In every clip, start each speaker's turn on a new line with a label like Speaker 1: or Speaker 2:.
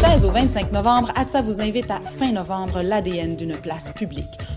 Speaker 1: 25 novembre, ATSA vous invite à fin novembre l'ADN d'une place publique,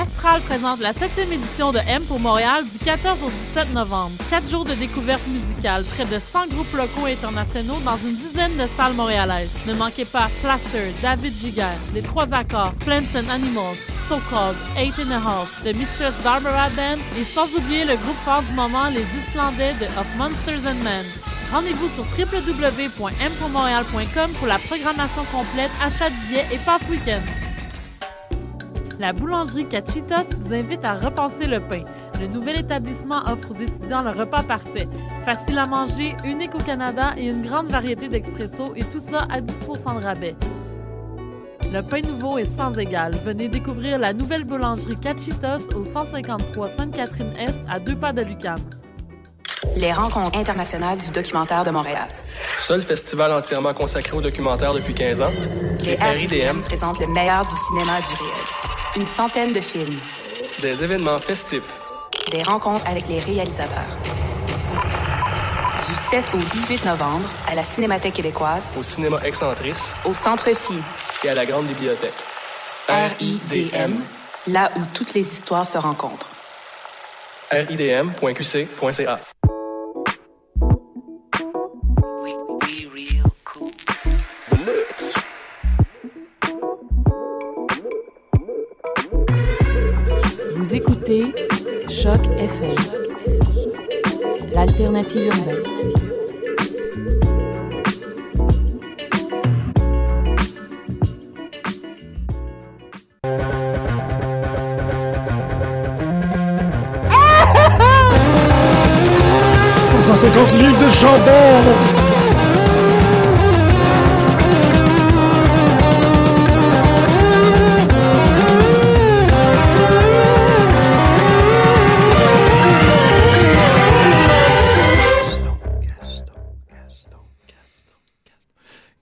Speaker 2: Astral présente la 7e édition de M pour Montréal du 14 au 17 novembre. Quatre jours de découverte musicale, près de 100 groupes locaux et internationaux dans une dizaine de salles montréalaises. Ne manquez pas Plaster, David Giger, Les Trois Accords, Plants and Animals, So Called, Eight and a Half, The Mistress Barbara Band et sans oublier le groupe fort du moment, les Islandais de Of Monsters and Men. Rendez-vous sur www.mpourmontréal.com pour la programmation complète, achat de billets et passe week-end. La boulangerie Cachitos vous invite à repenser le pain. Le nouvel établissement offre aux étudiants le repas parfait. Facile à manger, unique au Canada et une grande variété d'expresso et tout ça à 10 de rabais. Le pain nouveau est sans égal. Venez découvrir la nouvelle boulangerie Cachitos au 153 Sainte-Catherine-Est à deux pas de l'UQAM.
Speaker 3: Les rencontres internationales du documentaire de Montréal.
Speaker 4: Seul festival entièrement consacré au documentaire depuis 15 ans, les RIDM
Speaker 3: présente le meilleur du cinéma et du réel. Une centaine de films,
Speaker 4: des événements festifs.
Speaker 3: des rencontres avec les réalisateurs. Du 7 au 18 novembre, à la Cinémathèque québécoise,
Speaker 4: au cinéma Excentrice
Speaker 3: au Centre Phi,
Speaker 4: et à la Grande Bibliothèque.
Speaker 3: RIDM, là où toutes les histoires se rencontrent.
Speaker 4: RIDM.qc.ca.
Speaker 5: Vous écoutez Choc FM, l'alternative urbaine.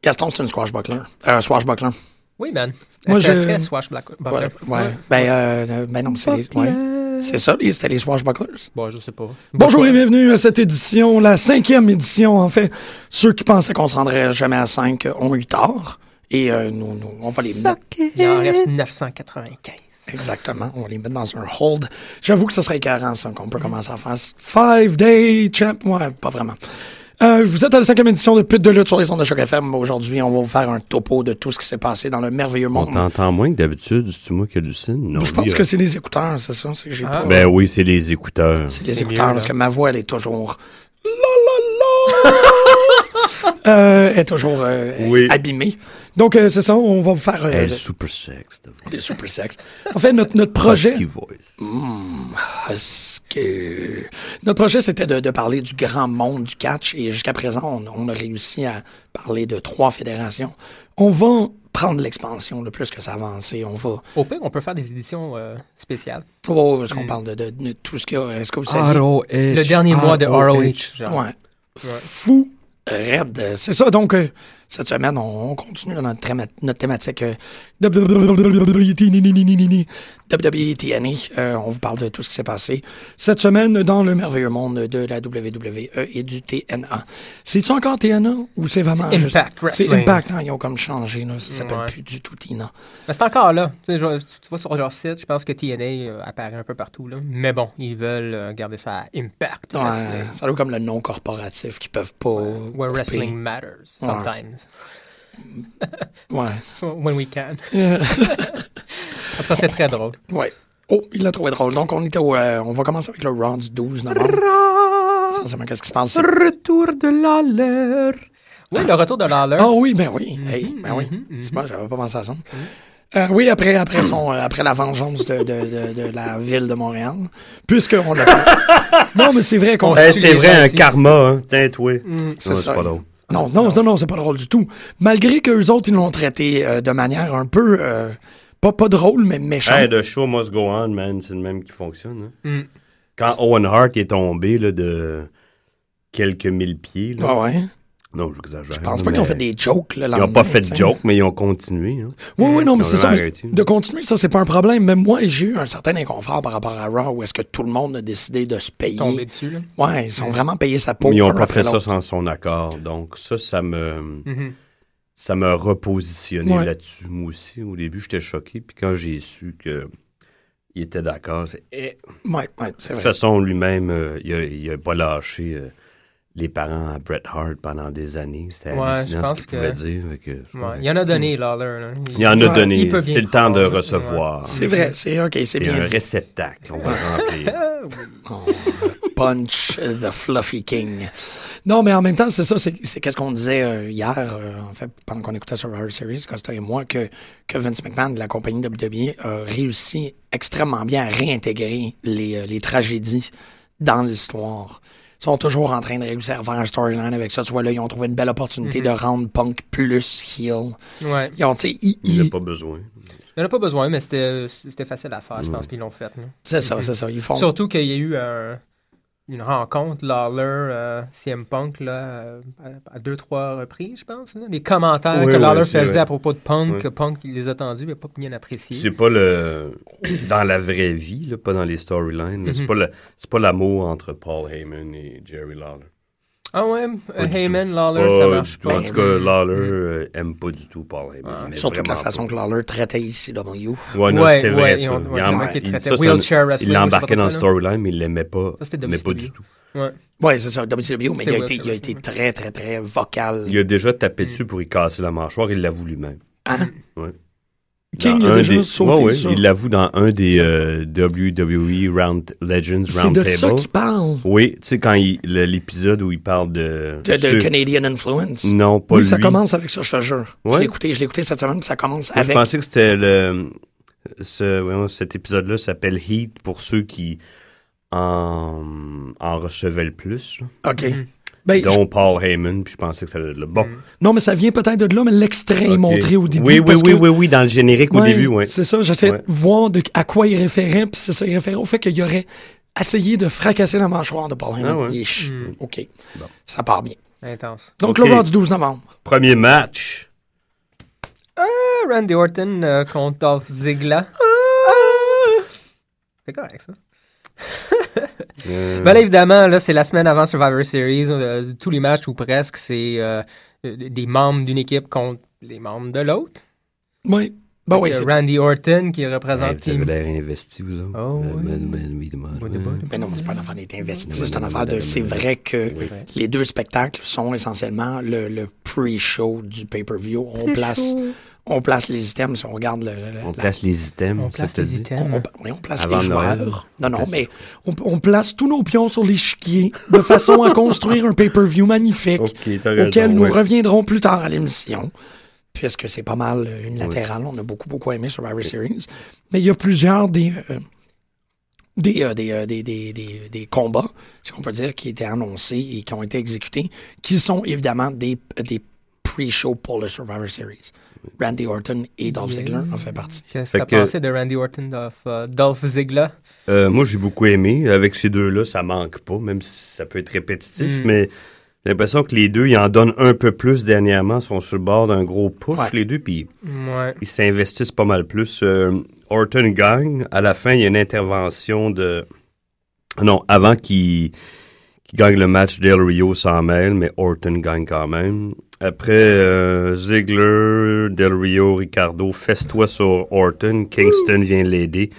Speaker 6: Gaston, c'est une swashbuckler. Euh, swashbuckler.
Speaker 7: Oui, man.
Speaker 8: Moi,
Speaker 7: très,
Speaker 8: je-
Speaker 7: très swashbuckler.
Speaker 6: Ouais, ouais. Ben, euh, ben non, mais c'est les, ouais. C'est ça, les- c'était les swashbucklers.
Speaker 7: Bon, je sais pas.
Speaker 8: Bonjour et bienvenue à cette édition, la cinquième édition en fait.
Speaker 6: Ceux qui pensaient qu'on se rendrait jamais à 5 ont eu tort. Et euh, nous, nous- on va les mettre.
Speaker 7: Il en reste 995.
Speaker 6: Exactement. On va les mettre dans un hold. J'avoue que ce serait écœurant, ça, qu'on peut commencer à faire. Five day champ. Ouais, pas vraiment. Euh, vous êtes à la cinquième édition de Pute de lutte sur les ondes de Choc FM. Aujourd'hui, on va vous faire un topo de tout ce qui s'est passé dans le merveilleux
Speaker 9: On
Speaker 6: monde.
Speaker 9: t'entend moins que d'habitude, c'est moi qui hallucine. Non,
Speaker 6: Je pense
Speaker 9: lui,
Speaker 6: que
Speaker 9: euh,
Speaker 6: c'est les écouteurs, c'est ça. c'est que j'ai
Speaker 7: Ah.
Speaker 6: pas-
Speaker 9: Ben oui, c'est les écouteurs.
Speaker 6: C'est les
Speaker 7: C'est
Speaker 6: écouteurs,
Speaker 7: mieux,
Speaker 6: parce
Speaker 7: là.
Speaker 6: que ma voix, elle est toujours. La, la, la. Euh, elle est toujours euh,
Speaker 9: Oui.
Speaker 6: abîmée. Donc, euh, c'est ça, on va vous faire euh,
Speaker 9: Elle
Speaker 6: le-
Speaker 9: super sexe.
Speaker 6: des super sexes. En fait, notre, notre projet.
Speaker 9: Husky voice.
Speaker 6: Parce que- Notre projet, c'était de, de parler du grand monde du catch et jusqu'à présent, on, on a réussi à parler de trois fédérations. On va prendre l'expansion le plus que ça avance et on va.
Speaker 7: Au pire, on peut faire des éditions euh, spéciales.
Speaker 6: Oh, est-ce qu'on
Speaker 7: Mm.
Speaker 6: parle de, de- de tout ce qu'il y a? Est-ce que vous
Speaker 7: Ah,
Speaker 6: savez?
Speaker 8: ROH.
Speaker 7: Le dernier mois de ROH. genre.
Speaker 6: Ouais. Fou, raide. C'est ça, donc, euh, cette semaine, on, on continue dans notre, théma- notre thématique euh, WWTNA. Euh, on vous parle de tout ce qui s'est passé cette semaine dans le merveilleux monde de la WWE et du TNA. C'est-tu encore TNA ou c'est vraiment
Speaker 7: C'est
Speaker 6: juste-
Speaker 7: Impact
Speaker 6: C'est
Speaker 7: Wrestling.
Speaker 6: Impact, hein, ils ont comme changé, là. ça s'appelle
Speaker 7: Ouais.
Speaker 6: plus du tout TNA.
Speaker 7: Mais c'est encore là. Tu, sais, genre, tu- tu vois sur leur site, je pense que TNA euh, apparaît un peu partout. Là. Mais bon, ils veulent euh, garder ça à Impact.
Speaker 6: Ouais,
Speaker 7: Wrestling.
Speaker 6: Euh, ça doit comme le nom corporatif qu'ils peuvent pas...
Speaker 7: Where
Speaker 6: couper.
Speaker 7: wrestling matters, sometimes.
Speaker 6: Ouais.
Speaker 7: When we can. en tout cas, c'est très drôle.
Speaker 6: Ouais. Oh, il l'a trouvé drôle. Donc, on, était au, euh, on va commencer avec le round du 12 novembre. Essentiellement, qu'est-ce qui se passe? c'est-
Speaker 8: Retour de l'allure.
Speaker 7: Oui, le retour de Lawler.
Speaker 6: Ah oui, ben oui.
Speaker 9: Mm-hmm,
Speaker 6: Hey, ben oui. C'est moi, j'avais pas pensé à ça. Euh, oui, après, après, son, euh, après la vengeance de, de, de, de la ville de Montréal, puisqu'on l'a fait. non, mais c'est vrai qu'on...
Speaker 7: Ouais,
Speaker 9: Eh,
Speaker 7: tu
Speaker 9: c'est
Speaker 7: les
Speaker 9: vrai,
Speaker 7: gens
Speaker 9: un
Speaker 7: ici.
Speaker 9: karma, hein. Tiens, toi. Non,
Speaker 6: Mm, ça.
Speaker 9: c'est pas drôle.
Speaker 6: Non, non, non, non, c'est pas drôle du tout. Malgré qu'eux autres, ils l'ont traité euh, de manière un peu. euh, pas, pas drôle, mais méchante.
Speaker 9: Hey, the show must go on, man. C'est le même qui fonctionne. hein.
Speaker 7: Mm.
Speaker 9: Quand Owen Hart est tombé là, de quelques mille pieds, là.
Speaker 6: Ah Ouais, ouais.
Speaker 9: non, j'exagère.
Speaker 6: Je pense pas qu'ils ont fait des jokes. là,
Speaker 9: Ils n'ont pas
Speaker 6: lendemain,
Speaker 9: fait
Speaker 6: tu
Speaker 9: de
Speaker 6: sais.
Speaker 9: joke, mais ils ont continué. hein.
Speaker 6: Oui, oui, non, mais
Speaker 9: Ils ont
Speaker 6: c'est ça.
Speaker 9: vraiment
Speaker 6: mais
Speaker 9: arrêté.
Speaker 6: de continuer, ça, c'est pas un problème. Même moi, j'ai eu un certain inconfort par rapport à Raw où est-ce que tout le monde a décidé de se payer.
Speaker 7: Tombé dessus, là.
Speaker 6: Ouais, ils ont vraiment payé sa peau.
Speaker 9: Mais ils n'ont
Speaker 6: un
Speaker 9: pas
Speaker 6: après
Speaker 9: fait ça
Speaker 6: l'autre.
Speaker 9: sans son accord. Donc, ça, ça me.
Speaker 7: Mhm.
Speaker 9: Ça m'a repositionné
Speaker 6: Ouais.
Speaker 9: là-dessus, moi aussi. Au début, j'étais choqué. Puis quand j'ai su que il était d'accord, j'ai fait, eh. de
Speaker 6: Ouais, ouais, c'est
Speaker 9: toute
Speaker 6: vrai.
Speaker 9: façon, lui-même, euh, il a- il n'a pas lâché euh, les parents à Bret Hart pendant des années. C'était
Speaker 7: Ouais,
Speaker 9: hallucinant
Speaker 7: je
Speaker 9: ce
Speaker 7: pense
Speaker 9: qu'il pouvait
Speaker 7: que-
Speaker 9: dire. Fait que je
Speaker 7: Ouais,
Speaker 9: crois-
Speaker 7: Il y en a donné, Lawler. là.
Speaker 9: Il y en a
Speaker 6: Ouais,
Speaker 9: donné.
Speaker 7: il peut bien
Speaker 9: C'est le temps de
Speaker 7: prendre, ouais.
Speaker 9: recevoir.
Speaker 6: C'est vrai, c'est OK, c'est
Speaker 9: C'est
Speaker 6: bien
Speaker 9: un
Speaker 6: dit.
Speaker 9: réceptacle. On va remplir.
Speaker 6: Punch the Fluffy King. Non, mais en même temps, c'est ça, c'est c'est qu'est-ce qu'on disait euh, hier, euh, en fait, pendant qu'on écoutait Survivor Series, Costa et moi, que, que Vince McMahon de la compagnie WWE a réussi extrêmement bien à réintégrer les, euh, les tragédies dans l'histoire. Ils sont toujours en train de réussir à faire un storyline avec ça. Tu vois, là, ils ont trouvé une belle opportunité
Speaker 9: Mm-hmm.
Speaker 6: de rendre Punk plus heel.
Speaker 7: Ouais.
Speaker 6: Ils ont, tu sais, ils-
Speaker 9: Il n'a
Speaker 6: ils-
Speaker 9: pas besoin.
Speaker 7: Il n'y en a pas besoin, mais c'était euh, c'était facile à faire, je pense, puis ils l'ont fait. là.
Speaker 6: c'est
Speaker 9: Mm-hmm.
Speaker 6: ça, c'est ça. Ils font.
Speaker 7: Surtout qu'il y a eu un- une rencontre, Lawler, euh, CM Punk, là, euh, à, à deux, trois reprises, je pense. là. Les commentaires
Speaker 9: Oui,
Speaker 7: que
Speaker 9: oui,
Speaker 7: Lawler
Speaker 9: c'est
Speaker 7: faisait
Speaker 9: vrai.
Speaker 7: à propos de Punk,
Speaker 9: Oui.
Speaker 7: que Punk il les a tendus, mais pas bien apprécié.
Speaker 9: C'est pas le. Dans la vraie vie, là, pas dans les storylines, mais
Speaker 7: Mhm.
Speaker 9: c'est pas le- c'est pas l'amour entre Paul Heyman et Jerry Lawler.
Speaker 7: Ah ouais,
Speaker 9: Pas
Speaker 7: euh,
Speaker 9: du
Speaker 7: Heyman, Lawler,
Speaker 9: Pas
Speaker 7: ça
Speaker 9: du
Speaker 7: marche
Speaker 9: tout.
Speaker 7: pas. Mhm.
Speaker 9: En tout cas, Lawler euh, aime pas du tout Paul Heyman. Il aime
Speaker 6: Ah. Surtout de la
Speaker 9: vraiment
Speaker 6: façon que Lawler E traitait ICW.
Speaker 9: pas. Ouais, Ah non,
Speaker 7: Ouais,
Speaker 9: c'était
Speaker 7: ouais,
Speaker 9: vrai,
Speaker 7: ils
Speaker 9: ça.
Speaker 7: ont- ouais,
Speaker 9: Il
Speaker 7: c'est
Speaker 9: en-
Speaker 7: vrai qu'il
Speaker 9: il-
Speaker 7: traitait
Speaker 9: ça, c'est un-
Speaker 7: wheelchair
Speaker 9: Il
Speaker 7: wrestling, je sais pas
Speaker 9: l'embarquait dans le
Speaker 7: trop quoi,
Speaker 9: storyline, mais il l'aimait pas.
Speaker 7: Ça, c'était
Speaker 9: mais pas
Speaker 7: WCW.
Speaker 9: du tout.
Speaker 7: Ouais.
Speaker 6: Ouais, c'est ça, WCW, mais il a,
Speaker 7: C'est
Speaker 6: été,
Speaker 7: vrai,
Speaker 6: il a
Speaker 7: c'est
Speaker 6: été
Speaker 7: vrai.
Speaker 6: très, très, très vocal.
Speaker 9: Il a déjà tapé
Speaker 7: Mm.
Speaker 9: dessus pour y casser la mâchoire, il l'avoue lui-même.
Speaker 6: Hein?
Speaker 9: Ouais.
Speaker 6: King
Speaker 9: Dans
Speaker 6: a
Speaker 9: un
Speaker 6: déjà
Speaker 9: des-
Speaker 6: sauté
Speaker 9: Ouais, ouais,
Speaker 6: ça.
Speaker 9: Il l'avoue dans un des euh, WWE Round Legends
Speaker 6: C'est de
Speaker 9: Roundtable.
Speaker 6: ça qu'il parle.
Speaker 9: Oui, tu sais, quand il- le- l'épisode où il parle de.
Speaker 6: De, de
Speaker 9: ceux-
Speaker 6: Canadian Influence.
Speaker 9: Non, pas
Speaker 6: oui,
Speaker 9: lui.
Speaker 6: ça commence avec ça, je te jure. Je
Speaker 9: Ouais.
Speaker 6: l'ai écouté, je l'ai écouté cette semaine, puis ça commence
Speaker 9: Moi, Je
Speaker 6: avec.
Speaker 9: pensais que c'était le. ce- voyons, cet épisode-là s'appelle Heat pour ceux qui en, en recevaient le plus, là.
Speaker 6: OK. Ben, je-
Speaker 9: dont Paul Heyman, puis je pensais que ça allait être le bon.
Speaker 6: Non, mais ça vient peut-être de là, mais l'extrait est
Speaker 9: ok.
Speaker 6: montré au début.
Speaker 9: Oui, oui,
Speaker 6: parce
Speaker 9: oui,
Speaker 6: que-
Speaker 9: oui, oui, dans le générique au
Speaker 6: Ouais,
Speaker 9: début, oui.
Speaker 6: C'est ça, j'essaie
Speaker 9: Ouais.
Speaker 6: de voir de- à quoi il référait, puis c'est ça, il référait au fait qu'il aurait essayé de fracasser la mâchoire de Paul Heyman.
Speaker 9: Ah ouais.
Speaker 6: Yeesh. OK. Ça part bien.
Speaker 7: Hmm, Intense.
Speaker 6: Donc,
Speaker 9: Ok.
Speaker 6: le Raw du 12 novembre.
Speaker 9: Premier match.
Speaker 7: Ah, Randy Orton euh, contre Dolph Ziggler.
Speaker 9: Ah!
Speaker 7: C'est correct, ça.
Speaker 9: Euh,
Speaker 7: Ben là, évidemment, là, c'est la semaine avant Survivor Series. euh, tous les matchs, ou presque, c'est euh, euh, des membres d'une équipe contre les membres de l'autre.
Speaker 6: Oui. Ben oui,
Speaker 7: Fait que
Speaker 6: c'est.
Speaker 7: Randy Orton qui représente
Speaker 9: Ah hey, vous avez
Speaker 7: Team-
Speaker 9: l'air investi, vous autres.
Speaker 7: Oh,
Speaker 9: Ben,
Speaker 7: oui.
Speaker 9: ben, ben, oui, demain,
Speaker 7: Bon,
Speaker 9: ouais.
Speaker 7: bon.
Speaker 6: Mais non, mais c'est pas une affaire d'être investi,
Speaker 9: Non,
Speaker 6: c'est
Speaker 9: non,
Speaker 6: une
Speaker 9: non,
Speaker 6: affaire de.
Speaker 9: non,
Speaker 6: C'est
Speaker 9: non,
Speaker 6: vrai que
Speaker 9: Oui.
Speaker 6: les deux spectacles sont essentiellement le, le pre-show du pay-per-view. On place, on place les items, si on regarde le. le-
Speaker 9: On
Speaker 6: la-
Speaker 9: place les items.
Speaker 7: On
Speaker 9: ça
Speaker 7: place
Speaker 9: te
Speaker 7: les
Speaker 9: dit?
Speaker 6: on,
Speaker 7: items.
Speaker 6: on- oui, on place
Speaker 9: Avant
Speaker 6: les
Speaker 9: Noël.
Speaker 6: joueurs. Non, non,
Speaker 9: Place-
Speaker 6: mais on, on place tous nos pions sur l'échiquier de façon à construire un pay-per-view magnifique
Speaker 9: Ok, t'as raison,
Speaker 6: auquel nous
Speaker 9: ouais.
Speaker 6: reviendrons plus tard à l'émission. Puisque c'est pas mal euh, une latérale, on a beaucoup, beaucoup aimé Survivor Series. Mais il y a plusieurs des, euh, des, euh, des, euh, des, des, des- des combats, si on peut dire, qui étaient annoncés et qui ont été exécutés, qui sont évidemment des, des pre-shows pour le Survivor Series. Randy Orton et Dolph Ziggler en fait partie.
Speaker 7: Qu'est-ce que t'as
Speaker 9: Fait que-
Speaker 7: pensé de Randy Orton, Dolph, euh, Dolph Ziggler?
Speaker 9: Euh, moi, j'ai beaucoup aimé. Avec ces deux-là, ça manque pas, même si ça peut être répétitif, mais j'ai l'impression que les deux, ils en donnent un peu plus dernièrement, sont sur le bord d'un gros push,
Speaker 6: Ouais.
Speaker 9: les deux, puis
Speaker 7: Ouais.
Speaker 9: ils s'investissent pas mal plus. Euh, Orton gagne. À la fin, il y a une intervention de... Non, avant qu'il qu'il gagne le match, Del Rio s'en mêle, mais Orton gagne quand même. Après, euh, Ziggler, Del Rio, Ricardo, fesse-toi sur Orton. Kingston vient l'aider.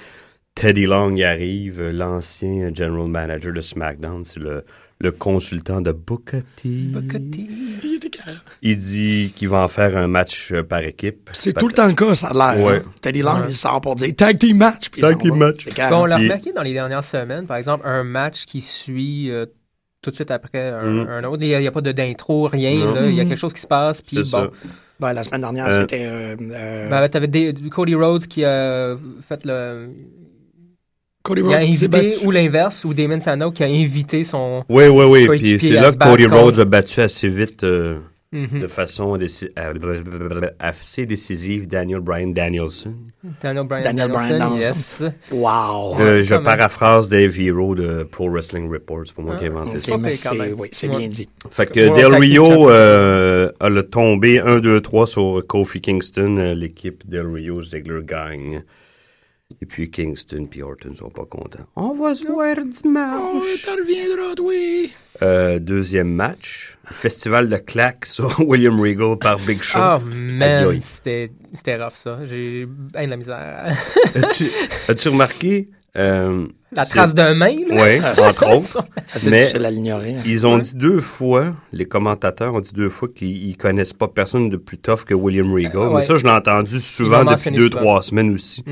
Speaker 9: Teddy Long y arrive, euh, l'ancien general manager de SmackDown. C'est le, le consultant de Booker T. Il dit qu'il va en faire un match euh, par équipe.
Speaker 6: C'est tout le temps le cas, ça a l'air.
Speaker 9: Ouais.
Speaker 6: hein. Teddy Long, il sort pour dire tag team match. puis il
Speaker 9: Tag
Speaker 6: s'en
Speaker 9: team
Speaker 6: va.
Speaker 9: match.
Speaker 6: C'est carré.
Speaker 7: Bon, on l'a
Speaker 9: Puis-
Speaker 7: remarqué dans les dernières semaines, par exemple, un match qui suit euh, tout de suite après un,
Speaker 9: Mm.
Speaker 7: un autre. Il n'y a, il y a pas de d'intro, rien.
Speaker 9: Non. Mm-hmm.
Speaker 7: là. Il y a quelque chose qui se passe. Puis
Speaker 9: C'est
Speaker 7: bon,
Speaker 9: ça.
Speaker 6: Ben, la semaine dernière,
Speaker 9: Euh,
Speaker 6: c'était. euh, euh,
Speaker 7: Ben, t'avais des- Cody Rhodes qui a fait le.
Speaker 6: Cody
Speaker 7: Il a
Speaker 6: Rhodes qui s'est
Speaker 7: invité,
Speaker 6: battu.
Speaker 7: ou l'inverse, ou Damon Sano qui a invité son.
Speaker 9: Oui, oui, oui.
Speaker 7: Coéquipier
Speaker 9: Puis c'est
Speaker 7: à
Speaker 9: là
Speaker 7: se
Speaker 9: que Cody
Speaker 7: battre contre- Mm-hmm.
Speaker 9: Rhodes a battu assez vite euh, de façon déci- euh, à- assez décisive Daniel Bryan Danielson.
Speaker 7: Daniel Bryan
Speaker 6: Daniel Bryan
Speaker 7: Danielson,
Speaker 6: Danielson.
Speaker 7: yes.
Speaker 6: Wow!
Speaker 9: Euh, je
Speaker 7: quand même. Ah,
Speaker 9: paraphrase Dave Hero de Pro Wrestling Report. C'est pas moi qui ai inventé
Speaker 6: Ok,
Speaker 9: ça.
Speaker 6: mais
Speaker 7: pire quand
Speaker 6: c'est
Speaker 7: même.
Speaker 6: oui, c'est
Speaker 7: Ouais.
Speaker 6: bien dit.
Speaker 9: Fait que
Speaker 7: World
Speaker 9: Del
Speaker 7: Tag Team Champion.
Speaker 9: Rio euh, a le tombé 1, 2, 3 sur Kofi Kingston. Euh, L'équipe Del Rio, Ziggler gagne. Et puis Kingston puis Orton sont pas contents. On va se voir dimanche. Euh, deuxième match. Festival de claques sur William Regal par Big Show.
Speaker 7: Oh man,
Speaker 9: Aïe,
Speaker 7: c'était c'était rough ça. J'ai bien de la misère.
Speaker 9: aïe. As-tu as-tu remarqué? euh,
Speaker 7: La
Speaker 9: c'est-
Speaker 7: trace d'un mail. là.
Speaker 9: Ouais, entre autres.
Speaker 6: C'est
Speaker 9: Mais-
Speaker 6: difficile à l'ignorer. hein.
Speaker 9: Ils ont dit deux fois, les commentateurs ont dit deux fois qu'ils ils connaissent pas personne de plus tough que William Regal.
Speaker 7: Euh, ouais.
Speaker 9: Mais ça, je l'ai entendu souvent depuis
Speaker 7: mentionné
Speaker 9: deux,
Speaker 7: souvent. Mm-hmm.
Speaker 9: trois semaines aussi.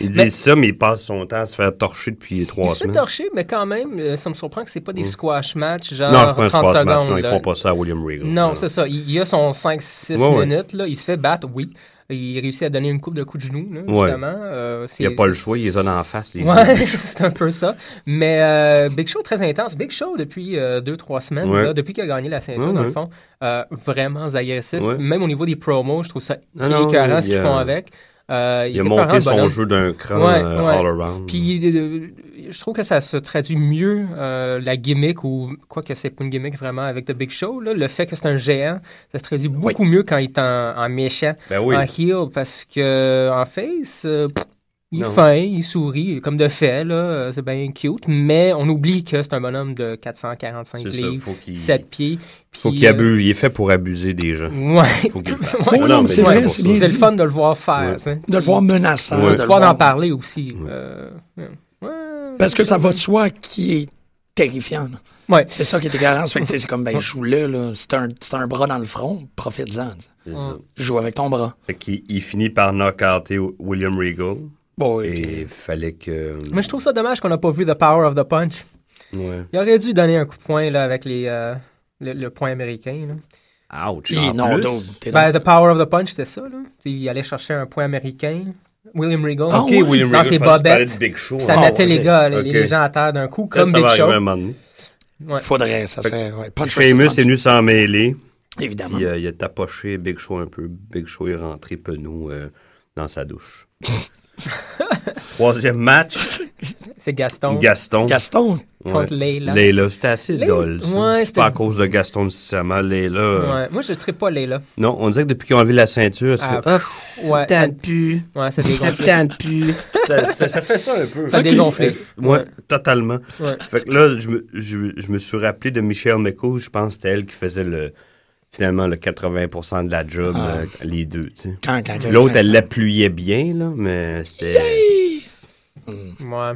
Speaker 9: Ils disent
Speaker 7: Mais-
Speaker 9: ça, mais ils passent son temps à se faire torcher depuis
Speaker 7: Il
Speaker 9: trois
Speaker 7: se fait
Speaker 9: semaines.
Speaker 7: torcher, mais quand même, euh, ça me surprend que c'est pas des squash matchs, genre
Speaker 9: non, c'est pas
Speaker 7: 30
Speaker 9: un squash
Speaker 7: secondes.
Speaker 9: match. Non, ils
Speaker 7: là.
Speaker 9: font pas ça à William Regal.
Speaker 7: Non, c'est ça. Il il a son 5-6
Speaker 9: Ouais, ouais.
Speaker 7: minutes, là. Il se fait battre, oui. Il réussit à donner une coupe de coups de genoux, là,
Speaker 9: Ouais.
Speaker 7: justement. Euh, c'est-
Speaker 9: Il n'y a pas le choix, ils les ont en face, les
Speaker 7: Ouais,
Speaker 9: gens.
Speaker 7: c'est un peu ça. Mais euh, Big Show, très intense. Big Show, depuis euh, deux, trois semaines,
Speaker 9: Ouais.
Speaker 7: là, depuis qu'il a gagné la ceinture,
Speaker 9: Ouais,
Speaker 7: dans le
Speaker 9: ouais.
Speaker 7: fond, euh, vraiment agressif.
Speaker 9: Ouais.
Speaker 7: Même au niveau des promos, je trouve ça
Speaker 9: Non, non,
Speaker 7: écœurant
Speaker 9: il
Speaker 7: ce qu'ils
Speaker 9: a-
Speaker 7: font avec. Euh,
Speaker 9: Il a
Speaker 7: était parent, le
Speaker 9: monté son
Speaker 7: bonhomme.
Speaker 9: jeu d'un cran
Speaker 7: Ouais,
Speaker 9: euh,
Speaker 7: ouais.
Speaker 9: all around.
Speaker 7: Puis euh, je trouve que ça se traduit mieux euh, la gimmick ou quoi que c'est pas une gimmick vraiment avec The Big Show. là, le fait que c'est un géant, ça se traduit beaucoup mieux quand il est en, en méchant,
Speaker 9: ben oui.
Speaker 7: en heel, parce que en face, euh, pff, il est
Speaker 9: Non.
Speaker 7: fin, il sourit, comme de fait, là, euh, c'est bien cute, mais on oublie que c'est un bonhomme de 445
Speaker 9: C'est ça,
Speaker 7: livres,
Speaker 9: faut qu'il
Speaker 7: 7 pieds.
Speaker 9: faut
Speaker 7: puis,
Speaker 9: qu'il
Speaker 7: euh,
Speaker 9: abuse. Il est fait pour abuser des gens.
Speaker 7: Ouais.
Speaker 9: Faut qu'il le fasse.
Speaker 7: Ouais.
Speaker 6: non, mais c'est vrai,
Speaker 9: pour
Speaker 6: c'est
Speaker 9: ça.
Speaker 6: bien
Speaker 7: C'est
Speaker 6: dit.
Speaker 7: le fun de le voir faire,
Speaker 9: Ouais.
Speaker 7: tu sais.
Speaker 6: De le voir menaçant,
Speaker 9: Ouais.
Speaker 6: de
Speaker 7: De
Speaker 6: le
Speaker 7: pouvoir
Speaker 6: voir-
Speaker 7: en parler aussi. euh, ouais.
Speaker 6: Parce que ça va de soi qui est terrifiant. là.
Speaker 7: Ouais.
Speaker 6: C'est ça qui est égarant. C'est que, tu sais, c'est comme, ben, joue-le, là. C'est un, c'est un bras dans le front, profite-en. tu sais.
Speaker 9: C'est ça.
Speaker 6: Joue avec ton bras.
Speaker 9: Fait qu'il il finit par knockouter William Regal.
Speaker 6: Bon, oui,
Speaker 9: Et il fallait que.
Speaker 7: Mais je trouve ça dommage qu'on n'a pas vu The Power of the Punch.
Speaker 9: Ouais.
Speaker 7: Il aurait dû donner un coup de poing là, avec les, euh, le, le point américain. là.
Speaker 9: Ouch.
Speaker 6: puis-
Speaker 9: en
Speaker 6: non,
Speaker 9: plus.
Speaker 6: d'autres, t'es
Speaker 7: Ben, The Power of the Punch, c'était ça. Là. Il allait chercher un point américain. William Regal.
Speaker 6: Ah,
Speaker 9: OK,
Speaker 6: ouais.
Speaker 9: William
Speaker 7: Dans
Speaker 9: Regal,
Speaker 7: ses
Speaker 9: je pensais que tu parlais
Speaker 7: bobettes.
Speaker 9: de Big Show.
Speaker 7: Puis ça
Speaker 9: hein.
Speaker 7: mettait les
Speaker 6: ok.
Speaker 7: gars, les, les
Speaker 9: Ok.
Speaker 7: gens à terre d'un coup,
Speaker 9: Ça,
Speaker 7: comme
Speaker 9: ça
Speaker 7: Big
Speaker 9: va arriver un
Speaker 7: Show.
Speaker 9: moment donné.
Speaker 7: Ouais.
Speaker 6: Faudrait, ça serait. Ouais, punch
Speaker 9: Sheamus
Speaker 6: versus
Speaker 9: est
Speaker 6: punch,
Speaker 9: venu s'en mêler.
Speaker 6: Évidemment.
Speaker 9: Puis euh, il a tapoché Big Show un peu. Big Show est rentré penaud euh, dans sa douche. Troisième match,
Speaker 7: C'est Gaston
Speaker 9: Gaston.
Speaker 6: Gaston,
Speaker 9: Ouais.
Speaker 7: contre Layla.
Speaker 9: Layla, c'était assez
Speaker 7: Layla-
Speaker 9: dole. ça.
Speaker 7: Ouais,
Speaker 9: c'est pas à
Speaker 7: c'était-
Speaker 9: cause de Gaston nécessairement. Layla. euh,
Speaker 7: Ouais. Moi, je ne pas Layla.
Speaker 9: Non, on dirait que depuis qu'ils ont enlevé la ceinture,
Speaker 7: Ah,
Speaker 9: ça fait. Ouf,
Speaker 7: ouais,
Speaker 9: ça
Speaker 7: ça-
Speaker 9: me pue.
Speaker 7: Ouais, ça
Speaker 9: Ça me
Speaker 7: dégonflait.
Speaker 9: tente plus. ça, ça- ça fait ça un peu.
Speaker 7: Ça dégonflait.
Speaker 9: Moi,
Speaker 7: Ouais.
Speaker 9: totalement.
Speaker 7: Ouais.
Speaker 9: Fait que là, je me, je- je me suis rappelé de Michelle McCool. Je pense que c'était elle qui faisait le, finalement le 80 de la job,
Speaker 6: Ah.
Speaker 9: euh, les deux. tu sais.
Speaker 6: quand,
Speaker 7: Ah,
Speaker 6: quand, quand-
Speaker 9: L'autre,
Speaker 6: quand-
Speaker 9: elle l'appuyait bien, là, mais c'était.
Speaker 7: Ouais.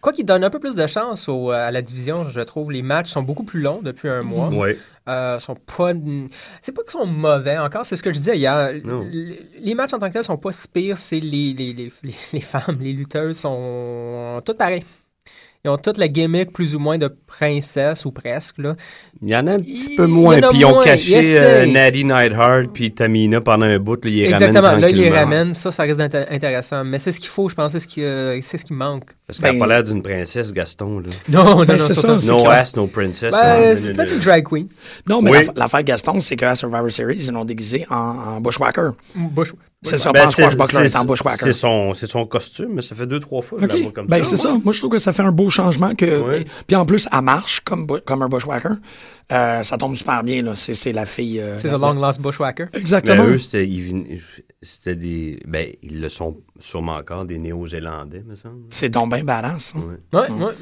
Speaker 7: Quoi qu'il donne un peu plus de chance au- euh, à la division, je trouve, les matchs sont beaucoup plus longs depuis un mois.
Speaker 9: Ouais.
Speaker 7: Euh, sont pas. C'est pas qu'ils sont mauvais encore, c'est ce que je disais hier. L-
Speaker 9: Non.
Speaker 7: Les matchs en tant que tels sont pas si pires, c'est les, les, les, les- les femmes, les lutteuses sont toutes pareilles. Ils ont toutes la gimmick plus ou moins de princesse ou presque. Là.
Speaker 9: Il y en a un petit
Speaker 7: Il-
Speaker 9: peu
Speaker 7: il y
Speaker 9: moins.
Speaker 7: en a
Speaker 9: Puis ils ont
Speaker 7: moins, ils
Speaker 9: caché euh,
Speaker 7: essayent.
Speaker 9: Natty Neidhart puis Tamina pendant un bout. Là, ils les
Speaker 7: Exactement,
Speaker 9: ramènent
Speaker 7: là ils les
Speaker 9: tranquillement.
Speaker 7: ramènent, ça, ça risque d'être intéressant. Mais c'est ce qu'il faut, je pense, c'est ce qui, euh, c'est ce qui manque.
Speaker 9: Parce qu'elle n'a
Speaker 6: Ben,
Speaker 9: pas l'air d'une princesse, Gaston. Là.
Speaker 7: Non, non,
Speaker 6: Ben,
Speaker 7: non,
Speaker 6: c'est
Speaker 7: surtout-
Speaker 6: ça.
Speaker 9: No
Speaker 6: clair.
Speaker 9: ass, no princess.
Speaker 7: Ben,
Speaker 9: non,
Speaker 7: c'est
Speaker 9: non,
Speaker 7: peut-être
Speaker 9: non.
Speaker 7: une drag queen.
Speaker 6: Non, mais
Speaker 9: Oui.
Speaker 6: l'aff- l'affaire Gaston, c'est qu'à Survivor Series, ils l'ont déguisé en, en Bushwhacker.
Speaker 7: Bush-
Speaker 6: C'est ça,
Speaker 9: Ben,
Speaker 6: pense
Speaker 9: c'est-
Speaker 6: Swashbuckler est
Speaker 9: c'est-
Speaker 6: en Bushwhacker.
Speaker 9: C'est son, c'est son costume, mais ça fait deux, trois fois que je la vois
Speaker 6: OK.
Speaker 9: comme
Speaker 6: Ben,
Speaker 9: ça.
Speaker 6: c'est ça. Moi, je trouve que ça fait un beau changement. que
Speaker 9: Ouais.
Speaker 6: Puis en plus, elle marche comme, bu- comme un Bushwhacker. Euh, ça tombe super bien. là. C'est c'est la fille. euh,
Speaker 7: C'est
Speaker 6: la-
Speaker 7: The Long Lost Bushwhacker.
Speaker 9: Mais
Speaker 6: Exactement.
Speaker 9: Ben, eux, c'était ils vin- c'était des. Ben, ils le sont sûrement encore, des Néo-Zélandais, me semble.
Speaker 6: C'est donc bien balance. hein.
Speaker 7: Ouais, ouais.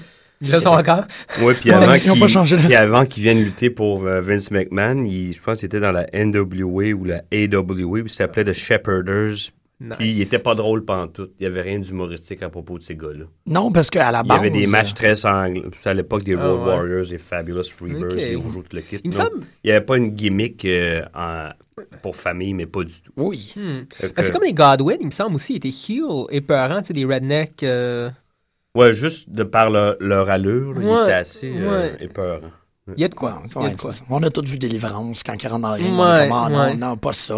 Speaker 7: Ils le sont encore.
Speaker 9: Oui, puis
Speaker 6: Ouais,
Speaker 9: avant
Speaker 6: ils ont
Speaker 9: qu'ils-
Speaker 6: pas changé.
Speaker 9: puis avant qu'ils viennent lutter pour euh, Vince McMahon, ils- je pense qu'ils étaient dans la NWA ou la AWA, puis ils s'appelaient The Shepherders. Puis ils étaient pas drôles pantoute. Il y avait rien d'humoristique à propos de ces gars-là.
Speaker 6: Non, parce qu'à la
Speaker 9: Il y
Speaker 6: base.
Speaker 9: avait des matchs
Speaker 6: euh,
Speaker 9: très sanglants. C'est à l'époque des Road
Speaker 7: Ah ouais.
Speaker 9: Warriors, des Fabulous Freebirds,
Speaker 7: Ok.
Speaker 9: des Rougeaux, tout le kit.
Speaker 7: Il me
Speaker 9: non.
Speaker 7: semble-
Speaker 9: Il n'y avait pas une gimmick euh, en- pour famille, mais pas du tout.
Speaker 6: Oui.
Speaker 9: Fait
Speaker 7: Ah,
Speaker 9: que-
Speaker 7: c'est comme les Godwin, il me semble aussi, ils étaient heel, épeurants, tu sais, des rednecks. euh,
Speaker 9: Ouais, juste de par leur, leur allure, là,
Speaker 7: Ouais,
Speaker 9: il était assez euh,
Speaker 7: ouais.
Speaker 9: épeurant.
Speaker 7: Il y a de quoi.
Speaker 6: Ouais,
Speaker 7: Il y a de quoi.
Speaker 6: c'est ça. on a tous vu Délivrance quand ils rentrent dans le ring.
Speaker 7: Ouais,
Speaker 6: on est comme, Ah, non,
Speaker 7: ouais.
Speaker 6: non, pas ça.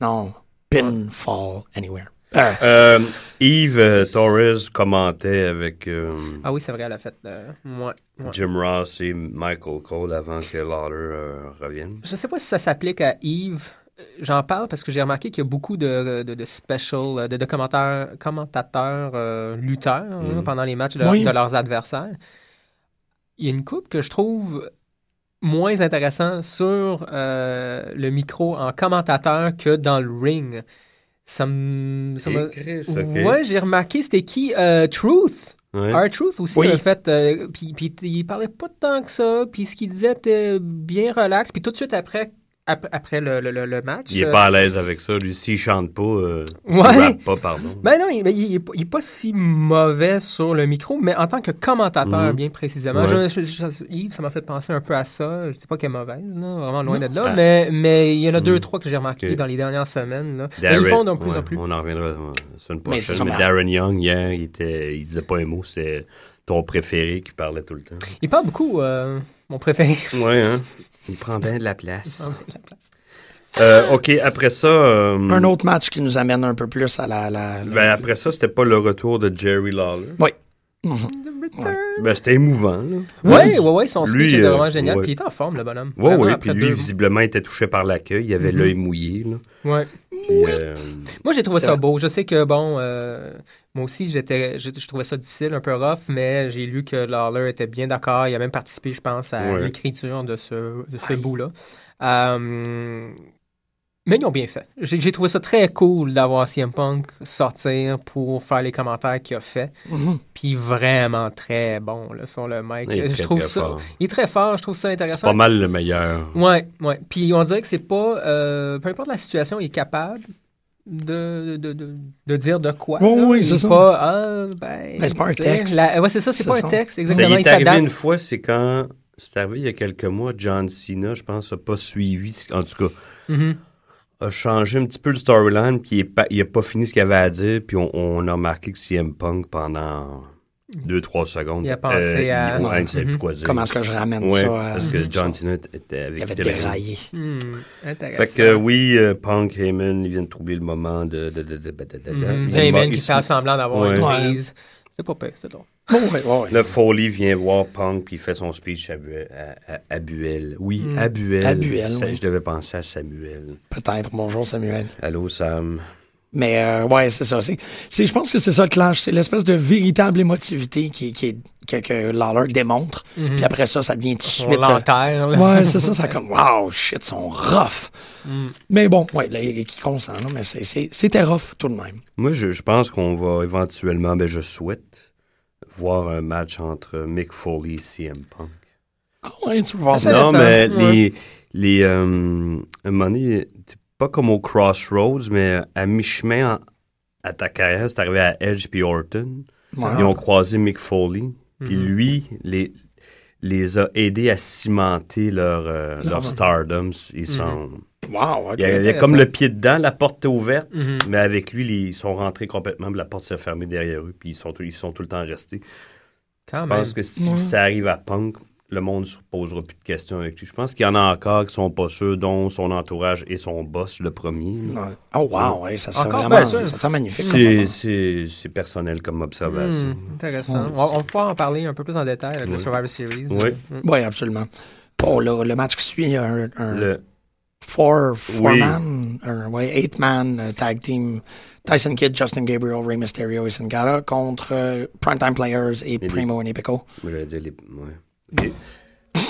Speaker 6: Non. Pinfall anywhere.
Speaker 9: Euh, Yves euh, Torres commentait avec euh,
Speaker 7: Ah oui, c'est vrai, elle a fait. euh, ouais, ouais.
Speaker 9: Jim Ross et Michael Cole avant que Lawler euh, revienne.
Speaker 7: Je sais pas si ça s'applique à Yves. Euh, J'en parle parce que j'ai remarqué qu'il y a beaucoup de, de, de special, euh, de, de commentaires- commentateurs euh, lutteurs hein,
Speaker 9: Mm.
Speaker 7: pendant les matchs de,
Speaker 6: Oui.
Speaker 7: de leurs adversaires. Il y a une coupe que je trouve moins intéressant sur euh, le micro en commentateur que dans le ring. Ça me. ça me-
Speaker 9: Et Chris, ok.
Speaker 7: Ouais, j'ai remarqué, c'était qui Euh, Truth
Speaker 9: Ouais.
Speaker 7: R-Truth aussi,
Speaker 6: Oui.
Speaker 7: le fait. euh, puis, puis il parlait pas tant que ça. Puis ce qu'il disait était bien relax. Puis tout de suite après, ap- après le, le- le- le match.
Speaker 9: Il est
Speaker 7: euh,
Speaker 9: pas à l'aise avec ça. Lui, s'il chante pas, euh, s'il
Speaker 7: Ouais.
Speaker 9: rappe pas, pardon.
Speaker 7: Ben non, il, ben, il est pas- il est pas si mauvais sur le micro, mais en tant que commentateur,
Speaker 9: Mhm.
Speaker 7: bien précisément.
Speaker 9: Ouais.
Speaker 7: je- je- je- Yves, ça m'a fait penser un peu à ça. Je dis pas qu'elle est mauvaise, là, vraiment loin
Speaker 9: Non.
Speaker 7: de là.
Speaker 9: Ah. Mhm.
Speaker 7: Mais, mais il y en a deux, trois que j'ai remarqué
Speaker 9: Ok.
Speaker 7: dans les dernières semaines. Là. Mais
Speaker 9: Darren-
Speaker 7: ils font de plus
Speaker 9: ouais,
Speaker 7: en plus.
Speaker 9: On en reviendra euh, la semaine
Speaker 6: Mais c'est
Speaker 9: prochaine.
Speaker 6: ça,
Speaker 9: Mais,
Speaker 6: mais-
Speaker 9: Darren Young, hier, il, était, il disait pas un mot. C'est ton préféré qui parlait tout le temps.
Speaker 7: Il parle beaucoup, euh, mon préféré.
Speaker 9: Ouais, hein? Il prend bien de la place.
Speaker 7: Ah, la place.
Speaker 9: Euh, OK, après ça... euh,
Speaker 6: Un autre match qui nous amène un peu plus à la. la-
Speaker 9: ben, après ça, c'était pas le retour de Jerry Lawler. Ben, c'était émouvant, là.
Speaker 7: Ouais, ouais, ouais, son speech
Speaker 9: Lui,
Speaker 7: était
Speaker 9: euh,
Speaker 7: vraiment génial.
Speaker 9: ouais.
Speaker 7: Puis il est en forme, le bonhomme.
Speaker 9: Oui,
Speaker 7: Vraiment,
Speaker 9: oui,
Speaker 7: après
Speaker 9: puis lui,
Speaker 7: deux- Mm-hmm.
Speaker 9: visiblement, était touché par l'accueil. Il avait l'œil mouillé, là.
Speaker 7: Ouais.
Speaker 9: Puis, euh,
Speaker 7: Moi, j'ai trouvé ça beau. Je sais que, bon, euh, moi aussi, j'étais, je, je trouvais ça difficile, un peu rough, mais j'ai lu que Lawler était bien d'accord. Il a même participé, je pense, à
Speaker 9: Ouais.
Speaker 7: l'écriture de ce, de ce bout-là. Euh, mais ils ont bien fait. J'ai, j'ai trouvé ça très cool d'avoir CM Punk sortir pour faire les commentaires qu'il a fait.
Speaker 9: Mm-hmm.
Speaker 6: Mhm.
Speaker 7: Puis vraiment très bon là, sur le mic.
Speaker 9: il est
Speaker 7: je
Speaker 9: très,
Speaker 7: trouve
Speaker 9: très
Speaker 7: ça,
Speaker 9: fort.
Speaker 7: Il est très fort, je trouve ça
Speaker 9: C'est
Speaker 7: intéressant.
Speaker 9: pas mal le meilleur.
Speaker 7: Ouais, ouais. Puis on dirait que c'est pas. euh, peu importe la situation, il est capable de, de, de, de dire de quoi.
Speaker 6: Oui,
Speaker 7: là.
Speaker 6: oui,
Speaker 7: Il
Speaker 6: c'est
Speaker 7: est
Speaker 6: ça.
Speaker 7: Pas, ah, ben,
Speaker 6: Ben, c'est pas un
Speaker 7: tu sais,
Speaker 6: texte.
Speaker 7: la- ouais, c'est ça, c'est
Speaker 6: C'est
Speaker 7: pas
Speaker 6: ça.
Speaker 7: un texte,
Speaker 9: Ça
Speaker 7: exactement.
Speaker 9: y
Speaker 7: il
Speaker 9: est arrivé
Speaker 7: s'adapte.
Speaker 9: une fois, c'est quand... C'est arrivé il y a quelques mois, John Cena, je pense, a pas suivi, ce- en tout cas,
Speaker 7: Mhm.
Speaker 9: a changé un petit peu le storyline, puis il, est pas- il a pas fini ce qu'il avait à dire, puis on, on a remarqué que CM Punk, pendant deux, trois secondes...
Speaker 7: Il a pensé à-
Speaker 9: il- ouais, il savait
Speaker 7: Mhm.
Speaker 9: plus quoi dire.
Speaker 6: Comment est-ce que je ramène
Speaker 9: Ouais,
Speaker 6: ça? euh,
Speaker 9: parce que John Cena était avec...
Speaker 6: Il avait
Speaker 9: était-
Speaker 6: déraillé.
Speaker 7: Hmm, intéressant.
Speaker 9: Fait que euh, oui, euh, Punk, Heyman, ils viennent troubler le moment de... de, de, de, de- de- de-
Speaker 7: Mhm.
Speaker 9: de-
Speaker 7: Heyman
Speaker 9: euh, il
Speaker 7: qui
Speaker 9: se-
Speaker 7: fait semblant d'avoir
Speaker 9: Ouais.
Speaker 7: une crise. C'est pas pire, c'est drôle.
Speaker 6: Bon, ouais, ouais, ouais.
Speaker 9: Là, Foley vient voir Punk, puis il fait son speech à, Bu- à- à- à Buell. Oui,
Speaker 7: Mm.
Speaker 9: à Buell.
Speaker 6: À Buell,
Speaker 9: Ça,
Speaker 6: oui.
Speaker 9: Je devais penser à Samuel.
Speaker 6: Peut-être. Bonjour, Samuel.
Speaker 9: Allô, Sam.
Speaker 6: Mais euh, ouais, c'est ça. C'est, c'est- je pense que c'est ça le clash. C'est l'espèce de véritable émotivité qui, qui est- que, que Lawler démontre.
Speaker 7: Mhm.
Speaker 6: Puis après ça, ça devient tout de
Speaker 7: On
Speaker 6: suite. euh,
Speaker 7: l'enterre. là.
Speaker 6: Ouais, c'est ça, ça comme Wow, shit, ils sont rough.
Speaker 7: Hmm.
Speaker 6: Mais bon, ouais, là, il y a qui consent, là, mais c'est- c'est- c'était rough tout de même.
Speaker 9: Moi, je, je pense qu'on va éventuellement, ben je souhaite, voir un match entre Mick Foley et CM Punk.
Speaker 6: Ah ouais, tu peux voir ça.
Speaker 7: Intéressant,
Speaker 9: Non, mais
Speaker 7: ouais.
Speaker 9: les... les euh, à un moment donné, c'est pas comme au Crossroads, mais à mi-chemin en- à ta carrière, c'est arrivé à Edge puis Orton.
Speaker 6: Ouais. Mm-hmm.
Speaker 9: Ils ont croisé Mick Foley. Puis
Speaker 7: Mhm.
Speaker 9: lui, les, les a aidés à cimenter leur, euh,
Speaker 6: Ah
Speaker 9: leur stardom.
Speaker 6: Mm-hmm.
Speaker 9: Ils sont...
Speaker 6: Wow, ok.
Speaker 9: il, y a, il y a
Speaker 7: intéressant.
Speaker 9: comme le pied dedans, la porte était ouverte,
Speaker 7: Mhm.
Speaker 6: Mm-hmm.
Speaker 9: mais avec lui, les- ils sont rentrés complètement, puis la porte s'est fermée derrière eux, puis ils sont, tout- ils sont tout le temps restés.
Speaker 7: Quand même.
Speaker 9: Je pense que si
Speaker 6: Ouais.
Speaker 9: ça arrive à Punk, le monde ne se posera plus de questions avec lui. Je pense qu'il y en a encore qui sont pas sûrs, dont son entourage et son boss, le premier. là.
Speaker 6: Ouais. Oh, wow, ouais, ça serait
Speaker 7: Encore
Speaker 6: vraiment.
Speaker 7: pas sûr.
Speaker 6: Ça serait magnifique. comme
Speaker 9: C'est-
Speaker 6: moment.
Speaker 9: C'est c'est personnel comme observation.
Speaker 7: Hmm,
Speaker 6: Mm.
Speaker 7: intéressant. On, on va pouvoir en parler un peu plus en détail avec le
Speaker 9: Ouais.
Speaker 7: Survivor Series.
Speaker 9: Ouais.
Speaker 7: Hmm.
Speaker 6: Oui, absolument. Bon, là, le match qui suit, il y a un, un
Speaker 9: Le-
Speaker 6: four, four
Speaker 9: Oui.
Speaker 6: man, un ouais, eight man euh, tag team. Tyson Kidd, Justin Gabriel, Rey Mysterio et Sin Cara contre euh, Primetime Players et
Speaker 9: les-
Speaker 6: Primo et Epico.
Speaker 9: J'allais dire les. Ouais. Les-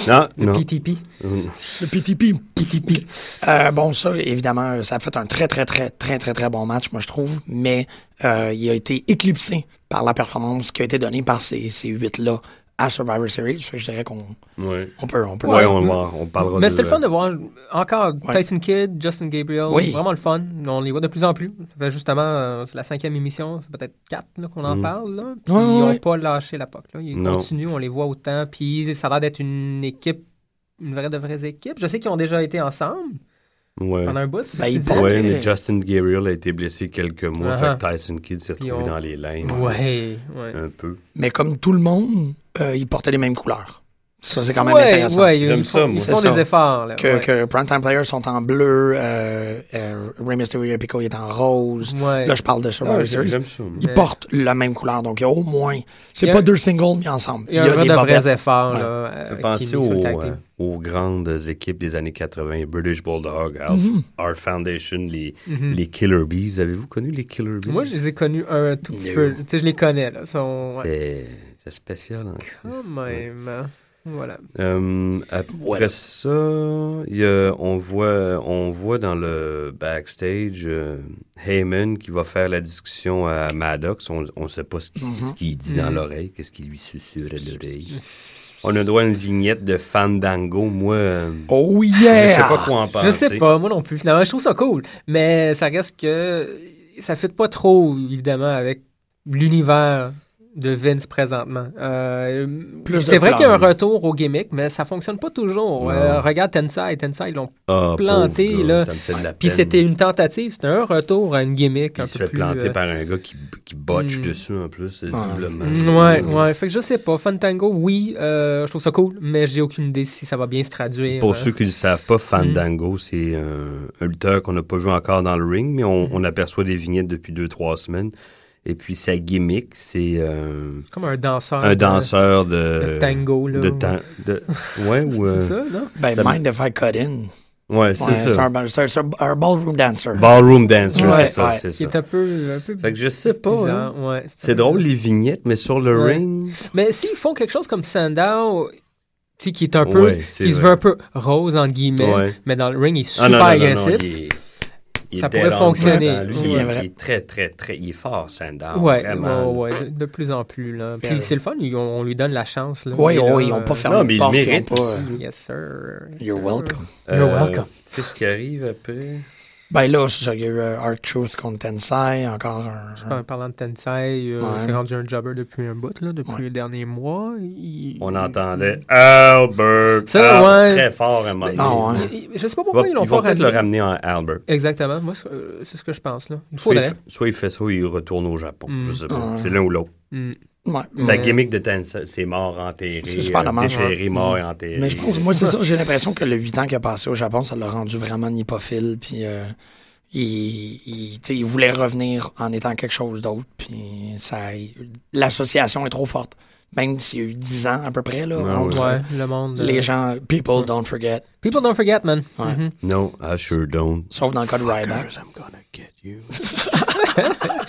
Speaker 9: Non, non.
Speaker 7: PTP.
Speaker 6: Le PTP. PTP. Euh, bon, ça, évidemment, euh, ça a fait un très, très, très, très, très, très bon match, moi, je trouve, mais euh, il a été éclipsé par la performance qui a été donnée par ces, ces huit-là à Survivor Series. Fait que je dirais qu'on
Speaker 9: Ouais.
Speaker 6: on peut, on peut.
Speaker 9: Ouais, on, va- on parlera
Speaker 7: Mais
Speaker 9: de-
Speaker 7: c'était le fun de voir encore
Speaker 6: Ouais.
Speaker 7: Tyson Kidd, Justin Gabriel.
Speaker 6: Oui.
Speaker 7: Vraiment le fun. On les voit de plus en plus. Ça fait justement euh, c'est la cinquième émission, ça fait peut-être quatre là, qu'on en
Speaker 9: Mm.
Speaker 7: parle. là. Puis
Speaker 6: Ouais, ouais,
Speaker 7: ils n'ont
Speaker 6: ouais.
Speaker 7: pas lâché la POC. là. Ils
Speaker 9: Non.
Speaker 7: continuent, on les voit autant. Puis ça a l'air d'être une équipe, une vraie de vraie équipe. Je sais qu'ils ont déjà été ensemble
Speaker 9: Ouais.
Speaker 7: pendant un bout. c'est ce
Speaker 6: Ben,
Speaker 7: que tu
Speaker 6: ils
Speaker 7: disais.
Speaker 6: portent-
Speaker 9: Ouais, mais Justin Gabriel a été blessé quelques mois.
Speaker 7: Uh-huh.
Speaker 9: Fait que Tyson Kidd s'est
Speaker 7: Puis
Speaker 9: retrouvé
Speaker 7: on-
Speaker 9: dans les lignes.
Speaker 7: Ouais, ouais.
Speaker 9: Un peu.
Speaker 6: Mais comme tout le monde, euh, ils portaient les mêmes couleurs. Ça, c'est quand même
Speaker 7: Ouais,
Speaker 6: intéressant.
Speaker 7: ouais, ils,
Speaker 9: J'aime
Speaker 7: font,
Speaker 9: ça, moi.
Speaker 7: ils
Speaker 6: C'est
Speaker 7: font
Speaker 6: ça.
Speaker 7: des efforts. Là,
Speaker 6: Que,
Speaker 7: ouais.
Speaker 6: que Primetime Players sont en bleu, euh, euh, Rey Mysterio et Pico il est en rose.
Speaker 7: Ouais.
Speaker 6: Là, je parle de Survivor
Speaker 9: Ah,
Speaker 6: Series.
Speaker 9: J'aime ça. moi.
Speaker 6: Ils portent la même couleur, donc il y a au moins. C'est
Speaker 7: Il y a-
Speaker 6: pas deux singles mis ensemble.
Speaker 7: Il y a, un
Speaker 6: des
Speaker 7: de
Speaker 6: bobettes.
Speaker 7: vrais efforts.
Speaker 6: Ouais.
Speaker 7: Là, euh,
Speaker 9: Ça fait
Speaker 7: qui
Speaker 9: penser
Speaker 7: sont
Speaker 9: aux,
Speaker 7: tag team.
Speaker 9: euh, aux grandes équipes des années 80, British Bulldog, Alf-
Speaker 7: Mm-hmm.
Speaker 9: Art Foundation, les, les Killer Bees. Avez-vous connu les Killer Bees?
Speaker 7: Moi, je les ai connus un tout petit
Speaker 9: No.
Speaker 7: peu. Tu sais, je les connais. Là. Ils Sont... ouais,
Speaker 9: C'était- C'était spécial. hein.
Speaker 7: Quand même. hein. Voilà.
Speaker 9: Euh, après ça, il y a- on, voit, on voit dans le backstage euh, Heyman qui va faire la discussion à Maddox. On ne sait pas ce qu'il ce qu'il dit dans
Speaker 7: Mhm.
Speaker 9: l'oreille, qu'est-ce qu'il lui susurre à l'oreille. On a droit à une vignette de Fandango. Moi, euh,
Speaker 6: Oh yeah!
Speaker 9: je sais pas quoi en penser.
Speaker 7: Je sais pas, moi non plus. Finalement, je trouve ça cool. Mais ça reste que ça fit pas trop, évidemment, avec l'univers de Vince présentement. Euh,
Speaker 6: Plus
Speaker 7: c'est
Speaker 6: de
Speaker 7: vrai
Speaker 6: plan.
Speaker 7: qu'il y a un retour au gimmick, mais ça fonctionne pas toujours. Euh, regarde Tensai. Tensai, ils l'ont
Speaker 9: Ah,
Speaker 7: planté,
Speaker 9: pauvre gars,
Speaker 7: là.
Speaker 9: ça me fait de la
Speaker 7: Puis
Speaker 9: peine.
Speaker 7: c'était une tentative, c'était un retour à une gimmick un
Speaker 9: Il se
Speaker 7: peu
Speaker 9: fait
Speaker 7: plus.
Speaker 9: planter
Speaker 7: euh,
Speaker 9: par un gars qui, qui botche
Speaker 7: Hmm.
Speaker 9: dessus en plus. C'est
Speaker 6: Ah.
Speaker 9: doublement.
Speaker 7: Mm, Ouais, ouais. Fait que je sais pas. Fantango, oui, euh, je trouve ça cool, mais j'ai aucune idée si ça va bien se traduire.
Speaker 9: Pour
Speaker 7: euh. Mm.
Speaker 9: ceux qui ne le savent pas, Fandango, c'est un, un lutteur qu'on n'a pas vu encore dans le ring, mais
Speaker 7: Mm.
Speaker 9: on, on aperçoit des vignettes depuis deux, trois semaines. Et puis sa gimmick, c'est euh,
Speaker 7: Comme un danseur.
Speaker 9: un
Speaker 7: euh,
Speaker 9: danseur de.
Speaker 7: de tango, là.
Speaker 9: De tan- de- ouais, ou. euh,
Speaker 7: C'est ça, non?
Speaker 6: Ben,
Speaker 9: Ça me-
Speaker 6: mind if I cut in?
Speaker 9: Ouais, c'est
Speaker 6: Ouais, C'est
Speaker 9: ça.
Speaker 6: un, c'est un- c'est un- un ballroom dancer.
Speaker 9: Ballroom dancer,
Speaker 6: Ouais,
Speaker 9: c'est ça.
Speaker 6: ouais.
Speaker 9: c'est
Speaker 7: Il
Speaker 9: ça.
Speaker 7: est un peu. Un peu
Speaker 9: Fait que je sais pas. hein.
Speaker 7: bizarre, ouais,
Speaker 9: C'est
Speaker 7: un peu
Speaker 9: drôle,
Speaker 7: bizarre.
Speaker 9: les vignettes, mais sur le
Speaker 7: Ouais.
Speaker 9: ring.
Speaker 7: Mais s'ils font quelque chose comme Sandow, tu sais, qui est un peu.
Speaker 9: Ouais, c'est
Speaker 7: qui se
Speaker 9: vrai.
Speaker 7: veut un peu rose, entre guillemets,
Speaker 9: Ouais.
Speaker 7: mais dans le ring, il est
Speaker 9: Ah,
Speaker 7: super
Speaker 9: non, non, non, non,
Speaker 7: agressif.
Speaker 9: il est- il est
Speaker 7: Ça
Speaker 9: dead
Speaker 7: pourrait
Speaker 9: on
Speaker 7: fonctionner.
Speaker 9: dedans. Lui,
Speaker 6: C'est
Speaker 9: il,
Speaker 6: bien
Speaker 9: est-
Speaker 6: vrai.
Speaker 9: il est très, très, très. Il est fort, Sandow.
Speaker 7: Ouais,
Speaker 9: vraiment.
Speaker 7: ouais, ouais, de, de plus en plus. Là. Puis
Speaker 6: Bien.
Speaker 7: c'est le fun, ils- on, lui donne la chance. Là.
Speaker 6: Oui,
Speaker 7: Il est là,
Speaker 6: oui, ils ont pas
Speaker 7: euh,
Speaker 6: fermé
Speaker 9: non,
Speaker 6: de
Speaker 9: mais ils
Speaker 6: porte, ils
Speaker 9: méritent
Speaker 6: ont pas,
Speaker 9: aussi.
Speaker 6: euh,
Speaker 7: Yes, sir. Yes,
Speaker 6: You're
Speaker 7: sir.
Speaker 6: welcome.
Speaker 7: You're welcome.
Speaker 9: Euh, Qu'est-ce qui arrive après?
Speaker 6: Ben là, c'est ça, il y a eu Art Truth contre Tensai, encore un.
Speaker 9: Ah.
Speaker 7: En parlant de Tensei, euh,
Speaker 6: Ouais.
Speaker 7: c'est rendu un jobber depuis un bout, là, depuis
Speaker 6: Ouais.
Speaker 7: les derniers mois. Il-
Speaker 9: On entendait Albert.
Speaker 7: Ça,
Speaker 9: Albert,
Speaker 7: ouais.
Speaker 9: très fort à un moment
Speaker 7: Mais
Speaker 9: donné.
Speaker 6: Ah,
Speaker 7: c'est-
Speaker 6: ouais.
Speaker 7: il- il- Je sais pas
Speaker 9: Il va-
Speaker 7: pourquoi ils
Speaker 9: Ils
Speaker 7: l'ont
Speaker 9: vont
Speaker 7: pas
Speaker 9: peut-être le
Speaker 7: ramené.
Speaker 9: ramener en Albert.
Speaker 7: Exactement, moi, c'est- euh, c'est ce que je pense. Là. Il
Speaker 9: Soit il,
Speaker 7: faudrait.
Speaker 9: fait, soit il fait ça ou il retourne au Japon.
Speaker 7: Mm.
Speaker 9: Je sais pas.
Speaker 6: Ah, ouais.
Speaker 9: C'est l'un ou l'autre.
Speaker 7: Mm.
Speaker 6: Ouais,
Speaker 9: Sa
Speaker 6: mais-
Speaker 9: gimmick de Tensai, c'est mort, enterré.
Speaker 6: C'est super
Speaker 9: euh,
Speaker 6: dommage, Hmm.
Speaker 9: Déchiré, mort, enterré.
Speaker 6: Mais je pense, moi, c'est ça. J'ai l'impression que le 8 ans qu'il a passé au Japon, ça l'a rendu vraiment nipophile. Puis, euh, il, il, tu sais, il voulait revenir en étant quelque chose d'autre. Puis, ça- l'association est trop forte. Même s'il y a eu 10 ans à peu près, là,
Speaker 9: Ouais,
Speaker 6: entre
Speaker 7: Ouais, le monde. euh,
Speaker 6: les gens. People don't forget.
Speaker 7: People don't forget, man.
Speaker 6: Ouais.
Speaker 7: Mhm.
Speaker 9: No, I sure don't.
Speaker 6: Sauf dans le cas de Ryback.
Speaker 9: Fuckers, I'm gonna get you.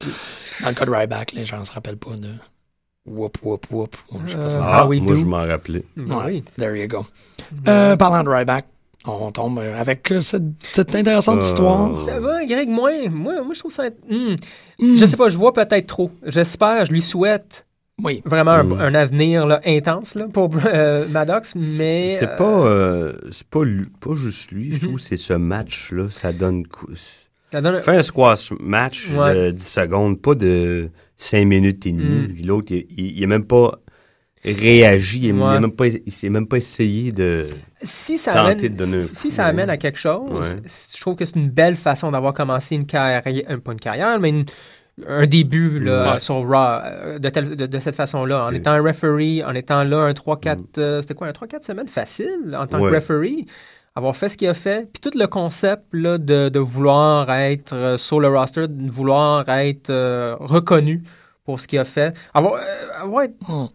Speaker 6: Dans le cas de Ryback, les gens se rappellent pas de. Whoop, whoop, whoop. Je sais pas
Speaker 7: Euh,
Speaker 6: ce
Speaker 9: Ah,
Speaker 7: How we
Speaker 9: moi,
Speaker 7: do.
Speaker 9: je m'en rappelais.
Speaker 7: Ben
Speaker 6: Ouais,
Speaker 7: oui.
Speaker 6: There you go. Euh, parlant de Ryback, on tombe euh, avec euh, cette, cette intéressante
Speaker 9: Euh,
Speaker 6: histoire.
Speaker 7: Ça va, bah Greg, moi, moi, moi, je trouve ça. être- Hmm. Je sais pas, je vois peut-être trop. J'espère, je lui souhaite
Speaker 6: Oui.
Speaker 7: vraiment un,
Speaker 9: Mm.
Speaker 7: un avenir là, intense là, pour euh, Maddox, mais.
Speaker 9: C'est
Speaker 7: euh,
Speaker 9: pas, euh, c'est pas, lui- pas juste lui, je
Speaker 7: Mhm.
Speaker 9: trouve, c'est ce match-là, ça donne... cou-
Speaker 7: ça donne un-
Speaker 9: Faire un squash match
Speaker 7: Ouais.
Speaker 9: de 10 secondes, pas de 5 minutes et demie.
Speaker 7: Mm.
Speaker 9: Puis L'autre, il- il n'a même pas réagi, il
Speaker 7: Ouais.
Speaker 9: n'a même pas, il s'est même pas essayé de...
Speaker 7: si ça
Speaker 9: Tenter
Speaker 7: amène,
Speaker 9: de donner un
Speaker 7: si, si
Speaker 9: coup,
Speaker 7: ça
Speaker 9: ouais.
Speaker 7: amène à quelque chose,
Speaker 9: Ouais.
Speaker 7: c- je trouve que c'est une belle façon d'avoir commencé une carrière, euh, pas une carrière, mais une- un début là,
Speaker 9: Ouais.
Speaker 7: sur Raw euh, de, telle- de- de cette façon-là. En
Speaker 9: Ok.
Speaker 7: étant un referee, en étant là un 3-4, euh, c'était quoi, un 3-4 semaines facile en tant
Speaker 9: Ouais.
Speaker 7: que referee, avoir fait ce qu'il a fait, puis tout le concept là, de, de vouloir être euh, sur le roster, de vouloir être euh, reconnu pour ce qu'il a fait, avoir, euh, avoir été
Speaker 6: Hmm.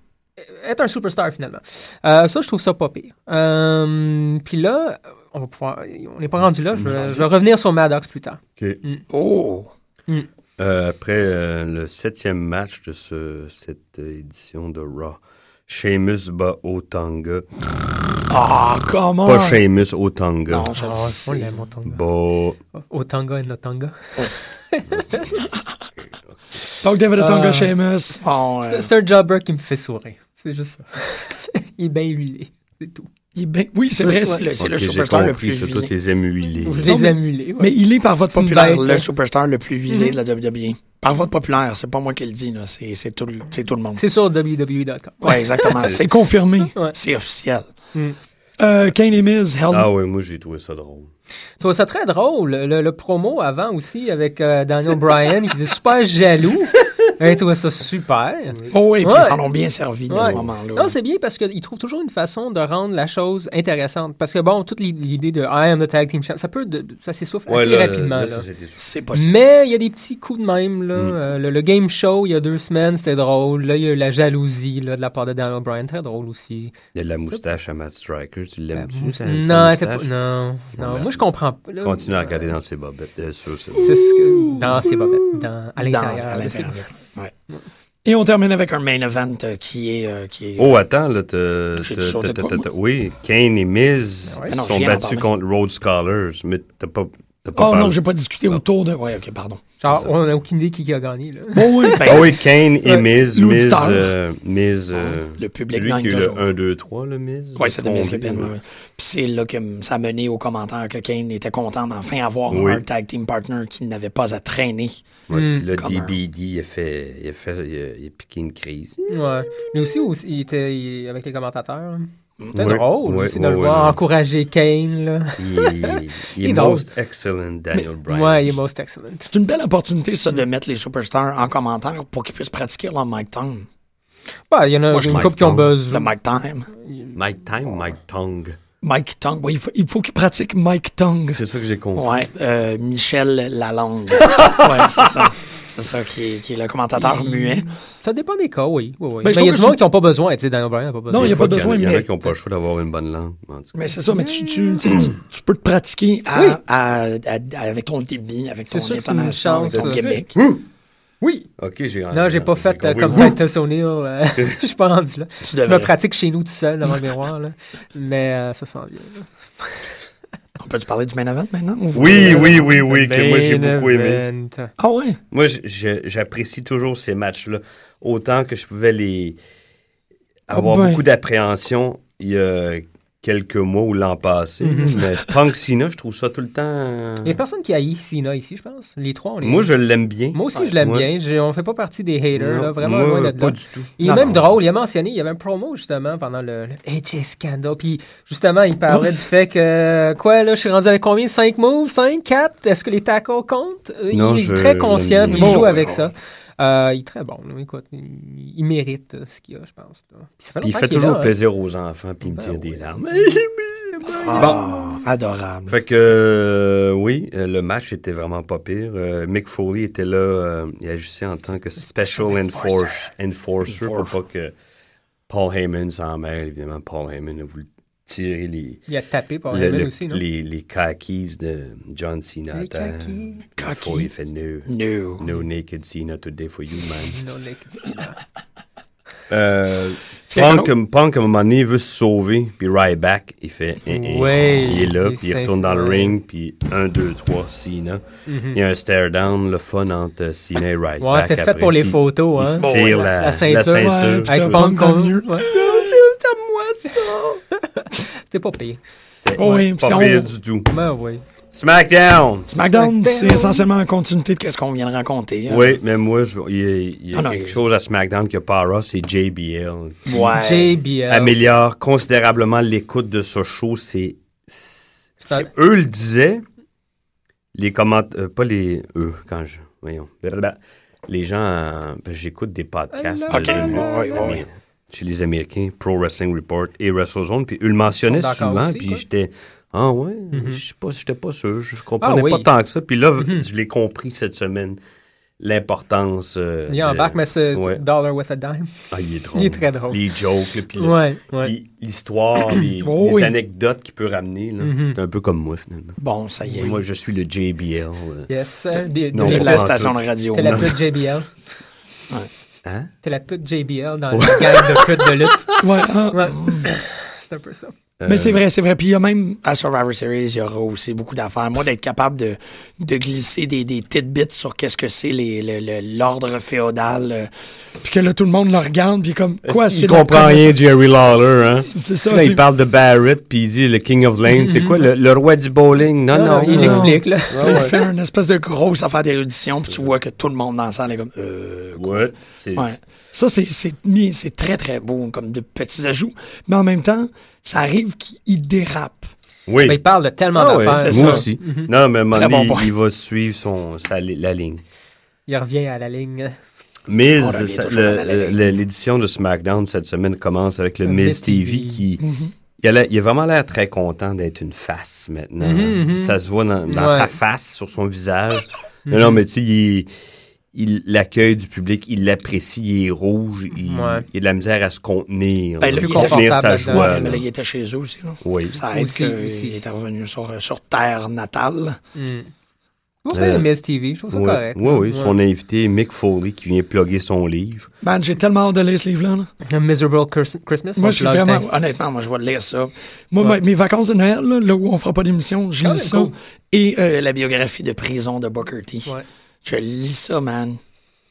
Speaker 7: être un superstar finalement. Euh, ça, je trouve ça pas pire. Euh, Puis là, on va pouvoir- on n'est pas rendu là. Je vais, je vais revenir sur Maddox plus tard.
Speaker 6: Oh!
Speaker 9: Mm. Euh, après euh, le septième match de ce- cette euh, édition de Raw, Sheamus bat Otunga.
Speaker 6: Ah, comment?
Speaker 9: Pas Sheamus, Otunga.
Speaker 6: Non, Ah, je le sais.
Speaker 7: on l'aime, Otanga.
Speaker 9: Bah,
Speaker 7: Otanga et Notanga.
Speaker 6: Donc, David Otunga,
Speaker 7: Ah.
Speaker 6: Sheamus. Bon, euh,
Speaker 7: C'est c'est un jobber qui me fait sourire. C'est juste ça. Il est bien huilé. C'est tout.
Speaker 6: il est bien- Oui, c'est vrai, c'est le, c'est
Speaker 9: ok,
Speaker 6: le
Speaker 9: j'ai
Speaker 6: superstar le
Speaker 9: compris,
Speaker 6: plus
Speaker 9: ça,
Speaker 6: huilé.
Speaker 9: toi, t'es émulé.
Speaker 7: Je
Speaker 6: Non,
Speaker 7: les
Speaker 6: mais-
Speaker 7: aime huilés, ouais.
Speaker 6: Mais il est par vote
Speaker 7: C'est une
Speaker 6: populaire
Speaker 7: bête, Mm-hmm.
Speaker 6: le
Speaker 7: hein.
Speaker 6: superstar le plus huilé de la WWE. Par vote populaire, c'est pas moi qui le dis, là. C'est, c'est tout, le- c'est tout le monde.
Speaker 7: C'est sur E WWE.com.
Speaker 6: Ouais, exactement. c'est confirmé.
Speaker 7: Ouais.
Speaker 6: C'est officiel.
Speaker 7: Mm.
Speaker 6: Euh, Kane et Miz, Hell
Speaker 9: Ah oui, moi, j'ai trouvé ça drôle.
Speaker 7: Je trouve ça très drôle, le, le promo avant aussi avec euh, Daniel Bryan qui est super jaloux. Hey, tu vois ça super.
Speaker 6: Oh oui, puis
Speaker 7: Ouais.
Speaker 6: ils s'en ont bien servi dans
Speaker 7: Ouais.
Speaker 6: ce moment-là.
Speaker 7: Non, c'est bien parce qu'ils trouvent toujours une façon de rendre la chose intéressante. Parce que, bon, toute l'i- l'idée de I am the tag team champ, ça peut, de- ça s'essouffle assez
Speaker 9: là,
Speaker 7: rapidement.
Speaker 9: là,
Speaker 7: là.
Speaker 9: ça, c'était sûr.
Speaker 6: C'est possible.
Speaker 7: Mais il y a des petits coups de même. Là.
Speaker 9: Mm.
Speaker 7: Euh, le, le game show, il y a deux semaines, c'était drôle. Là, il y a eu la jalousie là, de la part de Daniel Bryan, très drôle aussi.
Speaker 9: Il y a de la moustache à Matt Striker. Tu l'aimes-tu, sa- sa
Speaker 7: Bah, Non, elle était pas-
Speaker 9: moustache?
Speaker 7: non, non.
Speaker 9: merde.
Speaker 7: Moi, je comprends pas. là.
Speaker 9: Continue à regarder dans ses bobettes. euh, sur ses-
Speaker 7: C'est ce que. Dans ses bobettes. Dans,
Speaker 6: Dans-
Speaker 7: à l'intérieur.
Speaker 6: à
Speaker 7: de ses-
Speaker 6: l'intérieur. Ouais. Et on termine avec un main event euh, qui est. euh, qui est
Speaker 9: Oh, attends, là, t'as-
Speaker 6: J'ai-tu
Speaker 9: t'as-
Speaker 6: sauté
Speaker 9: t'as-
Speaker 6: de quoi,
Speaker 9: t'as-
Speaker 6: moi?
Speaker 9: t'as- Oui, Kane et Miz
Speaker 7: Ah ouais?
Speaker 6: Ah non,
Speaker 9: sont
Speaker 6: j'ai rien
Speaker 9: battus
Speaker 6: entendu.
Speaker 9: contre Road Scholars, mais t'as pas, t'as pas
Speaker 6: Oh non,
Speaker 9: parlé.
Speaker 6: j'ai pas discuté
Speaker 9: Non.
Speaker 6: autour de. Ouais, ok, pardon.
Speaker 7: Genre,
Speaker 9: C'est ça.
Speaker 7: on n'a aucune idée qui a gagné. Là.
Speaker 6: Oh oui, ben,
Speaker 9: Ah oui, Kane et
Speaker 6: Ouais.
Speaker 9: Miz. Miz,
Speaker 6: L'auditeur.
Speaker 9: euh, Miz, euh,
Speaker 6: Le public
Speaker 9: lui
Speaker 6: gagne
Speaker 9: qui a eu
Speaker 6: toujours.
Speaker 9: le 1, 2, 3, le Miz.
Speaker 6: Ouais, c'est de Miz
Speaker 9: Tombé,
Speaker 6: Kevin, ouais,
Speaker 9: ouais.
Speaker 6: ouais. Puis c'est là que mm, ça a mené aux commentaires que Kane était content d'enfin avoir
Speaker 9: Oui.
Speaker 6: un tag team partner qui n'avait pas à traîner.
Speaker 9: Ouais,
Speaker 7: Mm.
Speaker 6: Hmm.
Speaker 9: puis Le
Speaker 6: Comme un-
Speaker 9: DBD, il a fait, il a fait, il a, il a piqué une crise.
Speaker 7: Ouais. Mais aussi, aussi, il était il- avec les commentateurs. C'était
Speaker 9: Mm. Ouais,
Speaker 7: drôle
Speaker 9: ouais,
Speaker 7: aussi de
Speaker 9: ouais,
Speaker 7: le
Speaker 9: ouais,
Speaker 7: voir
Speaker 9: ouais.
Speaker 7: encourager Kane. Là.
Speaker 9: Il, il- il
Speaker 7: Il est
Speaker 9: est
Speaker 7: drôle.
Speaker 9: most excellent, Daniel Bryan.
Speaker 7: Ouais, il est most excellent.
Speaker 6: C'est une belle opportunité, ça, de mettre les superstars en commentaire pour qu'ils puissent pratiquer leur mic time.
Speaker 7: Bah, il y en a
Speaker 6: Moi, je
Speaker 7: une
Speaker 6: Mike
Speaker 7: couple qui ont
Speaker 9: Tong.
Speaker 6: Le
Speaker 7: besoin.
Speaker 6: mic time.
Speaker 9: Mike Time, Mike Tongue.
Speaker 6: Mike Tongue. Oui, il faut, il faut qu'ils pratiquent Mike Tongue.
Speaker 9: C'est ça que j'ai compris.
Speaker 6: Ouais, euh, Michel Lalonde. ouais, c'est ça. C'est ça qui est, qui est le commentateur muet.
Speaker 7: Ça dépend des cas, oui. oui, oui.
Speaker 6: Ben, je
Speaker 7: mais il y
Speaker 6: trouve
Speaker 7: a du
Speaker 6: que
Speaker 7: monde
Speaker 6: c'est-
Speaker 7: qui n'ont pas besoin. Tu sais, Daniel Bryan n'a pas besoin.
Speaker 6: Non, il y a pas
Speaker 9: Faut qu'il
Speaker 6: besoin,
Speaker 9: Il y en
Speaker 6: mais-
Speaker 9: a qui n'ont pas le choix d'avoir une bonne langue. en tout cas.
Speaker 6: Mais c'est ça, mais tu, tu, tu, sais, tu- tu peux te pratiquer à, à- à- avec ton débit, avec ton
Speaker 7: C'est sûr que c'est une
Speaker 6: intonation, avec
Speaker 7: chance,
Speaker 6: ton
Speaker 7: ça.
Speaker 6: Québec.
Speaker 7: Oui.
Speaker 9: Ok, j'ai
Speaker 7: Non, j'ai pas fait euh,
Speaker 9: compris.
Speaker 7: comme
Speaker 9: Ouh!
Speaker 7: Titus O'Neill. euh, Je suis pas rendu là.
Speaker 6: Tu
Speaker 7: Je me
Speaker 6: devrais.
Speaker 7: pratique chez nous tout seul devant le miroir. Là. Mais euh, ça sent bien. là.
Speaker 6: On peut-tu parler du main event maintenant? ou-
Speaker 9: Oui, oui, oui, oui, que moi j'ai
Speaker 7: Main
Speaker 9: beaucoup aimé.
Speaker 7: event.
Speaker 6: Ah ouais?
Speaker 9: Moi, je- je- j'apprécie toujours ces matchs-là. Autant que je pouvais les avoir
Speaker 6: ben.
Speaker 9: beaucoup d'appréhension il y a quelques mois ou l'an passé. Mais Punk Cena, je trouve ça tout le temps.
Speaker 7: Mhm. Il y a personne qui haït Sina ici, je pense. Les trois, on est.
Speaker 9: Moi, je l'aime bien.
Speaker 7: Moi aussi, je l'aime
Speaker 9: Ouais.
Speaker 7: bien. J'ai- On fait pas partie des haters.
Speaker 9: Non,
Speaker 7: là, vraiment
Speaker 9: moi,
Speaker 7: loin de
Speaker 9: pas
Speaker 7: là.
Speaker 9: du tout.
Speaker 7: Il est
Speaker 6: Non,
Speaker 7: même
Speaker 6: non.
Speaker 7: drôle. Il a mentionné, il y avait un promo justement pendant le, le AJ Scandal. Puis justement, il parlait du fait que quoi là, je suis rendu avec combien 5 moves, 5, 4 Est-ce que les tacos comptent Euh,
Speaker 9: Non,
Speaker 7: Il est
Speaker 9: je-
Speaker 7: très conscient,
Speaker 9: je-
Speaker 7: puis il
Speaker 9: bon,
Speaker 7: joue
Speaker 9: ouais,
Speaker 7: avec
Speaker 9: bon.
Speaker 7: ça. Euh, il est très bon. là. Écoute, il, il mérite euh, ce qu'il a, je pense. là. Puis ça fait
Speaker 9: Puis il
Speaker 7: longtemps
Speaker 9: fait
Speaker 7: qu'il est
Speaker 9: toujours
Speaker 7: là, hein.
Speaker 9: plaisir aux enfants, puis il me
Speaker 7: Ben
Speaker 9: tire des
Speaker 7: oui.
Speaker 9: larmes.
Speaker 7: hein.
Speaker 6: Ah, adorable.
Speaker 9: Fait que, euh, oui, euh, le match était vraiment pas pire. Euh, Mick Foley était là, euh, il agissait en tant que Special Enforce- Enforcer, pour pas que Paul Heyman s'en mêle. Évidemment, Paul Heyman a voulu tirer les,
Speaker 7: Il a tapé par
Speaker 9: le-
Speaker 7: Heyman
Speaker 9: le-
Speaker 7: aussi, non
Speaker 9: les, les khakis de John Cena. à
Speaker 7: Les
Speaker 9: terre.
Speaker 7: khakis.
Speaker 9: Mick
Speaker 6: Khakis.
Speaker 9: Foley fait no,
Speaker 6: No.
Speaker 9: no naked Cena today for you, man.
Speaker 7: Non, les-
Speaker 9: Euh,
Speaker 6: C'est quelqu'un
Speaker 9: Punk, Punk, à un moment donné, il veut se sauver, puis right back, il fait. eh, eh.
Speaker 7: Ouais,
Speaker 9: il est là,
Speaker 7: il
Speaker 9: puis il
Speaker 7: s'installe.
Speaker 9: retourne dans le ring, puis 1, 2, 3, Cena. Il y a un stare down, le fun entre euh, Cena et right
Speaker 7: Mhm. Ouais,
Speaker 9: back.
Speaker 7: c'est fait
Speaker 9: après.
Speaker 7: pour les
Speaker 9: Puis
Speaker 7: photos,
Speaker 9: Il
Speaker 7: hein.
Speaker 9: se tire la, la ceinture.
Speaker 6: Ouais,
Speaker 9: puis
Speaker 7: Avec
Speaker 9: tout.
Speaker 6: Punk
Speaker 7: Punk
Speaker 6: comme
Speaker 7: on-
Speaker 6: mieux.
Speaker 7: Ouais.
Speaker 9: C'est à moi, ça!
Speaker 7: T'es pas payé.
Speaker 6: Oh oui, puis
Speaker 9: pas
Speaker 6: si on-
Speaker 9: pire du tout.
Speaker 7: Ben oui.
Speaker 9: SmackDown!
Speaker 6: SmackDown, c'est
Speaker 7: SmackDown.
Speaker 6: essentiellement en continuité de ce qu'on vient de raconter. hein.
Speaker 9: Oui, mais moi, je- il y a, il y a
Speaker 6: Ah non,
Speaker 9: quelque
Speaker 6: il-
Speaker 9: chose à SmackDown qui a pas à Raw, c'est JBL.
Speaker 6: Ouais.
Speaker 7: JBL.
Speaker 9: Améliore considérablement l'écoute de ce show, c'est
Speaker 7: C'est un-
Speaker 9: eux le disaient, les commentaires, pas les eux, quand je, voyons, blablabla. les gens, euh, parce que j'écoute des podcasts,
Speaker 7: Hello,
Speaker 9: par
Speaker 6: Ok,
Speaker 9: exemple,
Speaker 6: ouais, ouais, ouais.
Speaker 9: chez les Américains, Pro Wrestling Report et WrestleZone, puis eux le mentionnaient
Speaker 7: Ils sont d'accord
Speaker 9: souvent,
Speaker 7: aussi,
Speaker 9: puis
Speaker 7: quoi.
Speaker 9: j'étais, ah ouais, je sais pas, j'étais pas sûr, je comprenais
Speaker 7: Mm-hmm. Ah oui. Mm-hmm.
Speaker 9: pas tant que ça, puis là, je l'ai compris cette semaine, l'importance. euh,
Speaker 7: Il est en
Speaker 9: de-
Speaker 7: bac, mais c'est c'est
Speaker 9: ouais.
Speaker 7: Dollar with a Dime.
Speaker 9: Ah, il est drôle.
Speaker 7: Il est très drôle.
Speaker 9: Les jokes, là, puis le-
Speaker 7: Ouais, ouais.
Speaker 9: puis l'histoire, les,
Speaker 6: Oh
Speaker 9: les
Speaker 6: oui.
Speaker 9: anecdotes qu'il peut ramener, là.
Speaker 7: Mm-hmm.
Speaker 9: c'est un peu comme moi, finalement.
Speaker 6: Bon, ça y est.
Speaker 9: Moi, je suis le JBL. euh.
Speaker 7: Yes. euh, des-
Speaker 9: Non,
Speaker 7: des-
Speaker 6: Vive
Speaker 9: on
Speaker 6: la
Speaker 9: prend
Speaker 6: station
Speaker 9: tout.
Speaker 6: de radio.
Speaker 7: T'es la pute JBL.
Speaker 9: Hein?
Speaker 7: T'es la pute JBL dans la gang de putes de lutte.
Speaker 6: Ouais, hein.
Speaker 7: Ouais. C'est un peu ça.
Speaker 6: Mais c'est vrai, c'est vrai. Puis il y a même à Survivor Series, il y aura aussi beaucoup d'affaires. Moi, d'être capable de, de glisser des, des tidbits sur qu'est-ce que c'est les- le- le- l'ordre féodal. euh, puis que là, tout le monde le regarde, puis comme quoi,
Speaker 9: Il
Speaker 6: c'est
Speaker 9: comprend
Speaker 6: notre-
Speaker 9: rien, Jerry Lawler, hein?
Speaker 6: C'est ça,
Speaker 9: Là,
Speaker 6: tu- Mhm.
Speaker 9: il parle de Barrett, puis il dit le King of Lane. C'est quoi, le, le roi du bowling? Ah Non, non.
Speaker 7: il
Speaker 9: non.
Speaker 7: l'explique, là.
Speaker 6: Là, Il fait une espèce de grosse affaire d'érudition, puis tu vois que tout le monde dans la salle est comme. Euh,
Speaker 9: Ouais, c'est-
Speaker 6: Ouais. Ça, c'est, c'est, mis- c'est très, très beau, comme de petits ajouts. Mais en même temps, ça arrive qu'il dérape.
Speaker 9: Oui.
Speaker 7: Mais il parle de tellement
Speaker 9: Ah ouais,
Speaker 7: d'affaires.
Speaker 9: moi aussi. Non, mais à un moment
Speaker 6: Mhm. Très bon
Speaker 9: donné,
Speaker 6: point.
Speaker 9: il va suivre son, sa li- la ligne.
Speaker 7: Il revient à la ligne.
Speaker 9: Mais ça- le- le- l'édition de SmackDown cette semaine commence avec le
Speaker 7: Le
Speaker 9: Miz
Speaker 7: Miz
Speaker 9: TV
Speaker 7: TV.
Speaker 9: qui.
Speaker 6: Mm-hmm.
Speaker 9: Il a, la- il a vraiment l'air très content d'être une face maintenant.
Speaker 6: Mm-hmm,
Speaker 7: Mhm, mhm.
Speaker 9: Ça se voit dans, dans
Speaker 7: Ouais.
Speaker 9: sa face, sur son visage.
Speaker 6: Mm-hmm.
Speaker 9: Non, non, mais tu sais, il, il- l'accueil du public, il l'apprécie, il est rouge, il,
Speaker 7: Ouais.
Speaker 9: il a de la misère à se contenir.
Speaker 6: Ben, là,
Speaker 9: il
Speaker 6: il est
Speaker 9: contenir sa
Speaker 7: confortable
Speaker 9: joie.
Speaker 6: mais
Speaker 9: là.
Speaker 6: là, il était chez eux aussi. Là.
Speaker 9: Oui.
Speaker 6: Ça aide
Speaker 7: Aussi,
Speaker 6: que-
Speaker 7: aussi.
Speaker 6: Il est revenu sur, euh, sur terre natale.
Speaker 7: Mm. Je trouve ça
Speaker 9: Euh,
Speaker 7: le Miz TV, je trouve ça
Speaker 9: Oui,
Speaker 7: correct.
Speaker 9: oui,
Speaker 6: hein.
Speaker 9: oui. Son invité, Mick Foley, qui vient plugger son livre.
Speaker 6: Man, j'ai tellement hâte de lire ce livre-là. là.
Speaker 7: Le Miserable Curs- Christmas.
Speaker 6: Moi,
Speaker 7: on
Speaker 6: je suis
Speaker 7: l'a le
Speaker 6: vraiment.
Speaker 7: temps.
Speaker 6: Honnêtement, moi, je vais lire ça. Moi,
Speaker 7: Ouais.
Speaker 6: mes- mes vacances de Noël, là, là où on fera pas d'émission, je
Speaker 7: Ah,
Speaker 6: lis
Speaker 7: ouais,
Speaker 6: ça.
Speaker 7: cool.
Speaker 6: Et euh, la biographie de prison de Booker T.
Speaker 7: Ouais.
Speaker 6: Je lis ça, man,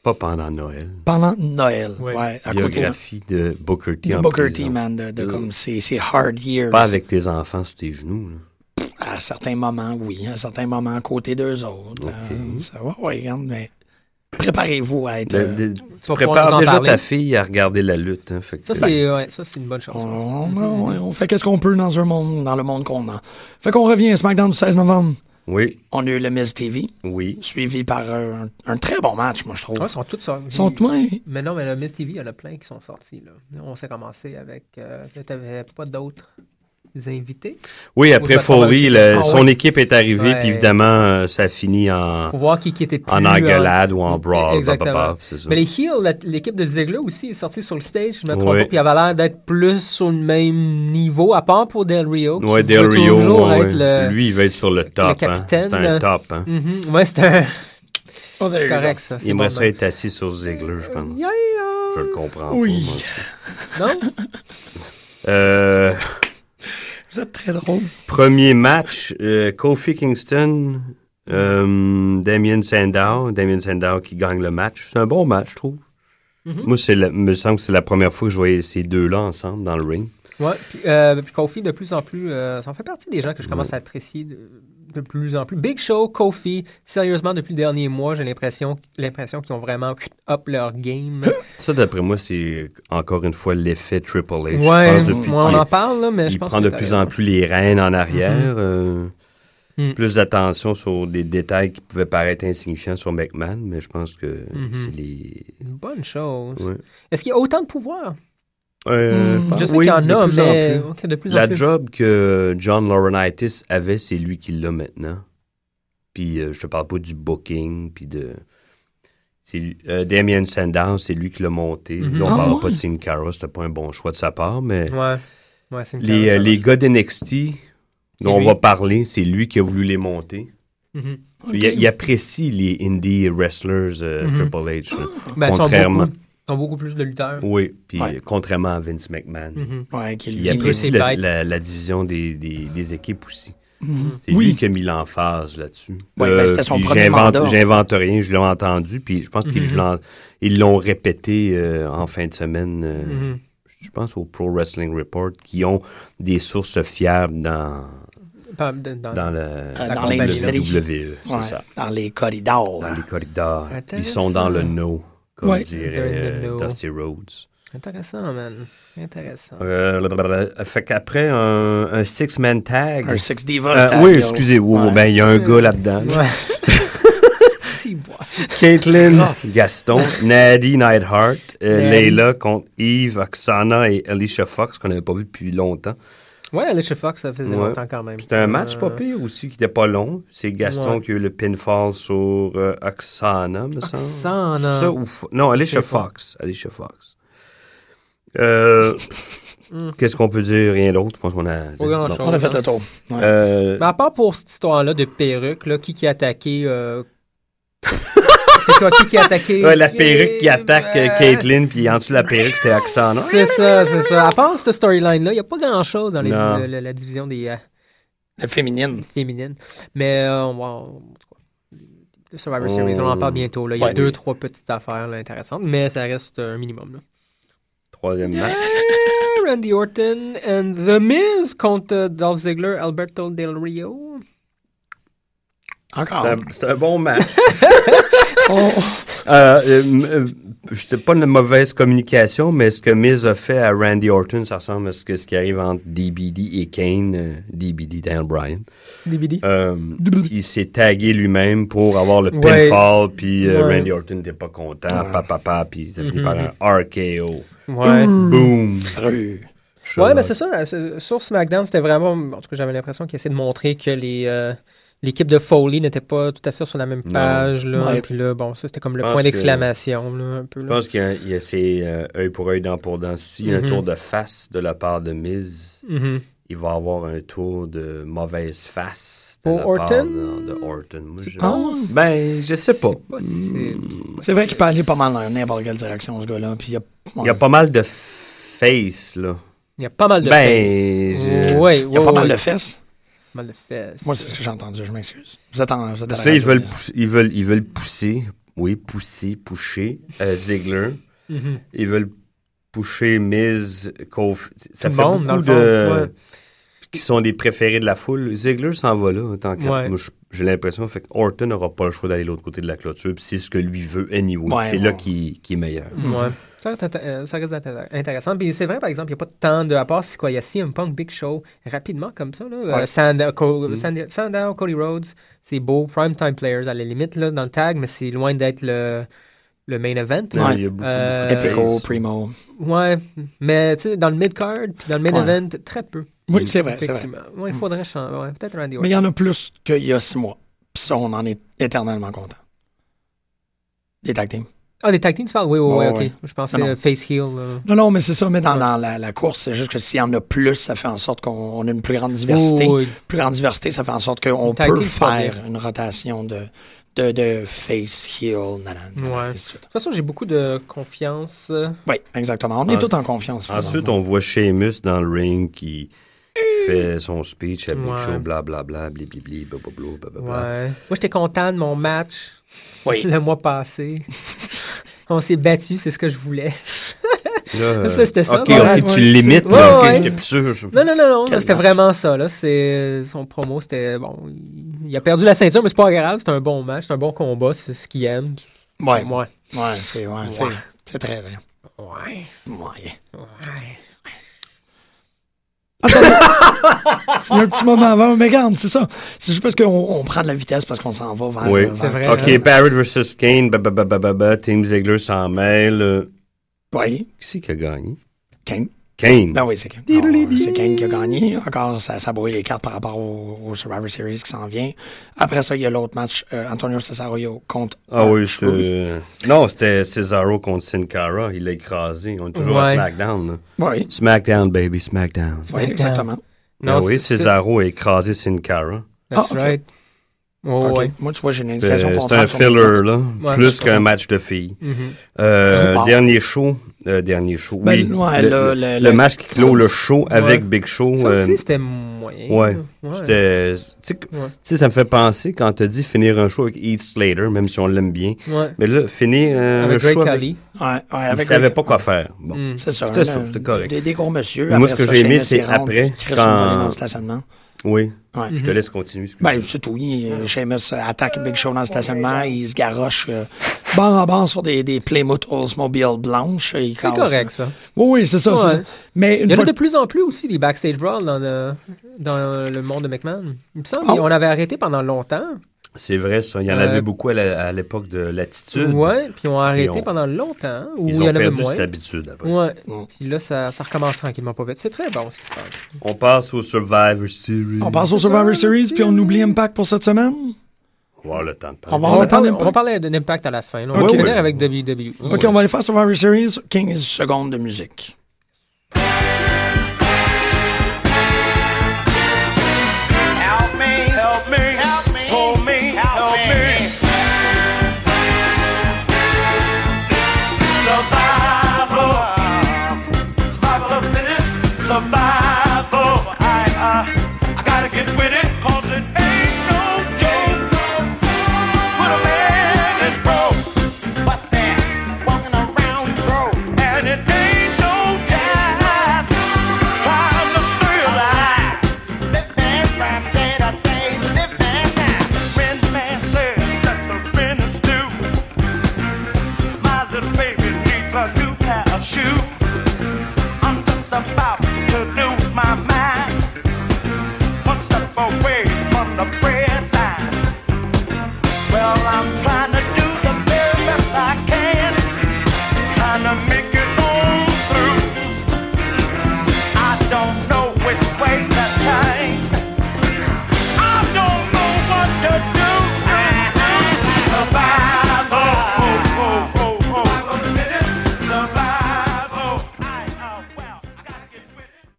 Speaker 9: Pas pendant Noël.
Speaker 6: pendant Noël. Ouais,
Speaker 7: Ouais.
Speaker 6: à côté de-
Speaker 9: Biographie de Booker T.
Speaker 6: de
Speaker 9: en
Speaker 6: Booker T,
Speaker 9: prison.
Speaker 6: man, de, de comme ses, ses hard years.
Speaker 9: Pas avec tes enfants sur tes genoux. là.
Speaker 6: À certains moments, oui. À certains moments, à côté d'eux autres. Euh, ça va, ouais, regarde, mais préparez-vous à être.
Speaker 9: De-
Speaker 6: euh,
Speaker 9: de- tu
Speaker 7: vas pouvoir nous
Speaker 9: prépares
Speaker 7: en
Speaker 9: déjà
Speaker 7: parler.
Speaker 9: ta fille à regarder la lutte. hein, fait que-
Speaker 7: Ça, c'est euh, ouais, ça, c'est une bonne
Speaker 6: on,
Speaker 7: chose.
Speaker 6: on- on fait qu'est-ce qu'on peut dans un monde, dans le monde qu'on a. Fait qu'on revient à SmackDown du 16 novembre.
Speaker 9: Oui,
Speaker 6: On a eu le Miz TV,
Speaker 9: oui.
Speaker 6: suivi par euh, un, un très bon match, moi, je trouve.
Speaker 7: Ouais,
Speaker 9: Ah,
Speaker 7: ils sont tous sortis.
Speaker 6: Ils sont ouais,
Speaker 7: Mais non, mais le Miz TV, il y en a plein qui sont sortis. Là. On s'est commencé avec. Euh, là, t'avais pas d'autres invités
Speaker 9: Oui, après
Speaker 7: Ou ça commence-
Speaker 9: Foley, le-
Speaker 7: Ah,
Speaker 9: son
Speaker 7: ouais.
Speaker 9: équipe est arrivée,
Speaker 7: Ouais.
Speaker 9: puis évidemment, euh, ça finit en,
Speaker 7: pour voir qui, qui était plus.
Speaker 9: en engueulade ou en
Speaker 7: euh,
Speaker 9: brawl. bah, bah,
Speaker 7: Exactement.
Speaker 9: bah, c'est ça.
Speaker 7: Mais les Heels, la- l'équipe de Ziggler aussi est sortie sur le stage, je me trompe
Speaker 9: Ouais.
Speaker 7: pas, puis il avait l'air d'être plus sur le même niveau, à part pour Del Rio. qui
Speaker 9: Ouais, Del
Speaker 7: veut
Speaker 9: Rio,
Speaker 7: toujours
Speaker 9: ouais.
Speaker 7: être le.
Speaker 9: lui, il va être sur le top. hein.
Speaker 7: capitaine,
Speaker 9: C'est un
Speaker 7: euh,
Speaker 9: top. hein.
Speaker 7: Mhm. Ouais, c'est un.
Speaker 6: Oh, there
Speaker 7: C'est
Speaker 6: you go.
Speaker 7: correct, ça.
Speaker 9: Il
Speaker 7: C'est bon, ben. non?
Speaker 9: aimerait ça être assis sur Ziegler, je pense.
Speaker 7: Yeah,
Speaker 9: Je le comprends.
Speaker 6: Oui.
Speaker 9: pas, moi, ça.
Speaker 7: Non?
Speaker 9: Euh,
Speaker 6: Vous êtes très drôle.
Speaker 9: premier match, euh, Kofi Kingston, euh, Damien Sandow. Damien Sandow qui gagne le match. C'est un bon match, je trouve.
Speaker 7: Mhm.
Speaker 9: Moi, c'est la- me semble que c'est la première fois que je voyais ces deux-là ensemble dans le ring.
Speaker 7: Ouais, puis, euh, puis Kofi, de plus en plus, euh, ça en fait partie des gens que je commence à apprécier de, de plus en plus. Big Show, Kofi, sérieusement, depuis le dernier mois, j'ai l'impression l'impression qu'ils ont vraiment up leur game.
Speaker 9: Ça, d'après moi, c'est encore une fois l'effet Triple H.
Speaker 7: ouais,
Speaker 9: je pense
Speaker 7: ouais,
Speaker 9: depuis
Speaker 7: on
Speaker 9: qu'il-
Speaker 7: en parle, là, mais je
Speaker 9: il
Speaker 7: pense
Speaker 9: prend de plus en plus les rênes en arrière.
Speaker 7: Mhm.
Speaker 9: euh,
Speaker 7: Mm.
Speaker 9: Plus d'attention sur des détails qui pouvaient paraître insignifiants sur McMahon, mais je pense que
Speaker 7: Mhm.
Speaker 9: c'est les.
Speaker 7: Une bonne chose.
Speaker 9: Ouais.
Speaker 7: Est-ce qu'il y a autant de pouvoir?
Speaker 9: Euh, je pense-
Speaker 7: Je sais
Speaker 9: oui,
Speaker 7: qu'il y en
Speaker 9: de
Speaker 7: a,
Speaker 9: plus
Speaker 7: mais
Speaker 9: en plus.
Speaker 7: Ok, de plus en
Speaker 9: La
Speaker 7: plus.
Speaker 9: job que John Laurinaitis avait, c'est lui qui l'a maintenant. Puis euh, je te parle pas du booking, puis de. C'est lui- euh, Damien Sandow, c'est lui qui l'a monté.
Speaker 7: Mhm.
Speaker 9: Là, on
Speaker 6: Ah,
Speaker 9: parle
Speaker 6: ouais.
Speaker 9: pas de Sin Cara, c'était pas un bon choix de sa part, mais.
Speaker 7: Ouais. Ouais, c'est une
Speaker 9: Les,
Speaker 7: carrière,
Speaker 9: euh,
Speaker 7: ça
Speaker 9: les
Speaker 7: marche.
Speaker 9: gars d'NXT dont
Speaker 7: lui.
Speaker 9: on va parler, c'est lui qui a voulu les monter.
Speaker 7: Mhm.
Speaker 9: Il, il apprécie les indie wrestlers euh,
Speaker 7: Mhm.
Speaker 9: Triple H. là.
Speaker 7: Ben, ils sont
Speaker 9: contrairement-
Speaker 7: beaucoup- ils sont beaucoup plus de lutteurs.
Speaker 9: Oui, puis
Speaker 6: Ouais.
Speaker 9: euh, contrairement à Vince McMahon.
Speaker 7: Mhm.
Speaker 6: Ouais, qu'il
Speaker 9: Il
Speaker 7: a pris-
Speaker 9: apprécie
Speaker 7: ses
Speaker 9: la,
Speaker 7: têtes.
Speaker 9: la- la division des, des- des équipes aussi.
Speaker 6: Mhm.
Speaker 9: C'est
Speaker 6: Oui.
Speaker 9: lui qui a mis l'emphase là-dessus. Euh,
Speaker 6: Ouais, ben, c'était son
Speaker 9: puis
Speaker 6: premier
Speaker 9: j'invente-
Speaker 6: mandat.
Speaker 9: J'invente rien, je l'ai entendu, puis je pense qu'ils
Speaker 7: Mhm.
Speaker 9: l'ont- ils l'ont répété euh, en fin de semaine. euh,
Speaker 7: Mhm.
Speaker 9: Je pense au Pro Wrestling Report, qui ont des sources fiables dans,
Speaker 7: Pas- de- dans-
Speaker 9: Oh. dans le
Speaker 6: Euh,
Speaker 7: dans
Speaker 9: le
Speaker 6: l'industrie.
Speaker 9: WWE, c'est
Speaker 6: Ouais,
Speaker 9: ça.
Speaker 6: Dans les corridors.
Speaker 9: Dans les corridors.
Speaker 7: Intéressant.
Speaker 9: Ils sont dans le no, comme
Speaker 6: Ouais.
Speaker 9: dirait
Speaker 7: Dans
Speaker 9: euh,
Speaker 7: le no.
Speaker 9: Dusty Rhodes.
Speaker 7: Intéressant, man. Intéressant.
Speaker 9: Euh, blablabla. fait qu'après un, un six-man tag.
Speaker 6: Un Six
Speaker 10: Ah,
Speaker 6: Divas.
Speaker 9: Euh,
Speaker 6: tag,
Speaker 9: oui,
Speaker 6: yo.
Speaker 9: excusez, oui,
Speaker 6: Ouais.
Speaker 9: ben il y a un gars là-dedans.
Speaker 7: Ouais. si, Ah. bois.
Speaker 9: Caitlin Gaston, Nadie Neidhart, euh,
Speaker 7: Nadie.
Speaker 9: Layla contre Eve, Oksana et Alicia Fox, qu'on n'avait pas vu depuis longtemps.
Speaker 7: Ouais, Alicia Fox, ça faisait
Speaker 9: Ouais.
Speaker 7: longtemps quand même.
Speaker 9: C'était un match
Speaker 7: Euh,
Speaker 9: pas pire aussi, qui n'était pas long. C'est Gaston
Speaker 7: Ouais.
Speaker 9: qui a eu le pinfall sur euh, Oksana, me semble.
Speaker 7: Oksana.
Speaker 9: Ça ou Fo- Non, Alicia
Speaker 7: Je sais pas.
Speaker 9: Fox. Alicia Fox. Euh, Qu'est-ce qu'on peut dire? Rien d'autre. Je pense qu'on a...
Speaker 7: Hmm. Pas grand
Speaker 9: non.
Speaker 7: chose.
Speaker 6: On a fait le tour. Ouais.
Speaker 9: Euh,
Speaker 7: Mais à part pour cette histoire-là de perruque, là, qui qui a attaqué. euh, c'est quoi, qui qui a attaqué.
Speaker 9: ouais, la perruque qui attaque euh,
Speaker 7: Euh,
Speaker 9: Caitlyn, puis en dessous de la perruque, c'était hein? Oksana.
Speaker 7: C'est ça, c'est ça. À part cette storyline-là, il n'y a pas grand-chose dans les-
Speaker 9: Non.
Speaker 7: le- le- la division des euh,
Speaker 6: La féminine.
Speaker 7: féminines. Mais euh, on va. en tout cas, le Survivor
Speaker 9: On-
Speaker 7: Series, on en parle bientôt. là. Il y a
Speaker 9: Oh. Ouais.
Speaker 7: deux, trois petites affaires là, intéressantes, mais ça reste un minimum. Là.
Speaker 9: Troisième match.
Speaker 7: Eh, Randy Orton and euh, The Miz contre Dolph Ziggler, Alberto Del Rio.
Speaker 10: Encore.
Speaker 9: C'est un- C'est un bon match.
Speaker 7: Oh.
Speaker 10: On-
Speaker 9: Euh, euh, m- euh, J'étais pas de mauvaise communication, mais ce que Miz a fait à Randy Orton, ça ressemble à ce, que, ce qui arrive entre DBD et Kane, euh, DBD Daniel Bryan.
Speaker 7: DBD.
Speaker 9: Euh, il s'est tagué lui-même pour avoir le
Speaker 7: Ouais.
Speaker 9: pinfall, puis euh,
Speaker 7: Ouais. Mm-hmm.
Speaker 9: Randy Orton n'était pas content, papapa, puis ça finit par un RKO.
Speaker 7: Ouais.
Speaker 10: Hum.
Speaker 9: Boom!
Speaker 7: Ouais, ben c'est ça. euh, c'est- Sur SmackDown, c'était vraiment. En tout cas, j'avais l'impression qu'il essayait de montrer que les. euh, L'équipe de Foley n'était pas tout à fait sur la même
Speaker 9: Non.
Speaker 7: page. Là,
Speaker 10: Ouais.
Speaker 7: Puis là, bon, ça, c'était comme le
Speaker 9: Je pense
Speaker 7: point
Speaker 9: que-
Speaker 7: d'exclamation. là, un peu,
Speaker 9: Je
Speaker 7: là.
Speaker 9: pense qu'il y a, il y a ces euh, œil pour œil, dent pour dent. S'il y a
Speaker 7: Mhm.
Speaker 9: un tour de face de la part de Miz,
Speaker 7: Mhm.
Speaker 9: il va avoir un tour de mauvaise face de
Speaker 7: Pour
Speaker 9: la part
Speaker 7: Orton?
Speaker 9: de, de Orton. Moi, je...
Speaker 10: penses?
Speaker 9: Ben, je sais pas.
Speaker 7: C'est pas possible.
Speaker 10: C'est vrai qu'il peut aller pas mal dans n'importe quelle direction, ce gars-là. Puis il y a-
Speaker 9: Il y a pas mal de face, là.
Speaker 7: Il y a pas mal de
Speaker 9: Ben,
Speaker 7: fesses.
Speaker 9: je-
Speaker 7: Ouais,
Speaker 10: il y a
Speaker 7: ouais,
Speaker 10: pas mal
Speaker 7: ouais.
Speaker 10: de fesses.
Speaker 7: Pas mal de fesses.
Speaker 10: Moi, c'est ce que j'ai entendu, je m'excuse. Vous êtes en. vous êtes à
Speaker 9: Parce
Speaker 10: la
Speaker 9: que là, ils
Speaker 10: radio,
Speaker 9: veulent,
Speaker 10: mais-
Speaker 9: pousser- ils veulent, ils veulent pousser. Oui, pousser, pousser. Euh, Ziggler.
Speaker 7: Mhm.
Speaker 9: Ils veulent pousser Miz, Kofi. Ça
Speaker 7: Tout
Speaker 9: fait
Speaker 7: le monde, dans
Speaker 9: beaucoup
Speaker 7: le
Speaker 9: de...
Speaker 7: fond, ouais.
Speaker 9: Qui sont des préférés de la foule. Ziggler s'en va là, en tant que...
Speaker 7: Ouais.
Speaker 9: Moi, je- j'ai l'impression fait que Orton n'aura pas le choix d'aller de l'autre côté de la clôture, puis c'est ce que lui veut anyway.
Speaker 10: Ouais,
Speaker 9: c'est là
Speaker 10: ouais.
Speaker 9: qui est meilleur.
Speaker 10: Mhm.
Speaker 7: Ouais. Ça, reste inté- euh, ça reste inté- intéressant. Puis c'est vrai, par exemple, il n'y a pas tant de. À part si quoi, il y a CM Punk Big Show rapidement comme ça. Là, Euh, Sandow, Co-
Speaker 10: Mhm.
Speaker 7: Sandow- Sandow, Cody Rhodes, c'est beau. Prime time players à la limite là, dans le tag, mais c'est loin d'être le, le main event. là.
Speaker 9: Non,
Speaker 10: Ouais.
Speaker 9: il y a beaucoup,
Speaker 7: Euh,
Speaker 9: beaucoup de
Speaker 10: Epico,
Speaker 9: face.
Speaker 10: Primo.
Speaker 7: Ouais. Mais tu sais, dans le mid-card, puis dans le main
Speaker 10: Ouais.
Speaker 7: event, très peu.
Speaker 10: Oui, c'est vrai, c'est vrai.
Speaker 7: effectivement. Ouais, il faudrait changer. Ouais, peut-être Randy
Speaker 10: Mais
Speaker 7: Orton.
Speaker 10: il y en a plus qu'il y a six mois. Puis ça, on en est éternellement content. Des tag teams.
Speaker 7: Ah, les tag teams, tu parles Oui, oui, oui,
Speaker 10: Ouais,
Speaker 7: ok.
Speaker 10: ouais.
Speaker 7: Je pensais
Speaker 10: Non, non.
Speaker 7: euh, face heel. là.
Speaker 10: Non, non, mais c'est ça. Mais dans,
Speaker 7: Ouais.
Speaker 10: dans la, la course, c'est juste que s'il y en a plus, ça fait en sorte qu'on on a une plus grande diversité.
Speaker 7: Oui, oui.
Speaker 10: Plus grande diversité, ça fait en sorte qu'on
Speaker 7: Oh, Tag
Speaker 10: peut
Speaker 7: team, c'est pas
Speaker 10: faire une rotation de, de, de face, heel, nanan,
Speaker 7: Ouais.
Speaker 10: nanan, et ainsi de suite.
Speaker 7: De toute façon, j'ai beaucoup de confiance. euh,
Speaker 10: Oui, exactement. On est
Speaker 9: En-
Speaker 10: tous en confiance.
Speaker 9: Ensuite, on voit Seamus dans le ring qui fait son speech à Big
Speaker 7: Ouais.
Speaker 9: Show, blablabla, blibli, blablabla, blablabla.
Speaker 7: Ouais. Moi, j'étais content de mon match
Speaker 10: Oui.
Speaker 7: le mois passé. On s'est battu, c'est ce que je voulais.
Speaker 9: Là, euh,
Speaker 7: Ça, c'était ça,
Speaker 9: OK,
Speaker 7: ouais,
Speaker 9: OK,
Speaker 7: ouais.
Speaker 9: tu limites,
Speaker 7: C'est-
Speaker 9: là.
Speaker 7: ouais,
Speaker 9: OK,
Speaker 7: ouais.
Speaker 9: j'étais plus sûr.
Speaker 7: Non, non, non, non.
Speaker 10: Quel
Speaker 7: C'était
Speaker 10: match.
Speaker 7: vraiment ça. Là. C'est- euh, Son promo, c'était bon. Il a perdu la ceinture, mais c'est pas grave. C'était un bon match, c'est un bon combat. C'est ce qu'il aime.
Speaker 10: Ouais,
Speaker 7: Ouais.
Speaker 10: ouais, c'est ouais, c'est- c'est très vrai.
Speaker 7: Ouais.
Speaker 10: Ouais. C'est un petit moment avant, mais regarde, c'est ça. C'est juste parce qu'on on prend de la vitesse parce qu'on s'en va vers.
Speaker 9: Oui.
Speaker 10: vers-
Speaker 7: C'est vrai.
Speaker 9: OK, Barrett versus Kane, blablabla, Team Ziggler s'en mêle. euh,
Speaker 10: Oui.
Speaker 9: Qui c'est qui a gagné?
Speaker 10: Kane.
Speaker 9: Kane.
Speaker 10: Ben oui, c'est Kane. Non, C'est Kane qui a gagné. Encore, ça, ça brouille les cartes par rapport au, au Survivor Series qui s'en vient. Après ça, il y a l'autre match, euh, Antonio Cesario contre.
Speaker 9: Ah
Speaker 10: euh,
Speaker 9: oui,
Speaker 10: Cruz.
Speaker 9: c'était... Non, c'était Cesaro contre Sin Cara. Il l'a écrasé. On est toujours à
Speaker 7: Ouais.
Speaker 9: SmackDown. là.
Speaker 10: Oui,
Speaker 9: SmackDown, baby, SmackDown.
Speaker 10: oui, exactement.
Speaker 9: Ah oui,
Speaker 7: c'est-
Speaker 9: Cesaro a écrasé Sin Cara.
Speaker 7: c'est- That's
Speaker 10: Ah, ok.
Speaker 7: right. Oh,
Speaker 10: Ok.
Speaker 7: ouais.
Speaker 10: Moi, tu vois, j'ai une
Speaker 9: C'était
Speaker 10: indication
Speaker 9: c'était
Speaker 10: contraire.
Speaker 9: Euh, un
Speaker 10: sur
Speaker 9: filler, là.
Speaker 7: Ouais.
Speaker 9: plus qu'un match de filles.
Speaker 7: Mhm.
Speaker 10: Mm-hmm.
Speaker 9: Euh,
Speaker 10: Wow.
Speaker 9: Dernier show. euh, dernier show.
Speaker 10: Ben,
Speaker 9: oui.
Speaker 10: ouais,
Speaker 9: le,
Speaker 10: le-
Speaker 9: le-
Speaker 10: le-
Speaker 9: le
Speaker 10: le-
Speaker 9: match qui clôt le show avec
Speaker 7: Ouais.
Speaker 9: Big Show.
Speaker 7: Ça
Speaker 9: euh,
Speaker 7: aussi, c'était moyen.
Speaker 9: ouais.
Speaker 7: là.
Speaker 9: c'était- Tu sais, que-
Speaker 7: Ouais.
Speaker 9: tu sais, ça me fait penser quand t'as dit finir un show avec Heath Slater, même si on l'aime bien.
Speaker 7: Ouais.
Speaker 9: Mais là, finir euh, un
Speaker 7: Avec Ray
Speaker 9: show avec.
Speaker 7: Kali.
Speaker 10: Ouais, ouais,
Speaker 9: Il
Speaker 10: avec
Speaker 9: savait
Speaker 10: Rick-
Speaker 9: pas quoi faire. Bon.
Speaker 7: Mm.
Speaker 10: C'est ça.
Speaker 9: C'était
Speaker 10: là,
Speaker 9: ça, c'était correct.
Speaker 10: Des, des gros monsieur.
Speaker 9: Moi, ce
Speaker 10: Après
Speaker 9: que
Speaker 10: ça,
Speaker 9: j'ai aimé,
Speaker 10: Sheamus,
Speaker 9: c'est
Speaker 10: il rentre,
Speaker 9: après,
Speaker 10: il crisse une
Speaker 9: quand-
Speaker 10: volée dans le stationnement.
Speaker 9: Oui.
Speaker 10: Ouais.
Speaker 7: Mm-hmm.
Speaker 9: Je te laisse continuer. excuse-moi.
Speaker 10: Ben, c'est tout. Il, euh, Sheamus euh, attaque Big Show dans le stationnement. Il se garoche euh, bord en bord sur des, des Plymouth Oldsmobile blanches. Il
Speaker 7: C'est
Speaker 10: casse.
Speaker 7: correct, ça.
Speaker 10: Oui, oui, c'est ça. c'est
Speaker 7: Ouais.
Speaker 10: ça. Mais
Speaker 7: Il
Speaker 10: une
Speaker 7: y en a
Speaker 10: fois,
Speaker 7: de plus en plus aussi des backstage brawls dans le, dans le monde de McMahon. Il me semble
Speaker 10: Ah.
Speaker 7: qu'on avait arrêté pendant longtemps.
Speaker 9: C'est vrai, ça. Il y en
Speaker 7: Euh,
Speaker 9: avait beaucoup à la- à l'époque de l'attitude.
Speaker 7: Ouais, puis ils ont arrêté
Speaker 9: ont-
Speaker 7: pendant longtemps. Ou il
Speaker 9: Ils
Speaker 7: y
Speaker 9: ont
Speaker 7: en avait
Speaker 9: perdu
Speaker 7: moins.
Speaker 9: cette habitude après.
Speaker 7: Ouais.
Speaker 10: Mm.
Speaker 7: Puis là, ça, ça recommence tranquillement pas vite. C'est très bon ce qui se passe.
Speaker 9: On passe au Survivor Series.
Speaker 10: on passe au Survivor Series, puis on oublie Impact pour cette semaine.
Speaker 9: On va avoir le temps de parler.
Speaker 10: On va
Speaker 7: on,
Speaker 10: en
Speaker 7: va parler,
Speaker 10: attendre.
Speaker 7: on va parler d'un impact à la fin. là. On
Speaker 9: Ok.
Speaker 7: va finir
Speaker 9: Ouais.
Speaker 7: avec E. WWE.
Speaker 10: OK, on va aller faire Survivor Series. 15 secondes de musique.
Speaker 4: Walking around broke, and it ain't no
Speaker 10: Oh, oh,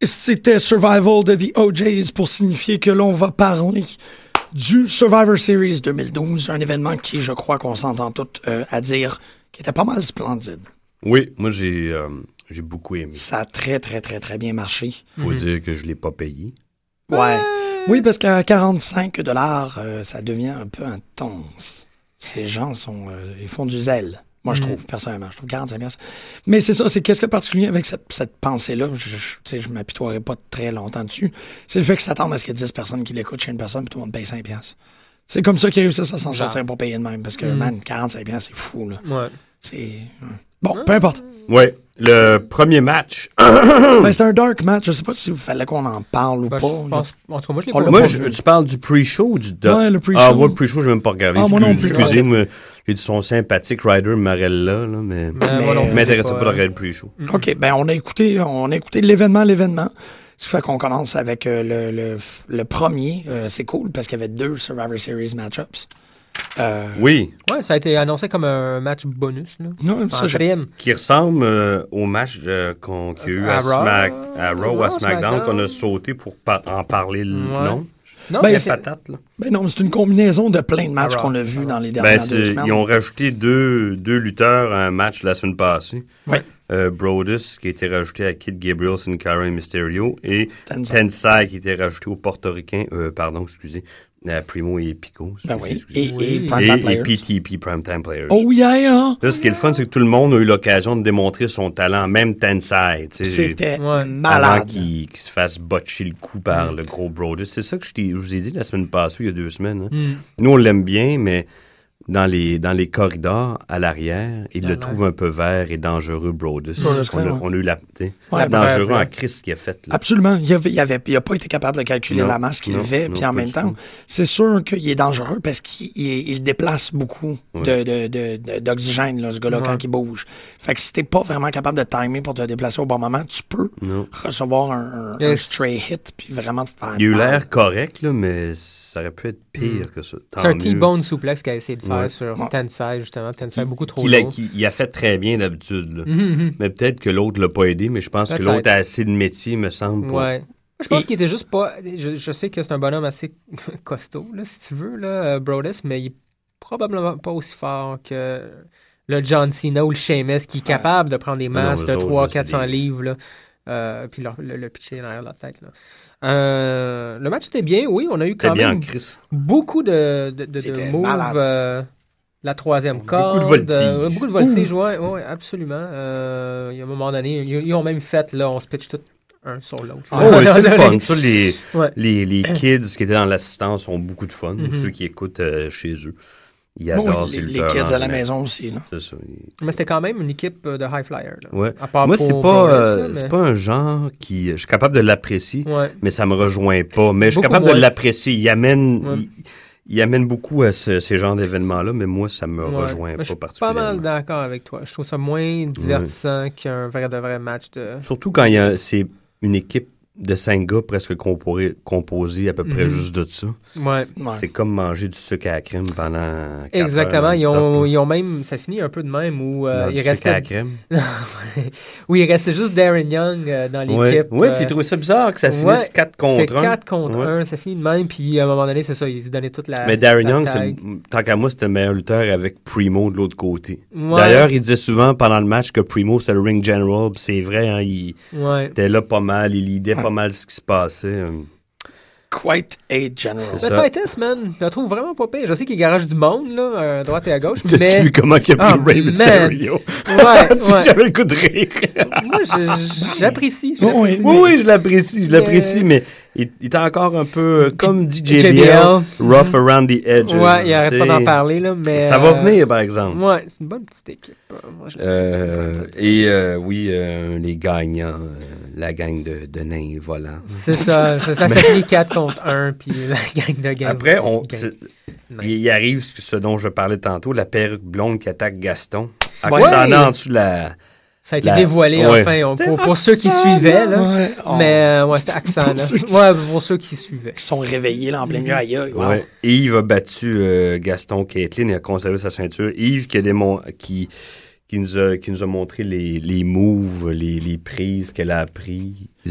Speaker 6: C'était Survival de The OJs pour signifier que l'on va parler du Survivor Series 2012, un événement qui, je crois qu'on s'entend toutes euh, à dire, qui était pas mal splendide.
Speaker 9: Oui, moi j'ai euh, j'ai beaucoup aimé.
Speaker 6: Ça a très, très, très, très bien marché.
Speaker 7: Mm-hmm.
Speaker 9: Faut dire que je l'ai pas payé.
Speaker 6: Ouais. Oui, parce qu'à 45 dollars, euh, ça devient un peu intense. Ces gens sont, euh, ils font du zèle. Moi,
Speaker 7: Mm.
Speaker 6: je trouve, personnellement, je trouve 45 piastres. Mais c'est ça, c'est qu'est-ce que particulier avec cette, cette pensée-là, je, je, tu sais, je m'apitoierai pas très longtemps dessus, c'est le fait que ça tombe à ce qu'il y ait 10 personnes qui l'écoutent chez une personne, puis tout le monde paye 5 piastres. C'est comme ça qu'ils réussissent à s'en
Speaker 7: Genre.
Speaker 6: sortir pour payer de même, parce que,
Speaker 7: Mm.
Speaker 6: man, 45 piastres, c'est fou, là.
Speaker 7: Ouais.
Speaker 6: C'est... Bon, peu importe.
Speaker 7: Mm.
Speaker 9: Ouais. Le premier match.
Speaker 6: Ben, c'est un dark match, je sais pas si vous fallait qu'on en parle ou
Speaker 7: Ben,
Speaker 6: pas.
Speaker 7: je pense- En tout cas, moi, je l'ai
Speaker 6: On
Speaker 7: pas
Speaker 6: l'a
Speaker 7: vu.
Speaker 9: moi,
Speaker 6: pas
Speaker 9: je-
Speaker 6: vu.
Speaker 9: tu parles du pre-show ou du doc?
Speaker 6: Ouais, le pre-show.
Speaker 9: Ah, moi, le pre-show, je même pas regardé.
Speaker 6: Ah, moi non plus.
Speaker 9: Excusez-moi, j'ai dit son sympathique Ryder Marella, là, mais.
Speaker 7: Mais
Speaker 6: moi non
Speaker 9: ne
Speaker 6: plus,
Speaker 9: m'intéressait
Speaker 7: j'ai
Speaker 9: pas
Speaker 7: pas-
Speaker 9: de regarder le pre-show.
Speaker 6: OK, ben on a écouté, on a écouté l'événement, l'événement. Ça fait qu'on commence avec euh, le, le, le premier. Euh, c'est cool parce qu'il y avait deux Survivor Series matchups. Euh,
Speaker 9: Oui.
Speaker 7: Ouais, ça a été annoncé comme un match bonus, là.
Speaker 6: non, ça,
Speaker 7: En
Speaker 6: j'ai-
Speaker 7: prime.
Speaker 9: Qui ressemble euh, au match euh, qu'on, qu'il y a eu à,
Speaker 7: À Raw.
Speaker 9: Smack, à Raw, à
Speaker 7: Non,
Speaker 9: SmackDown,
Speaker 7: SmackDown.
Speaker 9: qu'on a sauté pour par- en parler le
Speaker 7: Ouais.
Speaker 9: nom.
Speaker 6: Ben,
Speaker 7: Non, mais
Speaker 9: C'est
Speaker 7: c'est-
Speaker 9: patate, là.
Speaker 6: ben non, mais c'est une combinaison de plein de matchs
Speaker 7: Ah,
Speaker 6: qu'on a vus dans les
Speaker 9: Ben,
Speaker 6: dernières deux
Speaker 9: c'est-
Speaker 6: semaines.
Speaker 9: ils ont rajouté deux, deux lutteurs à un match la semaine passée.
Speaker 6: Ouais.
Speaker 9: Euh, Brodus, qui a été rajouté à Kid Gabriel, Sin Cara et Mysterio. Et
Speaker 6: Tenzai.
Speaker 9: Tensai, qui a été rajouté aux Portoricains. euh, pardon, excusez. À Primo et Pico.
Speaker 6: Ben
Speaker 9: excusez,
Speaker 6: oui.
Speaker 9: excusez.
Speaker 6: Et, et,
Speaker 7: Oui.
Speaker 6: Prime
Speaker 9: Et-
Speaker 6: Time Players.
Speaker 9: et, PTP, Primetime Players.
Speaker 6: Oh yeah, hein?
Speaker 9: Là, ce qui est le fun, c'est que tout le monde a eu l'occasion de démontrer son talent, même Tensai. tu sais.
Speaker 6: C'était
Speaker 7: Ouais.
Speaker 9: Avant
Speaker 6: malade.
Speaker 9: qu'il qu'il se fasse botcher le coup par
Speaker 7: Mm.
Speaker 9: le gros Brodus. C'est ça que je, t'ai- je vous ai dit la semaine passée, il y a deux semaines. hein.
Speaker 7: Hmm.
Speaker 9: Nous, on l'aime bien, mais dans les, dans les corridors, à l'arrière, il
Speaker 7: Ah
Speaker 9: le
Speaker 7: ouais.
Speaker 9: trouve un peu vert et dangereux, Brodus.
Speaker 6: Ouais,
Speaker 9: Parce qu'on a-
Speaker 6: ouais.
Speaker 9: on a eu la... tu sais,
Speaker 6: Ouais,
Speaker 9: dangereux
Speaker 7: bref,
Speaker 9: en
Speaker 7: ouais.
Speaker 9: Christ qu'il a fait. là.
Speaker 6: Absolument. Il avait, il avait, il a pas été capable de calculer
Speaker 9: Non,
Speaker 6: la masse qu'il
Speaker 9: non,
Speaker 6: levait.
Speaker 9: non,
Speaker 6: Puis en
Speaker 9: pas
Speaker 6: même
Speaker 9: du
Speaker 6: temps,
Speaker 9: tout.
Speaker 6: c'est sûr qu'il est dangereux parce qu'il il- il déplace beaucoup de-
Speaker 9: Ouais.
Speaker 6: de- de- de- d'oxygène, de, ce gars-là, quand il bouge. Fait que si t'es pas vraiment capable de timer pour te déplacer au bon moment, tu peux
Speaker 9: Non.
Speaker 6: recevoir un, un- un
Speaker 7: Yes.
Speaker 6: stray hit puis vraiment te faire
Speaker 9: Il a eu
Speaker 6: mal.
Speaker 9: l'air correct, là, mais ça aurait pu être pire que ça. Tant
Speaker 7: Mm. C'est un
Speaker 9: mieux.
Speaker 7: T-bone suplex qu'il a essayé de faire
Speaker 9: Ouais.
Speaker 7: sur
Speaker 6: Ouais.
Speaker 7: Tensai, justement. Tensai, beaucoup trop
Speaker 9: qu'il a,
Speaker 7: long.
Speaker 9: qu'il- il a fait très bien d'habitude. là.
Speaker 7: Mhm,
Speaker 9: Mais peut-être que l'autre l'a pas aidé, mais je pense que
Speaker 7: Peut-être.
Speaker 9: l'autre a assez de métier, me semble.
Speaker 7: mhm.
Speaker 9: pour-
Speaker 7: Ouais. Je pense
Speaker 6: Et-
Speaker 7: qu'il était juste pas. Je, je sais que c'est un bonhomme assez costaud, là, si tu veux, là, euh, Brodus, mais il est probablement pas aussi fort que le John Cena ou le Sheamus qui est capable de prendre des
Speaker 9: non,
Speaker 7: masses
Speaker 9: eux
Speaker 7: de
Speaker 9: autres, là, c'est
Speaker 7: 300-400
Speaker 9: des-
Speaker 7: livres, là, euh, puis leur- le, le pitcher derrière la tête. Là. Euh, le match était bien, oui. On a eu
Speaker 9: Très
Speaker 7: quand
Speaker 9: bien,
Speaker 7: même
Speaker 9: Chris.
Speaker 7: beaucoup de, de, de, de
Speaker 6: C'était malade.
Speaker 7: moves. euh, la troisième corde.
Speaker 9: voltige.
Speaker 7: euh, beaucoup de voltige, oui, ouais, absolument. Euh, il y a un moment donné, ils, ils ont même fait, là, on se pitch tout un sur l'autre.
Speaker 9: Ah, ouais, c'est le fun. Ça, les,
Speaker 7: Ouais.
Speaker 9: les, les kids qui étaient dans l'assistance ont beaucoup de fun.
Speaker 7: Mhm.
Speaker 9: Ceux qui écoutent euh, chez eux, ils
Speaker 6: Bon,
Speaker 9: adorent
Speaker 6: les,
Speaker 9: ces
Speaker 6: les
Speaker 9: lutteurs
Speaker 6: kids à la
Speaker 9: en
Speaker 6: maison aussi. Là.
Speaker 9: général. C'est ça, ils-
Speaker 7: Mais c'était quand même une équipe euh, de high flyer. Là.
Speaker 9: Ouais.
Speaker 7: À part
Speaker 9: Moi,
Speaker 7: pour
Speaker 9: c'est pas,
Speaker 7: Brodus,
Speaker 9: euh,
Speaker 7: là,
Speaker 9: c'est
Speaker 7: mais-
Speaker 9: pas un genre qui. Je suis capable de l'apprécier,
Speaker 7: Ouais.
Speaker 9: mais ça me rejoint pas. Mais je suis
Speaker 7: Beaucoup
Speaker 9: capable de
Speaker 7: moins.
Speaker 9: l'apprécier. Il amène,
Speaker 7: Ouais.
Speaker 9: il, il amène beaucoup à ce- ces genres d'événements-là, mais moi, ça me
Speaker 7: ouais.
Speaker 9: rejoint
Speaker 7: Mais Je
Speaker 9: pas
Speaker 7: suis pas
Speaker 9: particulièrement.
Speaker 7: mal d'accord avec toi. Je trouve ça moins divertissant qu'un vrai de vrai match de.
Speaker 9: Surtout quand il y a- c'est une équipe de cinq gars presque comporé- composée à peu près
Speaker 7: Mhm.
Speaker 9: juste de ça.
Speaker 7: Ouais.
Speaker 6: Ouais.
Speaker 9: C'est comme manger du sucre à la crème pendant. quatre
Speaker 7: Exactement.
Speaker 9: heures
Speaker 7: Ils
Speaker 9: non-stop,
Speaker 7: ont,
Speaker 9: là.
Speaker 7: ils ont même. Ça finit un peu de même où euh,
Speaker 9: Dans
Speaker 7: il
Speaker 9: du sucre à la
Speaker 7: restait.
Speaker 9: crème.
Speaker 7: oui, il restait juste Darren Young euh, dans l'équipe.
Speaker 9: Ouais, ouais
Speaker 7: euh,
Speaker 9: j'ai trouvé ça bizarre que ça
Speaker 7: ouais,
Speaker 9: finisse 4 contre 1.
Speaker 7: C'était 4 contre
Speaker 9: Ouais.
Speaker 7: 1, ça finit de même, puis à un moment donné, c'est ça, ils lui donnaient toute la.
Speaker 9: Mais Darren
Speaker 7: la
Speaker 9: Young,
Speaker 7: tag.
Speaker 9: c'est- tant qu'à moi, c'était le meilleur lutteur avec Primo de l'autre côté.
Speaker 7: Ouais.
Speaker 9: D'ailleurs, il disait souvent pendant le match que Primo, c'est le ring general. puis C'est vrai, hein, il
Speaker 7: Ouais.
Speaker 9: était là pas mal, il lidait
Speaker 6: Ouais.
Speaker 9: pas mal ce qui se passait. euh.
Speaker 6: Quite a general.
Speaker 9: C'est
Speaker 7: Le
Speaker 9: ça.
Speaker 7: Titus, man, je le trouve vraiment pas pire. Je sais qu'il garage du monde, là, euh, à droite et à gauche,
Speaker 9: T'as-tu
Speaker 7: mais.
Speaker 9: vu comment il a pris
Speaker 7: Ah,
Speaker 9: Ray
Speaker 7: man.
Speaker 9: Mysterio?
Speaker 7: Ouais,
Speaker 9: Tu sais,
Speaker 7: ouais.
Speaker 9: J'avais le coup de rire.
Speaker 7: Moi, je- j'apprécie.
Speaker 6: Oui, oui.
Speaker 7: j'apprécie.
Speaker 9: Oui, oui, je l'apprécie, je
Speaker 7: Mais-
Speaker 9: l'apprécie, mais il, il est encore un peu euh, comme DJ
Speaker 7: JBL.
Speaker 9: JBL, rough around the edges.
Speaker 7: Mm-hmm. Ouais, il arrête
Speaker 9: tu
Speaker 7: pas
Speaker 9: sais.
Speaker 7: d'en parler, là, mais.
Speaker 9: Ça va
Speaker 7: euh,
Speaker 9: venir, par exemple.
Speaker 7: Ouais, c'est une bonne petite équipe. euh, Moi, je-
Speaker 9: Euh, et euh, oui, euh, les gagnants, euh, la gang de, de nains volants.
Speaker 7: C'est ça, c'est ça, ça finit 4 contre 1, puis la gang de gang.
Speaker 9: Après, on,
Speaker 7: gang.
Speaker 9: c'est-
Speaker 7: Non.
Speaker 9: il, il arrive ce, ce dont je parlais tantôt, la perruque blonde qui attaque Gaston. Ah,
Speaker 7: Ouais.
Speaker 9: ça en est en dessous de la...
Speaker 7: Ça a été
Speaker 9: la-
Speaker 7: dévoilé,
Speaker 9: ouais.
Speaker 7: enfin, on-
Speaker 6: C'était
Speaker 7: pour, pour ceux qui suivaient, là.
Speaker 6: Ouais, on-
Speaker 7: Mais, euh, ouais, c'était accent, là.
Speaker 6: ceux qui-
Speaker 7: Ouais, pour ceux qui suivaient.
Speaker 6: Ils sont réveillés là en plein milieu ailleurs. Wow.
Speaker 9: Ouais. Yves a battu euh, Gaston Caitlin et a conservé sa ceinture. Yves qui, a démon- qui, qui, nous, a, qui nous a montré les, les moves, les, les prises qu'elle a apprises.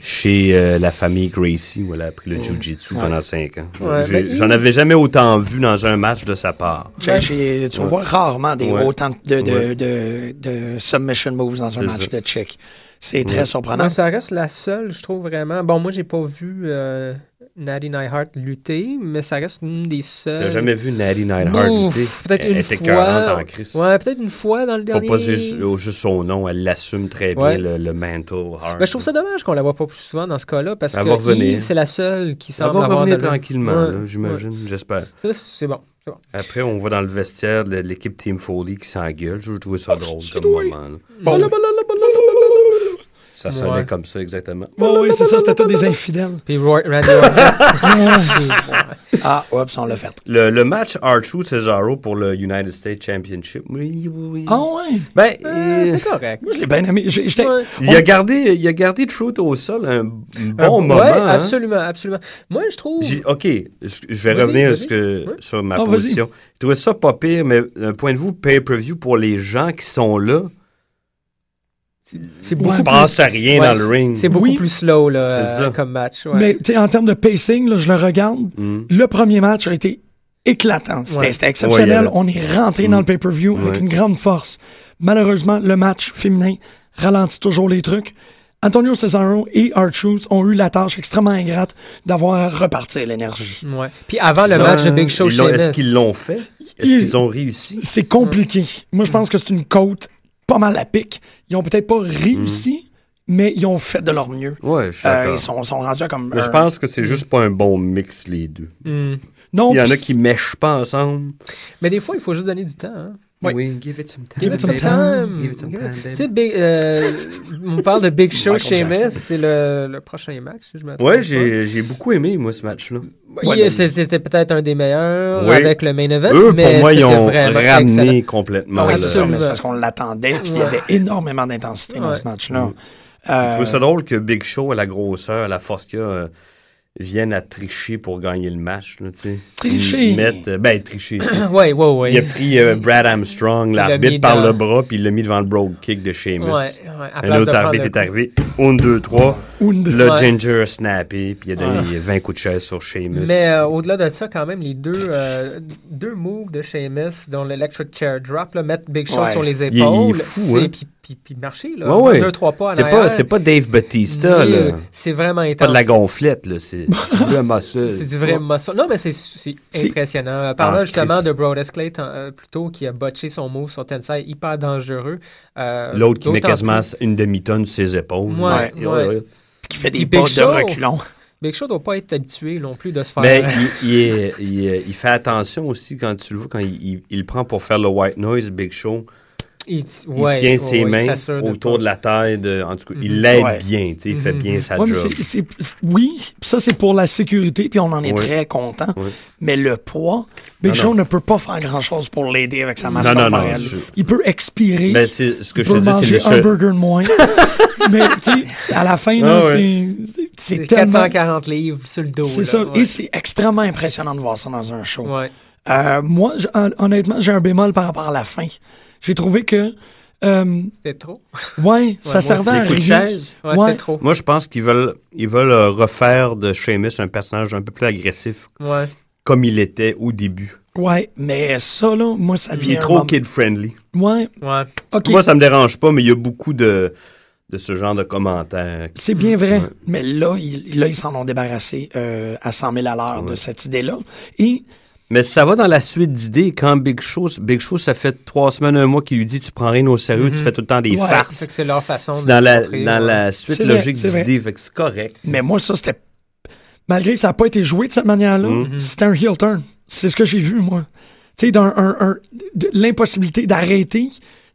Speaker 9: chez euh, la famille Gracie où elle a appris le jiu-jitsu pendant cinq ans.
Speaker 7: Ouais,
Speaker 9: J'ai-
Speaker 7: ben, Euh, il-
Speaker 9: J'en avais jamais autant vu dans un match de sa part.
Speaker 6: J'ai- j'ai- tu
Speaker 9: Ouais.
Speaker 6: vois rarement des
Speaker 9: Ouais.
Speaker 6: autant de, de,
Speaker 9: Ouais.
Speaker 6: de, de submission moves dans un
Speaker 9: C'est
Speaker 6: match
Speaker 9: ça.
Speaker 6: de chick. C'est très surprenant.
Speaker 7: Non, ça reste la seule, je trouve vraiment. Bon, moi, j'ai pas vu euh, Natty Neihart lutter, mais ça reste une des seules.
Speaker 9: T'as jamais vu Natty Neidhart
Speaker 7: Ouf,
Speaker 9: lutter?
Speaker 7: Peut-être
Speaker 9: Elle
Speaker 7: une
Speaker 9: était écœurante
Speaker 7: fois.
Speaker 9: en crise.
Speaker 7: Ouais, peut-être une fois dans le
Speaker 9: Faut
Speaker 7: dernier.
Speaker 9: pas juste, euh, juste son nom, elle l'assume très
Speaker 7: Ouais.
Speaker 9: bien, le, le mental hard.
Speaker 7: Ben, je trouve ça dommage qu'on la voit pas plus souvent dans ce cas-là parce
Speaker 9: Elle
Speaker 7: que
Speaker 9: va revenir.
Speaker 7: Yves, c'est la seule qui
Speaker 9: ça
Speaker 7: semble
Speaker 9: va
Speaker 7: avoir
Speaker 9: revenir
Speaker 7: de la-
Speaker 9: tranquillement,
Speaker 7: Ouais,
Speaker 9: là, j'imagine, j'espère.
Speaker 7: ouais. Ça, c'est bon. c'est bon.
Speaker 9: Après, on va dans le vestiaire de l'équipe Team Foley qui s'engueule. Je trouvais ça drôle comme moment. là. Ça sonnait
Speaker 7: Ouais.
Speaker 9: comme ça, exactement.
Speaker 6: oui, c'est ça, c'était tous des infidèles.
Speaker 7: Puis Roy, Randy Orton.
Speaker 6: Ah, oups, on l'a fait.
Speaker 9: Le, le match R-Truth Cesaro pour le United States Championship. Oui, oui, oui.
Speaker 6: Ah ouais.
Speaker 9: Ben,
Speaker 7: Euh,
Speaker 9: euh,
Speaker 7: C'était correct.
Speaker 6: Moi, je l'ai bien aimé. J'ai- j'étais-
Speaker 7: Ouais.
Speaker 9: il, a gardé, il a gardé Truth au sol un bon
Speaker 7: Euh,
Speaker 9: moment.
Speaker 7: Ouais,
Speaker 9: hein.
Speaker 7: absolument, absolument. Moi, je trouve.
Speaker 9: J'ai- OK, je je vais
Speaker 7: Vas-y,
Speaker 9: revenir
Speaker 7: vas-y.
Speaker 9: ce que-
Speaker 7: Ouais.
Speaker 9: sur ma
Speaker 6: Ah, vas-y.
Speaker 9: position. Je trouvais ça pas pire, mais d'un point de vue pay-per-view, pour les gens qui sont là,
Speaker 7: C'est
Speaker 9: il
Speaker 7: beaucoup
Speaker 9: se
Speaker 7: plus-
Speaker 9: passe rien
Speaker 7: Ouais,
Speaker 9: dans le
Speaker 7: c'est-
Speaker 9: ring.
Speaker 7: C'est beaucoup
Speaker 6: Oui.
Speaker 7: plus slow là,
Speaker 9: C'est
Speaker 7: euh,
Speaker 9: ça.
Speaker 7: comme match. ouais.
Speaker 6: Mais tu sais, en termes de pacing, là, je le regarde.
Speaker 9: Mm.
Speaker 6: Le premier match a été éclatant. C'était
Speaker 7: Ouais.
Speaker 6: c'était exceptionnel.
Speaker 9: Ouais, il y avait- Mm.
Speaker 6: On est rentré dans le pay-per-view
Speaker 9: Ouais.
Speaker 6: avec une grande force. Malheureusement, le match féminin ralentit toujours les trucs. Antonio Cesaro et R-Truth ont eu la tâche extrêmement ingrate d'avoir à repartir l'énergie.
Speaker 9: Mm.
Speaker 7: Ouais. Puis avant Ah, le
Speaker 9: Ça,
Speaker 7: match de Big Show
Speaker 9: ils l'ont-
Speaker 7: Sheamus.
Speaker 9: Est-ce qu'ils l'ont fait? Est-ce
Speaker 6: Ils-
Speaker 9: qu'ils ont réussi?
Speaker 6: C'est compliqué. Moi, je pense que c'est une côte pas mal à pic. Ils ont peut-être pas réussi, mais ils ont fait de leur mieux.
Speaker 9: Mm. Ouais, je suis
Speaker 6: Euh,
Speaker 9: d'accord.
Speaker 6: ils sont, sont rendus à comme.
Speaker 9: Mais je
Speaker 6: un-
Speaker 9: pense que c'est juste pas un bon mix, les deux.
Speaker 7: Mm.
Speaker 6: Non,
Speaker 9: Il y en
Speaker 6: puis
Speaker 9: a qui mèchent pas ensemble.
Speaker 7: Mais des fois, il faut juste donner du temps. hein.
Speaker 6: Oui.
Speaker 9: give it some time.
Speaker 6: Give it some time.
Speaker 9: Give it some time,
Speaker 7: Tu
Speaker 9: baby.
Speaker 7: sais, Big- euh, on parle de Big Show
Speaker 6: Michael Jackson.
Speaker 7: Sheamus, c'est le, le prochain match. si je me trompe
Speaker 9: Ouais,
Speaker 7: pas.
Speaker 9: j'ai j'ai beaucoup aimé, moi, ce match-là.
Speaker 7: Il-
Speaker 6: Ouais, mais-
Speaker 7: C'était peut-être un des meilleurs
Speaker 9: Oui.
Speaker 7: avec le main event.
Speaker 9: Eux,
Speaker 7: Ben, mais
Speaker 9: pour moi, ils
Speaker 7: c'était
Speaker 9: ont
Speaker 7: vraiment
Speaker 9: ramené
Speaker 7: excellent.
Speaker 9: complètement.
Speaker 6: Ah Oui,
Speaker 9: le-
Speaker 6: c'est ça, mais
Speaker 7: absolument.
Speaker 6: c'est parce qu'on l'attendait, puis il y avait énormément d'intensité dans
Speaker 7: Ouais.
Speaker 6: ce match-là.
Speaker 9: Mm. Je
Speaker 6: Euh,
Speaker 9: trouve ça drôle que Big Show, à la grosseur, à la force qu'il a, euh, vienne à tricher pour gagner le match. là, tu sais.
Speaker 6: Tricher.
Speaker 9: Ils mettent, euh, ben, tricher.
Speaker 7: Ouais, ouais, ouais.
Speaker 9: Il a pris euh, Brad Armstrong,
Speaker 7: l'a
Speaker 9: l'arbitre,
Speaker 7: mis
Speaker 9: par
Speaker 7: dans-
Speaker 9: le bras, puis il l'a mis devant le brogue kick de Sheamus.
Speaker 7: Ouais, ouais, à place
Speaker 9: Un
Speaker 7: de
Speaker 9: autre
Speaker 7: prendre
Speaker 9: arbitre
Speaker 7: le
Speaker 9: est
Speaker 7: coup.
Speaker 9: arrivé. Un, deux, trois.
Speaker 6: une de-
Speaker 9: Le
Speaker 7: Ouais. Ah.
Speaker 9: Ginger a snappé, puis il a donné 20 coups de chaise sur Sheamus.
Speaker 7: Mais euh, au-delà de ça, quand même, les deux, euh, deux moves de Sheamus, dont l'electric chair drop, là, mettre Big Show
Speaker 6: Ouais.
Speaker 7: sur les
Speaker 9: il est
Speaker 7: épaules,
Speaker 9: fou,
Speaker 7: c'est-
Speaker 9: hein.
Speaker 7: puis, puis- puis marcher, là,
Speaker 9: Ouais, ouais.
Speaker 7: deux, trois pas en
Speaker 9: C'est pas,
Speaker 7: arrière.
Speaker 9: c'est pas Dave Batista,
Speaker 7: Mais,
Speaker 9: là.
Speaker 7: euh, C'est vraiment
Speaker 9: C'est
Speaker 7: intense.
Speaker 9: pas de la gonflette, là. C'est c'est du vrai muscle.
Speaker 7: C'est du vrai muscle. Non, mais c'est- c'est
Speaker 6: C'est-
Speaker 7: impressionnant. Euh, Parlant
Speaker 9: Ah,
Speaker 7: justement
Speaker 9: Christ.
Speaker 7: de Brodus Clay euh, plus tôt, qui a botché son move sur Tensai, hyper dangereux. Euh,
Speaker 9: L'autre qui met
Speaker 7: d'autant
Speaker 9: quasiment
Speaker 7: plus-
Speaker 9: une demi-tonne sur ses épaules.
Speaker 7: Ouais, ouais.
Speaker 6: qui fait des
Speaker 7: Puis
Speaker 6: pas
Speaker 7: Big
Speaker 6: de
Speaker 7: Show.
Speaker 6: reculons.
Speaker 7: Big Show doit pas être habitué non plus de se faire...
Speaker 9: Mais il, il est- il est- il fait attention aussi quand tu le vois, quand il, il- il le prend pour faire le white noise, Big Show.
Speaker 7: il, t-
Speaker 9: Il
Speaker 7: ouais,
Speaker 9: tient
Speaker 7: ouais,
Speaker 9: ses
Speaker 7: il
Speaker 9: mains
Speaker 7: s'assure
Speaker 9: autour de la taille. De, en tout cas, il
Speaker 7: Mhm.
Speaker 9: l'aide
Speaker 6: Ouais.
Speaker 9: bien. tu sais, Il fait
Speaker 7: Mhm.
Speaker 9: bien sa
Speaker 6: Ouais, mais
Speaker 9: job.
Speaker 6: c'est- c'est- c'est- oui, puis ça, c'est pour la sécurité, puis on en est
Speaker 9: Ouais.
Speaker 6: très content.
Speaker 9: Ouais.
Speaker 6: Mais le poids, Big
Speaker 9: Non,
Speaker 6: Show
Speaker 9: non.
Speaker 6: ne peut pas faire grand-chose pour l'aider avec sa masse
Speaker 9: Non, non, non,
Speaker 6: corporelle.
Speaker 9: je-
Speaker 6: Il peut expirer.
Speaker 9: Mais c'est ce que
Speaker 6: il
Speaker 9: je te
Speaker 6: peut
Speaker 9: dis, c'est
Speaker 6: manger
Speaker 9: le
Speaker 6: un
Speaker 9: seul.
Speaker 6: burger de moins. mais tu sais, à la fin, là,
Speaker 9: Ah ouais.
Speaker 6: c'est- c'est
Speaker 7: C'est
Speaker 6: tellement...
Speaker 7: 440 livres sur le dos.
Speaker 6: C'est
Speaker 7: là,
Speaker 6: ça,
Speaker 7: ouais.
Speaker 6: et c'est extrêmement impressionnant de voir ça dans un show.
Speaker 7: Ouais.
Speaker 6: Euh, moi, j- hon- honnêtement, j'ai un bémol par rapport à la fin. J'ai trouvé que, euh,
Speaker 7: C'était trop.
Speaker 6: ouais, ça
Speaker 7: moi,
Speaker 6: servait à
Speaker 9: les coups de
Speaker 6: rien.
Speaker 9: chaise.
Speaker 7: Ouais,
Speaker 6: Ouais.
Speaker 7: c'était trop.
Speaker 9: Moi, je pense qu'ils veulent, ils veulent euh, refaire de Seamus un personnage un peu plus agressif,
Speaker 7: Ouais.
Speaker 9: comme il était au début.
Speaker 6: Ouais, mais ça, là, moi, ça
Speaker 9: Il
Speaker 6: devient.
Speaker 9: est
Speaker 6: un
Speaker 9: trop
Speaker 6: moment-
Speaker 9: kid-friendly.
Speaker 6: Ouais,
Speaker 7: Ouais.
Speaker 6: ok.
Speaker 9: Moi, ça me dérange pas, mais il y a beaucoup de, de ce genre de commentaires.
Speaker 6: C'est bien vrai.
Speaker 9: Mm, Ouais.
Speaker 6: Mais là, ils, là, ils s'en ont débarrassé euh, à 100 000 à l'heure de
Speaker 9: Ouais.
Speaker 6: cette idée-là. Et
Speaker 9: Mais ça va dans la suite d'idées. Quand Big Show, Big Show, ça fait trois semaines, un mois qu'il lui dit tu prends rien au sérieux, tu fais tout le temps des
Speaker 6: Mm-hmm. Ouais.
Speaker 9: farces.
Speaker 7: Fait que c'est leur façon
Speaker 9: C'est
Speaker 7: de
Speaker 9: dans la,
Speaker 7: montrer,
Speaker 9: dans
Speaker 7: ouais.
Speaker 9: la suite
Speaker 6: C'est vrai,
Speaker 9: logique
Speaker 6: c'est vrai.
Speaker 9: d'idées. Fait que c'est correct.
Speaker 6: Mais moi, ça, c'était. Malgré que ça n'a pas été joué de cette manière-là,
Speaker 9: Mm-hmm.
Speaker 6: c'était un heel turn. C'est ce que j'ai vu, moi. Tu sais, d'un- un- un- de- l'impossibilité d'arrêter,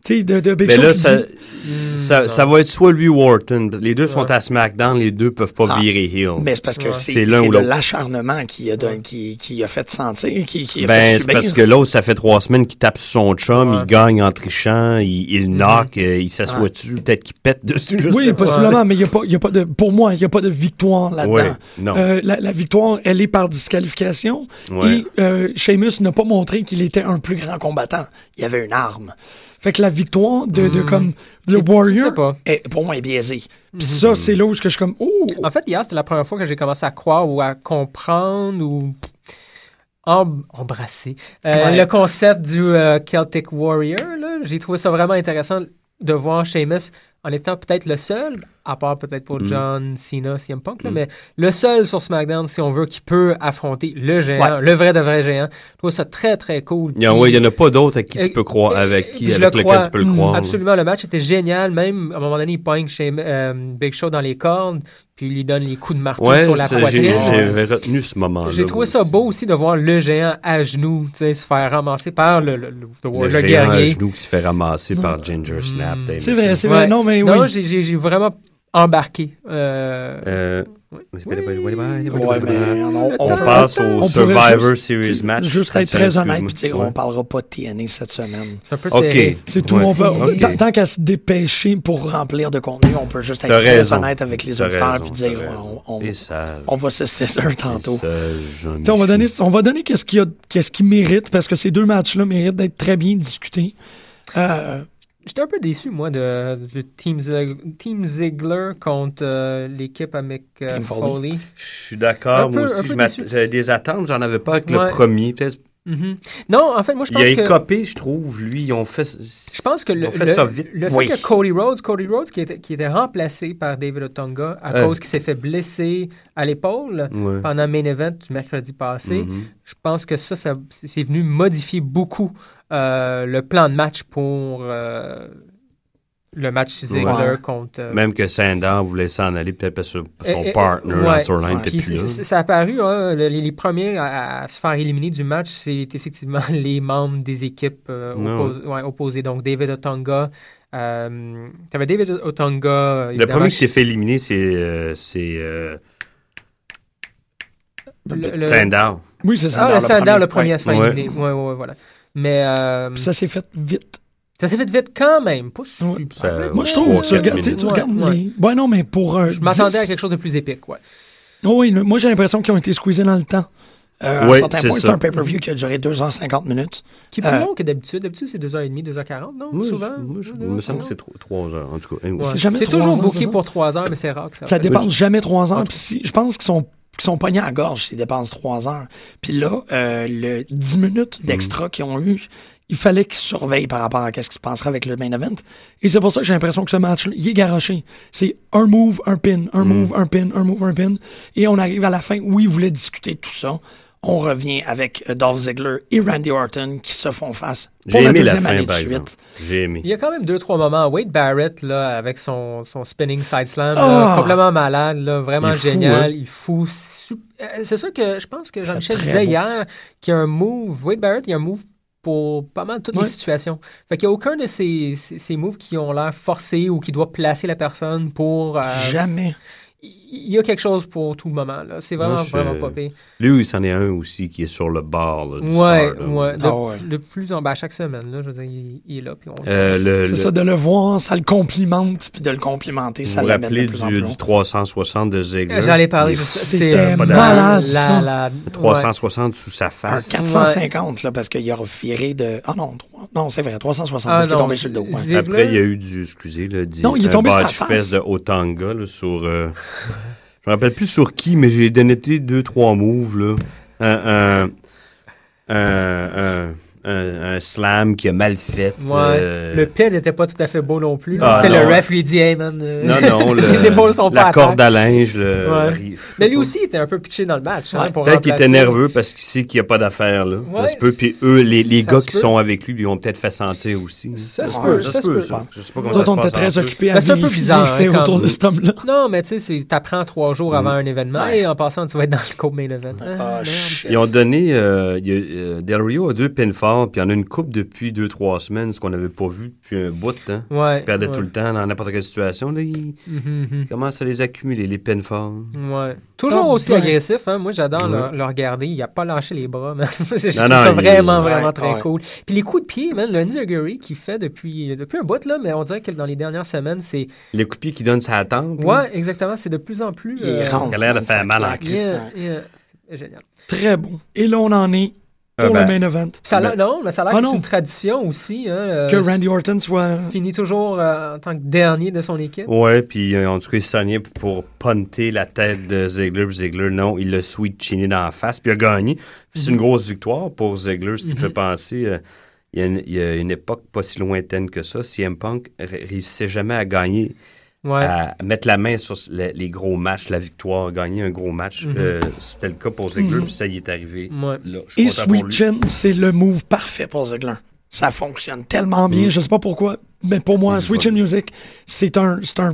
Speaker 6: tu sais, de, de Big
Speaker 9: Mais
Speaker 6: Show
Speaker 9: là,
Speaker 6: qui
Speaker 9: ça,
Speaker 6: dit-
Speaker 7: Hmm.
Speaker 9: ça, ça va être soit lui ou Orton. Les deux sont à SmackDown, les deux peuvent pas
Speaker 6: Ah.
Speaker 9: virer heel.
Speaker 6: Mais c'est parce que
Speaker 7: Ouais.
Speaker 6: c'est
Speaker 9: Oh. C'est
Speaker 6: c'est
Speaker 9: l'un ou
Speaker 6: de
Speaker 9: l'autre.
Speaker 6: l'acharnement qui, a don- qui, qui a fait sentir, qui, qui a fait
Speaker 9: Ben, c'est
Speaker 6: subir.
Speaker 9: parce que l'autre, ça fait trois semaines qu'il tape sur son chum,
Speaker 7: Ouais. Mhm.
Speaker 9: il gagne en trichant, il, il knock, euh, il s'assoit dessus, peut-être qu'il pète dessus. je
Speaker 6: Oui,
Speaker 9: sais pas.
Speaker 6: possiblement, mais il y a pas, il y a pas de, pour moi, il n'y a pas de victoire là-dedans.
Speaker 9: Ouais, non.
Speaker 6: Euh, la, la victoire, elle est par disqualification.
Speaker 9: Ouais.
Speaker 6: Et euh, Sheamus n'a pas montré qu'il était un plus grand combattant. Il avait une arme. Fait que la victoire de, de
Speaker 7: Hmm.
Speaker 6: comme
Speaker 7: C'est-
Speaker 6: le
Speaker 7: je
Speaker 6: Warrior
Speaker 7: sais pas.
Speaker 6: est pour moi est biaisée. Puis ça,
Speaker 9: Hmm.
Speaker 6: c'est là où ce que je suis comme oh,
Speaker 7: En fait, hier, c'était la première fois que j'ai commencé à croire ou à comprendre ou em- embrasser euh,
Speaker 6: Ouais.
Speaker 7: le concept du euh, Celtic Warrior. là. J'ai trouvé ça vraiment intéressant de voir Seamus en étant peut-être le seul, à part peut-être pour
Speaker 9: Mhm.
Speaker 7: John Cena, CM Punk, là,
Speaker 9: Mhm.
Speaker 7: mais le seul sur SmackDown, si on veut, qui peut affronter le géant,
Speaker 6: Ouais.
Speaker 7: le vrai de vrai géant. Je trouve ça très, très cool.
Speaker 9: Il n'y en,
Speaker 7: Puis-
Speaker 9: ouais, il y en a pas d'autre à qui
Speaker 7: Et-
Speaker 9: tu peux croire,
Speaker 7: et-
Speaker 9: avec,
Speaker 7: puis
Speaker 9: qui,
Speaker 7: Euh, je
Speaker 9: avec
Speaker 7: le
Speaker 9: lequel
Speaker 7: crois.
Speaker 9: tu peux le
Speaker 6: Mm,
Speaker 9: croire. là.
Speaker 7: Absolument, le match était génial. Même à un moment donné, il pogne chez euh, Big Show dans les cordes, puis il lui donne les coups de marteau
Speaker 9: Ouais,
Speaker 7: sur la
Speaker 9: ça, j'ai
Speaker 7: poitrine.
Speaker 9: j'ai retenu ce moment-là.
Speaker 7: J'ai trouvé ça
Speaker 9: aussi.
Speaker 7: beau aussi de voir le géant à genoux tu sais, se faire ramasser par le, le, le- le-
Speaker 9: Le,
Speaker 7: le
Speaker 9: géant à
Speaker 7: guerrier. Mm.
Speaker 9: genoux qui se fait ramasser par Ginger Snap. t'as aimé
Speaker 6: c'est vrai,
Speaker 9: ça?
Speaker 6: c'est vrai.
Speaker 7: Ouais.
Speaker 6: Non mais
Speaker 7: Non,
Speaker 6: oui.
Speaker 7: j'ai- j'ai j'ai vraiment embarqué. euh,
Speaker 9: Euh,
Speaker 6: Ouais, mais on, on-
Speaker 9: on passe au
Speaker 6: on pourrait
Speaker 9: Survivor
Speaker 6: juste-
Speaker 9: Series
Speaker 6: t'sais,
Speaker 9: match.
Speaker 6: Juste être très
Speaker 9: Excuse-moi.
Speaker 6: honnête, puis dire,
Speaker 9: Ouais.
Speaker 6: on parlera pas de TNA cette semaine.
Speaker 7: c'est un peu
Speaker 9: OK.
Speaker 7: serré.
Speaker 6: C'est tout.
Speaker 9: Ouais.
Speaker 6: on peut-
Speaker 9: Ok.
Speaker 6: tant- Tant qu'à se dépêcher pour remplir de contenu, on peut juste être
Speaker 9: T'as
Speaker 6: très
Speaker 9: raison.
Speaker 6: honnête avec les
Speaker 9: T'as
Speaker 6: auditeurs
Speaker 9: raison,
Speaker 6: puis dire
Speaker 9: t'as
Speaker 6: on,
Speaker 9: raison.
Speaker 6: on-
Speaker 9: Et ça-
Speaker 6: on va se saisir tantôt.
Speaker 9: ça, j'en ai
Speaker 6: T'sais, on va
Speaker 9: chié.
Speaker 6: donner, on va donner qu'est-ce qu'il y a- qu'est-ce qui mérite parce que ces deux matchs-là méritent d'être très bien discutés. Euh,
Speaker 7: J'étais un peu déçu, moi, de, du Team, Zeg- Team Ziggler contre euh, l'équipe avec euh,
Speaker 6: Team Foley.
Speaker 7: Foley.
Speaker 9: Je suis d'accord,
Speaker 7: Un
Speaker 9: moi
Speaker 7: peu- un
Speaker 9: aussi.
Speaker 7: peu
Speaker 9: je m'att-
Speaker 7: déçu.
Speaker 9: J'avais des attentes, j'en avais pas avec
Speaker 7: Ouais.
Speaker 9: le premier. peut-être.
Speaker 7: Mhm. Non, en fait, moi, je
Speaker 9: Il
Speaker 7: pense
Speaker 9: a
Speaker 7: que...
Speaker 9: écopé, je trouve, lui. Ils ont fait.
Speaker 7: Je pense que le,
Speaker 9: On
Speaker 7: le-
Speaker 9: fait ça vite.
Speaker 7: le
Speaker 9: Oui.
Speaker 7: fait que Cody Rhodes, Cody Rhodes qui était, qui était remplacé par David Otunga à
Speaker 9: Euh. Mm.
Speaker 7: cause qu'il s'est fait blesser à l'épaule
Speaker 9: Ouais.
Speaker 7: pendant le main event du mercredi passé,
Speaker 9: Mhm.
Speaker 7: je pense que ça, ça c'est venu modifier beaucoup euh, le plan de match pour euh, le match Ziggler
Speaker 6: Ouais.
Speaker 7: contre... euh,
Speaker 9: Même que Sandown voulait s'en aller, peut-être parce que son
Speaker 7: Eh, eh,
Speaker 9: partner
Speaker 7: ouais.
Speaker 9: dans sur line
Speaker 6: Ouais.
Speaker 9: n'était
Speaker 7: Puis
Speaker 9: plus
Speaker 7: c'est-
Speaker 9: là.
Speaker 7: c'est- ça a apparu, hein, le- les, les premiers à, à se faire éliminer du match, c'est effectivement les membres des équipes euh,
Speaker 9: Ouais,
Speaker 7: oppo- ouais, opposées. Donc David Otonga. Euh, T'avais David Otonga. euh,
Speaker 9: Le
Speaker 7: évidemment,
Speaker 9: premier qui s'est fait éliminer, c'est euh, c'est, euh,
Speaker 7: le- le-
Speaker 9: Sandown.
Speaker 6: oui, c'est ça.
Speaker 7: Ah, le Sandow, le premier
Speaker 6: Ouais.
Speaker 7: à se faire
Speaker 9: Ouais.
Speaker 7: éliminer. Ouais, ouais, ouais, voilà. Mais euh,
Speaker 6: Puis
Speaker 7: ça,
Speaker 6: ça s'est fait vite.
Speaker 7: s'est fait vite quand même. Pas super.
Speaker 6: Ouais.
Speaker 9: Ça-
Speaker 6: Moi, je trouve,
Speaker 9: Trois,
Speaker 6: tu
Speaker 9: quatre
Speaker 6: regardes, tu sais, tu
Speaker 7: minutes.
Speaker 6: regardes
Speaker 7: Ouais,
Speaker 6: les- Ouais, non, mais pour un.
Speaker 7: Je m'attendais à quelque chose de plus épique. Ouais.
Speaker 6: Oh oui, le- moi, j'ai l'impression qu'ils ont été squeezés dans le temps. Euh, à
Speaker 9: Ouais,
Speaker 6: un certain
Speaker 9: c'est
Speaker 6: point, c'est
Speaker 9: ça.
Speaker 6: un pay-per-view qui a duré 2h50 minutes.
Speaker 7: Qui est plus
Speaker 6: Euh,
Speaker 7: long que d'habitude. D'habitude, c'est 2h30, 2h40, non?
Speaker 9: Moi,
Speaker 7: Souvent?
Speaker 9: je- moi, je-
Speaker 7: Deux,
Speaker 9: il me semble que
Speaker 7: deux,
Speaker 9: c'est tro- trois heures. En tout cas, anyway.
Speaker 7: ouais.
Speaker 6: c'est jamais trois
Speaker 7: toujours
Speaker 6: ans, c'est
Speaker 7: booké
Speaker 6: ça?
Speaker 7: pour 3 heures, mais c'est rare que ça.
Speaker 9: Ah,
Speaker 6: Ça
Speaker 9: ben
Speaker 7: arrive.
Speaker 6: dépense jamais 3
Speaker 7: En
Speaker 6: heures.
Speaker 7: tout
Speaker 6: Puis si, je pense qu'ils sont qu'ils sont pognés à la gorge s'ils dépensent 3 heures. Puis là, euh, le 10 minutes
Speaker 9: Hmm.
Speaker 6: d'extra qu'ils ont eu, il fallait qu'ils surveillent par rapport à quest ce qui se passera avec le main event. Et c'est pour ça que j'ai l'impression que ce match-là, il est garoché. C'est un move, un pin, un
Speaker 9: Hmm.
Speaker 6: move, un pin, un move, un pin. Et on arrive à la fin où ils voulaient discuter de tout ça. On revient avec euh, Dolph Ziggler et Randy Orton qui se font face pour
Speaker 9: J'ai
Speaker 6: la
Speaker 9: aimé la
Speaker 6: deuxième
Speaker 9: fin,
Speaker 6: année de
Speaker 9: par exemple.
Speaker 6: suite.
Speaker 9: J'ai aimé.
Speaker 7: Il y a quand même deux, trois moments. Wade Barrett, là, avec son, son spinning side slam,
Speaker 6: Ah!
Speaker 7: là, complètement malade, là, vraiment
Speaker 9: Il est fou,
Speaker 7: génial.
Speaker 9: hein?
Speaker 7: Il fout. sup- euh, C'est sûr que je pense que Jean-Michel
Speaker 6: très
Speaker 7: disait
Speaker 6: beau.
Speaker 7: hier qu'il y a un move. Wade Barrett, il y a un move pour pas mal toutes
Speaker 6: Ouais.
Speaker 7: les situations. Fait qu'il n'y a aucun de ces, ces, ces moves qui ont l'air forcés ou qui doit placer la personne pour. euh,
Speaker 6: Jamais.
Speaker 7: Il il y a quelque chose pour tout moment. là. C'est vraiment,
Speaker 9: Moi, je-
Speaker 7: vraiment pas pire.
Speaker 9: Lui, il s'en est un aussi qui est sur le bord là, du
Speaker 7: Ouais,
Speaker 9: star, là.
Speaker 7: ouais. De,
Speaker 6: Ah ouais.
Speaker 7: de plus en bas, chaque semaine, là, je veux dire, il, il est là. Puis on...
Speaker 9: Euh, le,
Speaker 6: C'est
Speaker 9: le-
Speaker 6: ça, de le voir, ça le complimente, puis de le complimenter,
Speaker 9: vous
Speaker 6: ça
Speaker 9: vous
Speaker 6: l'amène
Speaker 9: rappelez
Speaker 6: de plus en plus
Speaker 9: du,
Speaker 6: loin.
Speaker 9: du 360 de
Speaker 6: Euh,
Speaker 9: Ziggler?
Speaker 7: J'allais parler
Speaker 9: Il
Speaker 7: de
Speaker 9: est
Speaker 7: ça.
Speaker 6: C'était
Speaker 7: euh,
Speaker 6: malade, ça.
Speaker 7: malade.
Speaker 9: fou. 360 sous sa
Speaker 6: Un
Speaker 9: face.
Speaker 6: 450, là, parce qu'il a viré de. Ah non, trois- non, c'est vrai, 360, parce
Speaker 7: Ah
Speaker 6: qu'il est
Speaker 7: non,
Speaker 6: tombé sur le dos. ouais.
Speaker 7: Ziggler-
Speaker 9: Après, il y a eu du, excusez, là, du-
Speaker 6: Non, il est
Speaker 9: un
Speaker 6: tombé sur la
Speaker 9: botch
Speaker 6: face.
Speaker 9: fest de Otanga là, sur... euh, je me rappelle plus sur qui, mais j'ai dénoté deux, trois moves. Là. Un, un, un, un- un- un slam qui a mal fait.
Speaker 7: Ouais.
Speaker 9: euh,
Speaker 7: Le pin n'était pas tout à fait beau non plus.
Speaker 9: Ah,
Speaker 7: Tu sais,
Speaker 9: non.
Speaker 7: le ref lui dit, hey man. euh,
Speaker 9: Non, non, le-
Speaker 7: les épaules sont
Speaker 9: la
Speaker 7: pas à
Speaker 9: corde
Speaker 7: terre.
Speaker 9: à linge. Le,
Speaker 7: Ouais.
Speaker 9: ri- je sais
Speaker 7: Mais lui
Speaker 9: pas.
Speaker 7: aussi, il était un peu pitché dans le match. hein,
Speaker 6: Ouais,
Speaker 7: pour
Speaker 9: Peut-être qu'il était
Speaker 7: remplacer.
Speaker 9: nerveux parce qu'il sait qu'il n'y a pas d'affaires là.
Speaker 7: Ouais,
Speaker 9: ça se peut. Puis
Speaker 7: ça
Speaker 9: eux, les, les
Speaker 7: se
Speaker 9: gars qui
Speaker 7: peut.
Speaker 9: sont avec lui, lui ont peut-être fait sentir aussi.
Speaker 7: Ça se
Speaker 6: Ouais,
Speaker 7: peut,
Speaker 9: Ça,
Speaker 7: ça se peut.
Speaker 9: ça. Je sais pas comment
Speaker 6: Nous
Speaker 9: ça se
Speaker 6: autres, on
Speaker 9: passe.
Speaker 6: était très
Speaker 9: entre eux.
Speaker 6: occupés à
Speaker 7: Ben, c'est un peu
Speaker 6: vérifier
Speaker 7: bizarre,
Speaker 6: les faits
Speaker 7: hein, quand
Speaker 6: autour de
Speaker 7: même.
Speaker 6: cet homme-là.
Speaker 7: Non, mais tu sais, c'est- t'apprends trois jours avant
Speaker 9: Mm.
Speaker 7: un événement
Speaker 6: Ouais.
Speaker 7: et en passant, tu vas être dans le co main event. Ah, merde.
Speaker 9: Ils ont donné. euh, il y a, euh, Del Rio a deux pinfalls, puis il y en a une coupe depuis deux, trois semaines, ce qu'on n'avait pas vu depuis un bout. Hein.
Speaker 7: Ouais.
Speaker 9: Ils perdaient
Speaker 7: ouais.
Speaker 9: tout le temps dans n'importe quelle situation. Là, ils
Speaker 7: Mhm,
Speaker 9: commencent à les accumuler, les pinfalls.
Speaker 7: mhm. Ouais. Toujours
Speaker 6: Ah,
Speaker 7: aussi
Speaker 6: ben.
Speaker 7: agressif. Hein. Moi, j'adore le-
Speaker 9: Ouais.
Speaker 7: le, regarder. Il a pas lâché les bras. man. Je trouve
Speaker 9: Non, non,
Speaker 7: ça
Speaker 9: il-
Speaker 7: vraiment,
Speaker 6: ouais,
Speaker 7: vraiment très
Speaker 6: ouais.
Speaker 7: cool. Puis les coups de pied, man, le Nizaguri qu'il fait depuis, depuis un bout, là, mais on dirait que dans les dernières semaines, c'est.
Speaker 9: Les coupiers qui donnent sa tempe. là.
Speaker 7: Ouais, exactement. C'est de plus en plus.
Speaker 6: Il est
Speaker 7: euh,
Speaker 6: rond.
Speaker 9: Il a l'air de faire mal en
Speaker 6: Ouais.
Speaker 9: crise.
Speaker 7: Yeah, yeah. C'est Génial.
Speaker 6: Très bon. Et là, on en est pour le main event.
Speaker 7: Ça a l'air- non, mais ça a l'air
Speaker 6: Ah,
Speaker 7: que
Speaker 6: non.
Speaker 7: c'est une tradition aussi. Hein, euh,
Speaker 6: Que Randy Orton soit.
Speaker 7: finit toujours euh, en tant que dernier de son équipe.
Speaker 9: Ouais, puis euh, en tout cas, il s'enlignait pour punter la tête de Ziegler. Puis Ziegler, non, il l'a sweet chiné dans la face, puis il a gagné. Puis c'est une grosse victoire pour Ziegler, ce qui me fait penser. euh, il, y a une, il y a une époque pas si lointaine que ça. CM Punk ré- réussissait jamais à gagner,
Speaker 7: Ouais.
Speaker 9: à mettre la main sur le- les gros matchs, la victoire, gagner un gros match. Euh, C'était le cas pour Ziegler, puis ça y est arrivé.
Speaker 7: Ouais.
Speaker 9: Là, je suis
Speaker 6: Et
Speaker 9: content pour
Speaker 6: Sweet
Speaker 9: lui.
Speaker 6: Chin, c'est le move parfait pour Ziggler. Ça fonctionne tellement bien,
Speaker 9: Mm.
Speaker 6: je sais pas pourquoi, mais pour moi,
Speaker 9: Mm,
Speaker 6: Sweet
Speaker 9: fuck.
Speaker 6: Chin Music, c'est un, c'est un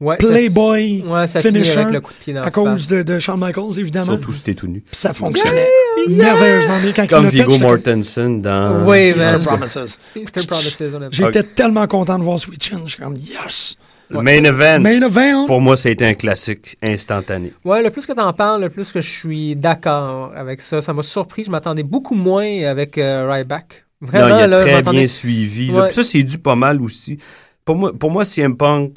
Speaker 7: Ouais, ça-
Speaker 6: playboy
Speaker 7: ouais, ça finit
Speaker 6: finisher
Speaker 7: avec le coup de pied dans
Speaker 6: à
Speaker 7: la
Speaker 6: cause
Speaker 7: face.
Speaker 6: de, de Shawn Michaels, évidemment.
Speaker 9: Surtout si t'es tout nu.
Speaker 6: Puis ça fonctionnait merveilleusement bien quand
Speaker 9: Comme
Speaker 6: il l'a fait,
Speaker 9: Viggo
Speaker 6: j'étais-
Speaker 9: Mortensen dans.
Speaker 7: Oui, man.
Speaker 6: Easter Promises.
Speaker 7: Easter Promises, on a-
Speaker 6: J'étais tellement content de voir Sweet Chin, j'étais comme yes!
Speaker 9: Le main event.
Speaker 6: Main event!
Speaker 9: Pour moi, ça a été un classique instantané.
Speaker 7: Ouais, le plus que t'en parles, le plus que je suis d'accord avec ça. Ça m'a surpris. Je m'attendais beaucoup moins avec euh, Ryback. Vraiment,
Speaker 9: non, il a
Speaker 7: là, je
Speaker 9: très
Speaker 7: m'attendais-
Speaker 9: bien suivi. là.
Speaker 7: Ouais.
Speaker 9: Puis ça, c'est dû pas mal aussi. Pour moi, pour moi CM Punk,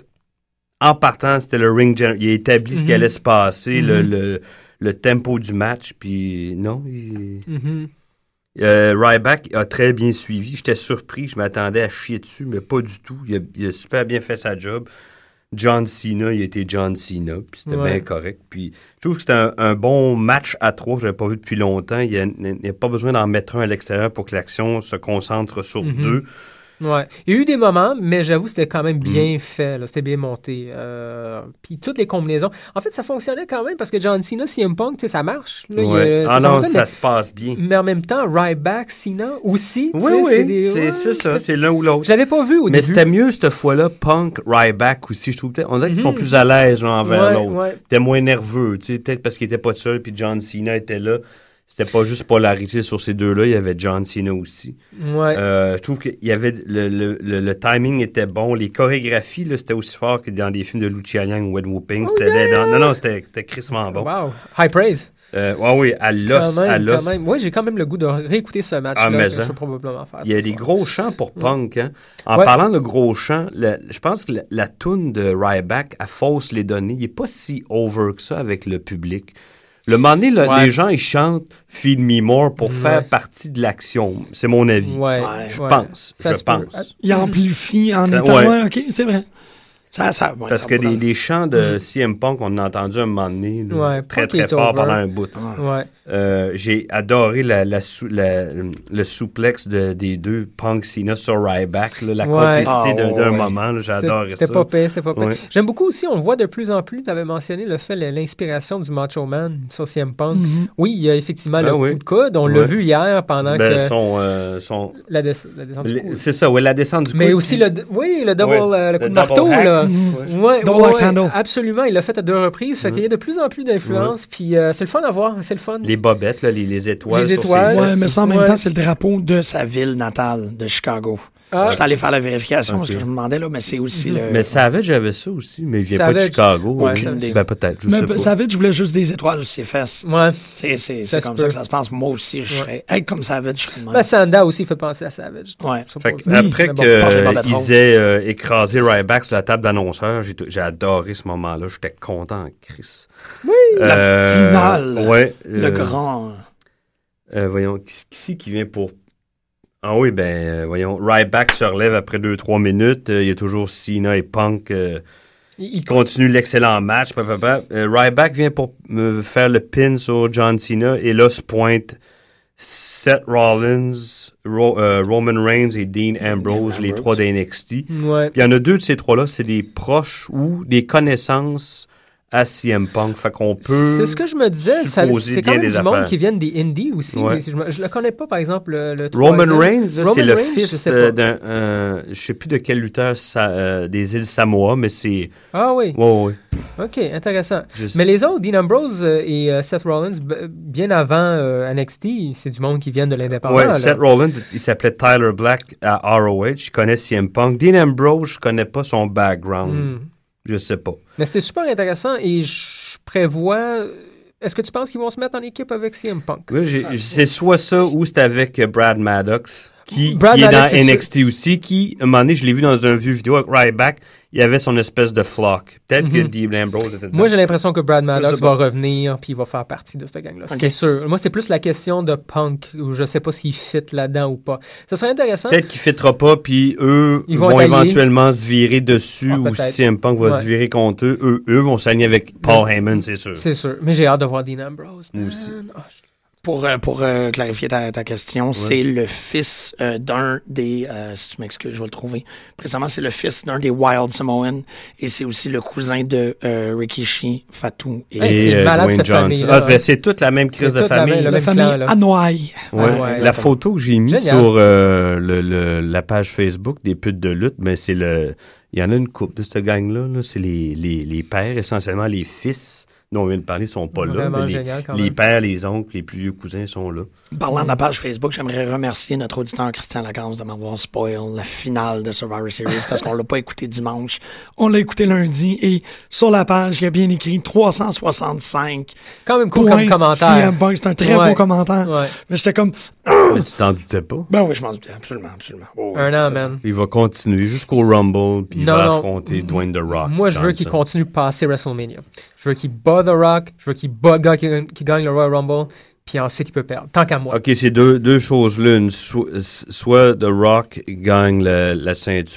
Speaker 9: en partant, c'était le ring gen- Il a établi ce qui
Speaker 7: Mhm.
Speaker 9: allait se passer, le,
Speaker 7: Mhm.
Speaker 9: le- le tempo du match. Puis non, il-
Speaker 7: Mhm.
Speaker 9: Euh, Ryback a très bien suivi. J'étais surpris, je m'attendais à chier dessus, mais pas du tout. Il a, il a super bien fait sa job. John Cena, il était John Cena, puis c'était
Speaker 7: Ouais.
Speaker 9: bien correct. Puis je trouve que c'était un, un bon match à trois, je l'avais pas vu depuis longtemps. Il n'y a, il n'y a pas besoin d'en mettre un à l'extérieur pour que l'action se concentre sur
Speaker 7: Mhm.
Speaker 9: deux.
Speaker 7: Ouais. Il y a eu des moments, mais j'avoue, c'était quand même
Speaker 9: Mm.
Speaker 7: bien fait. là. C'était bien monté. Euh, Puis toutes les combinaisons. En fait, ça fonctionnait quand même parce que John Cena, CM Punk, tu sais, ça marche. là. Il y a-
Speaker 9: Ouais.
Speaker 7: ça
Speaker 9: Ah non,
Speaker 7: fonctionne,
Speaker 9: ça
Speaker 7: mais-
Speaker 9: se passe bien.
Speaker 7: mais, en même temps, Ryback, Cena aussi. tu
Speaker 9: Oui,
Speaker 7: sais,
Speaker 9: oui,
Speaker 7: des-
Speaker 9: c'est
Speaker 7: ouais,
Speaker 9: c'est ça,
Speaker 7: c'était-
Speaker 9: c'est l'un ou l'autre.
Speaker 7: Je l'avais pas vu au
Speaker 9: Mais
Speaker 7: début.
Speaker 9: c'était mieux cette fois-là, Punk, Ryback aussi. Je trouve peut-être- on dirait qu'ils sont
Speaker 7: Mhm.
Speaker 9: plus à l'aise l'un envers
Speaker 7: Ouais,
Speaker 9: l'autre.
Speaker 7: ouais.
Speaker 9: était moins nerveux, tu sais, peut-être parce qu'il était pas seul, puis John Cena était là. C'était pas juste polarisé sur ces deux-là, il y avait John Cena aussi.
Speaker 7: Ouais.
Speaker 9: Euh, je trouve que il y avait le, le- le- le timing était bon, les chorégraphies, là, c'était aussi fort que dans des films de Lucia Yang ou Ed Whooping. c'était dans- Non, non, c'était c'était crissement bon.
Speaker 7: Oh Wow. High praise.
Speaker 9: Euh, ouais, oui, à l'os,
Speaker 7: Quand
Speaker 9: à
Speaker 7: même,
Speaker 9: l'os.
Speaker 7: quand même. Ouais, j'ai quand même le goût de réécouter ce match-là
Speaker 9: Ah, mais
Speaker 7: que
Speaker 9: ça.
Speaker 7: je vais probablement faire.
Speaker 9: Il y a
Speaker 7: ce
Speaker 9: des
Speaker 7: soir.
Speaker 9: gros chants pour Punk. hein. En
Speaker 7: Mm. Ouais.
Speaker 9: parlant de gros chants, le- je pense que la, la toune de Ryback, à fausse les données, il n'est pas si over que ça avec le public. Le moment donné, là,
Speaker 7: Ouais. Mm,
Speaker 9: les gens, ils chantent « Feed me more » pour
Speaker 7: Ouais.
Speaker 9: faire partie de l'action. C'est mon avis.
Speaker 7: Ouais,
Speaker 9: Je
Speaker 7: ouais.
Speaker 9: pense.
Speaker 7: Ça
Speaker 9: je
Speaker 7: se peut.
Speaker 9: pense.
Speaker 6: Il amplifie en
Speaker 9: Ça-
Speaker 6: étant.
Speaker 9: ouais.
Speaker 6: Ouais, ok, c'est vrai. Ça, ça, ouais,
Speaker 9: Parce
Speaker 6: ça
Speaker 9: que
Speaker 6: va dans
Speaker 9: les,
Speaker 6: le-
Speaker 9: les chants de CM Punk, on a entendu un moment donné, là,
Speaker 7: Mm. Ouais,
Speaker 9: très
Speaker 7: Punk, il
Speaker 9: très
Speaker 7: est
Speaker 9: fort
Speaker 7: over.
Speaker 9: pendant un bout.
Speaker 7: Ouais.
Speaker 9: Euh, J'ai adoré la, la sou- la- le souplex de- des deux Punk Cena sur Ryback, là, la
Speaker 7: Ouais.
Speaker 9: complicité
Speaker 6: Ah,
Speaker 9: d'un
Speaker 6: ouais.
Speaker 9: d'un moment. là, J'ai
Speaker 7: C'était-
Speaker 9: adoré ça.
Speaker 7: C'était pas pire, c'était pas pire.
Speaker 9: Ouais.
Speaker 7: J'aime beaucoup aussi, on le voit de plus en plus, tu avais mentionné le fait, le- l'inspiration du Macho Man sur CM Punk. Oui, il y a effectivement le
Speaker 9: Mm-hmm. Ah oui.
Speaker 7: coup de coude, on l'a
Speaker 9: Ouais.
Speaker 7: vu hier pendant
Speaker 9: Ben,
Speaker 7: que
Speaker 9: son, euh, son-
Speaker 7: la, des- la descente du
Speaker 9: les-
Speaker 7: coude.
Speaker 9: C'est ça, ouais, la descente du
Speaker 7: Mais
Speaker 9: coude,
Speaker 7: aussi
Speaker 9: puis-
Speaker 7: le, d- oui, le double,
Speaker 9: Ouais,
Speaker 7: euh, le coup
Speaker 9: le
Speaker 7: de marteau,
Speaker 9: double axe,
Speaker 7: là.
Speaker 9: ouais. Mm-hmm.
Speaker 7: Ouais,
Speaker 6: Double
Speaker 7: ouais,
Speaker 6: axe handle.
Speaker 7: absolument, il l'a fait à deux reprises, fait qu'il y a de plus en plus d'influence, puis euh, c'est le fun à voir, c'est le fun.
Speaker 9: Les bobettes, là, les, les étoiles.
Speaker 7: Les
Speaker 9: sur ses
Speaker 7: étoiles.
Speaker 9: fesses.
Speaker 6: Ouais, mais ça, en même
Speaker 7: Ouais.
Speaker 6: temps, c'est le drapeau de sa ville natale, de Chicago.
Speaker 7: Ah. Mhm.
Speaker 6: J'étais allé faire la vérification parce
Speaker 9: Ok.
Speaker 6: que je me demandais, là, mais c'est aussi le.
Speaker 9: Mais Savage avait ça aussi, mais il vient pas de
Speaker 7: Savage.
Speaker 9: Chicago.
Speaker 6: Ouais,
Speaker 9: lui.
Speaker 6: aucune idée.
Speaker 9: ben peut-être, je
Speaker 6: Mais
Speaker 9: sais pas.
Speaker 6: Savage, je voulais juste des étoiles sur ses fesses.
Speaker 7: Ouais.
Speaker 6: C'est- C'est
Speaker 7: Ça
Speaker 6: c'est
Speaker 7: se
Speaker 6: comme
Speaker 7: peut.
Speaker 6: ça que ça se passe. Moi aussi, je
Speaker 7: Ouais. Ben,
Speaker 6: serais. Être comme Savage, je serais de même.
Speaker 7: La Sanda aussi fait penser à Savage.
Speaker 6: Ouais.
Speaker 7: Ça,
Speaker 9: Fait
Speaker 7: pour
Speaker 9: que
Speaker 7: dire.
Speaker 9: après
Speaker 7: Mais bon,
Speaker 6: je pense que c'est pas
Speaker 9: qu'ils
Speaker 6: Batron.
Speaker 9: aient euh, écrasé Ryback sur la table d'annonceur, j'ai tout- j'ai adoré ce moment-là. J'étais content, Chris. Oui,
Speaker 6: La finale.
Speaker 9: Ouais,
Speaker 6: Le
Speaker 9: euh,
Speaker 6: grand.
Speaker 9: Euh, voyons, qui, qui c'est qui vient pour. Ah oui, ben, euh, voyons, Ryback se relève après 2-3 minutes. Euh, il y a toujours Cena et Punk. euh,
Speaker 7: il- il-
Speaker 9: ils continuent l'excellent match. pa, pa, pa. Euh, Ryback vient pour me faire le pin sur John Cena. Et là, se pointe Seth Rollins, Ro- euh, Roman Reigns et Dean Ambrose, les trois d'NXT.
Speaker 7: ouais.
Speaker 9: Puis il y en a deux de ces trois-là, c'est des proches ou des connaissances à CM Punk. Fait qu'on peut.
Speaker 7: C'est ce que je me disais. ça-
Speaker 9: supposer
Speaker 7: C'est quand
Speaker 9: bien
Speaker 7: même du
Speaker 9: des
Speaker 7: monde
Speaker 9: affaires.
Speaker 7: qui viennent des indies aussi.
Speaker 9: Ouais.
Speaker 7: Je, ne le connais pas, par exemple, le, le
Speaker 9: Roman
Speaker 7: troisième.
Speaker 9: Reigns, là,
Speaker 7: Roman
Speaker 9: c'est le
Speaker 7: Reigns, je
Speaker 9: fils
Speaker 7: sais
Speaker 9: euh,
Speaker 7: pas.
Speaker 9: d'un. euh, Je sais plus de quel lutteur sa- euh, des îles Samoa, mais c'est.
Speaker 7: Ah oui,
Speaker 9: Ouais, ouais, ouais.
Speaker 7: ok, intéressant.
Speaker 9: Je sais-
Speaker 7: Mais les autres, Dean Ambrose euh, et euh, Seth Rollins, b- bien avant euh, NXT, c'est du monde qui vient de l'indépendant.
Speaker 9: Ouais,
Speaker 7: là.
Speaker 9: Seth Rollins, il s'appelait Tyler Black à ROH. Je connais CM Punk. Dean Ambrose, je connais pas son background.
Speaker 7: Hmm.
Speaker 9: Je sais pas.
Speaker 7: Mais c'était super intéressant et je prévois. Est-ce que tu penses qu'ils vont se mettre en équipe avec CM Punk?
Speaker 9: Oui, j'ai- c'est soit ça ou c'est avec euh, Brad Maddox. qui,
Speaker 7: Brad
Speaker 9: qui est
Speaker 7: Wallace, c'est
Speaker 9: dans NXT aussi, qui, un moment donné, je l'ai vu dans un vieux vidéo avec Ryback, il avait son espèce de flock. Peut-être que Dean Ambrose était dedans.
Speaker 7: Mm-hmm. Moi, j'ai l'impression que Brad Maddox
Speaker 9: sais pas.
Speaker 7: va revenir puis il va faire partie de cette gang-là. C'est sûr. Moi, c'est plus la question de Punk, où je sais pas s'il fit là-dedans ou pas. Ce serait intéressant.
Speaker 9: Peut-être qu'il ne fittera pas, puis eux
Speaker 7: Ils
Speaker 9: ils
Speaker 7: vont
Speaker 9: vont,
Speaker 7: être alliés.
Speaker 9: éventuellement se virer dessus,
Speaker 7: Ah,
Speaker 9: ou
Speaker 7: peut-être.
Speaker 9: CM Punk va
Speaker 7: Ouais.
Speaker 9: se virer contre eux. Eux, eux vont s'aligner avec Paul Heyman, c'est sûr.
Speaker 7: C'est sûr. Mais j'ai hâte de voir Dean Ambrose.
Speaker 9: Moi aussi.
Speaker 7: Man, oh, je-
Speaker 6: Pour, euh, pour euh, clarifier ta, ta question, c'est le fils euh, d'un des. euh, si tu m'excuses, je vais le trouver. Présentement, c'est le fils d'un des Wild Samoan et c'est aussi le cousin de euh, Rikishi, Fatou et.
Speaker 7: Hey, c'est
Speaker 9: euh,
Speaker 7: malade,
Speaker 9: Dwayne
Speaker 7: cette
Speaker 9: Johnson.
Speaker 7: famille-là.
Speaker 9: Ah, ben, c'est toute la même crise
Speaker 7: C'est
Speaker 9: de
Speaker 7: toute la
Speaker 9: famille.
Speaker 7: même-
Speaker 6: la
Speaker 7: le
Speaker 6: famille
Speaker 7: clan, là.
Speaker 6: Anoaï.
Speaker 9: Ouais.
Speaker 7: Ah, ouais,
Speaker 9: la
Speaker 7: exactement.
Speaker 9: photo que j'ai mise
Speaker 7: Génial.
Speaker 9: sur euh, le- le- la page Facebook des putes de lutte, mais c'est le. Il y en a une coupe de cette gang-là. là. C'est les, les, les pères, essentiellement les fils dont on vient de parler, sont pas là.
Speaker 7: Vraiment
Speaker 9: mais les,
Speaker 7: génial, quand
Speaker 9: les
Speaker 7: même.
Speaker 9: pères, les oncles, les plus vieux cousins sont là.
Speaker 6: Parlant de la page Facebook, j'aimerais remercier notre auditeur Christian Lacanze de m'avoir spoil la finale de Survivor Series parce qu'on l'a pas écouté dimanche. On l'a écouté lundi et sur la page, il y a bien écrit 365.
Speaker 7: Quand même cool
Speaker 6: points
Speaker 7: comme commentaire.
Speaker 6: CM Punk. C'est un très
Speaker 7: Ouais.
Speaker 6: beau commentaire.
Speaker 7: Ouais.
Speaker 6: Mais j'étais comme,
Speaker 9: Mais tu t'en doutais pas.
Speaker 6: ben oui, je m'en doutais, absolument, absolument. Oh,
Speaker 7: Un
Speaker 6: oui,
Speaker 7: an,
Speaker 6: c'est ça.
Speaker 7: man.
Speaker 9: Il va continuer jusqu'au Rumble, puis il
Speaker 7: Non,
Speaker 9: va
Speaker 7: non.
Speaker 9: affronter Dwayne The Rock.
Speaker 7: Moi, je veux
Speaker 9: Johnson.
Speaker 7: qu'il continue passer WrestleMania. Je veux qu'il bat The Rock. Je veux qu'il bat le gars qui, qui gagne le Royal Rumble. Puis ensuite, il peut perdre. Tant qu'à moi.
Speaker 9: OK, c'est deux, deux choses l'une. Soit, soit The Rock gagne la, la ceinture.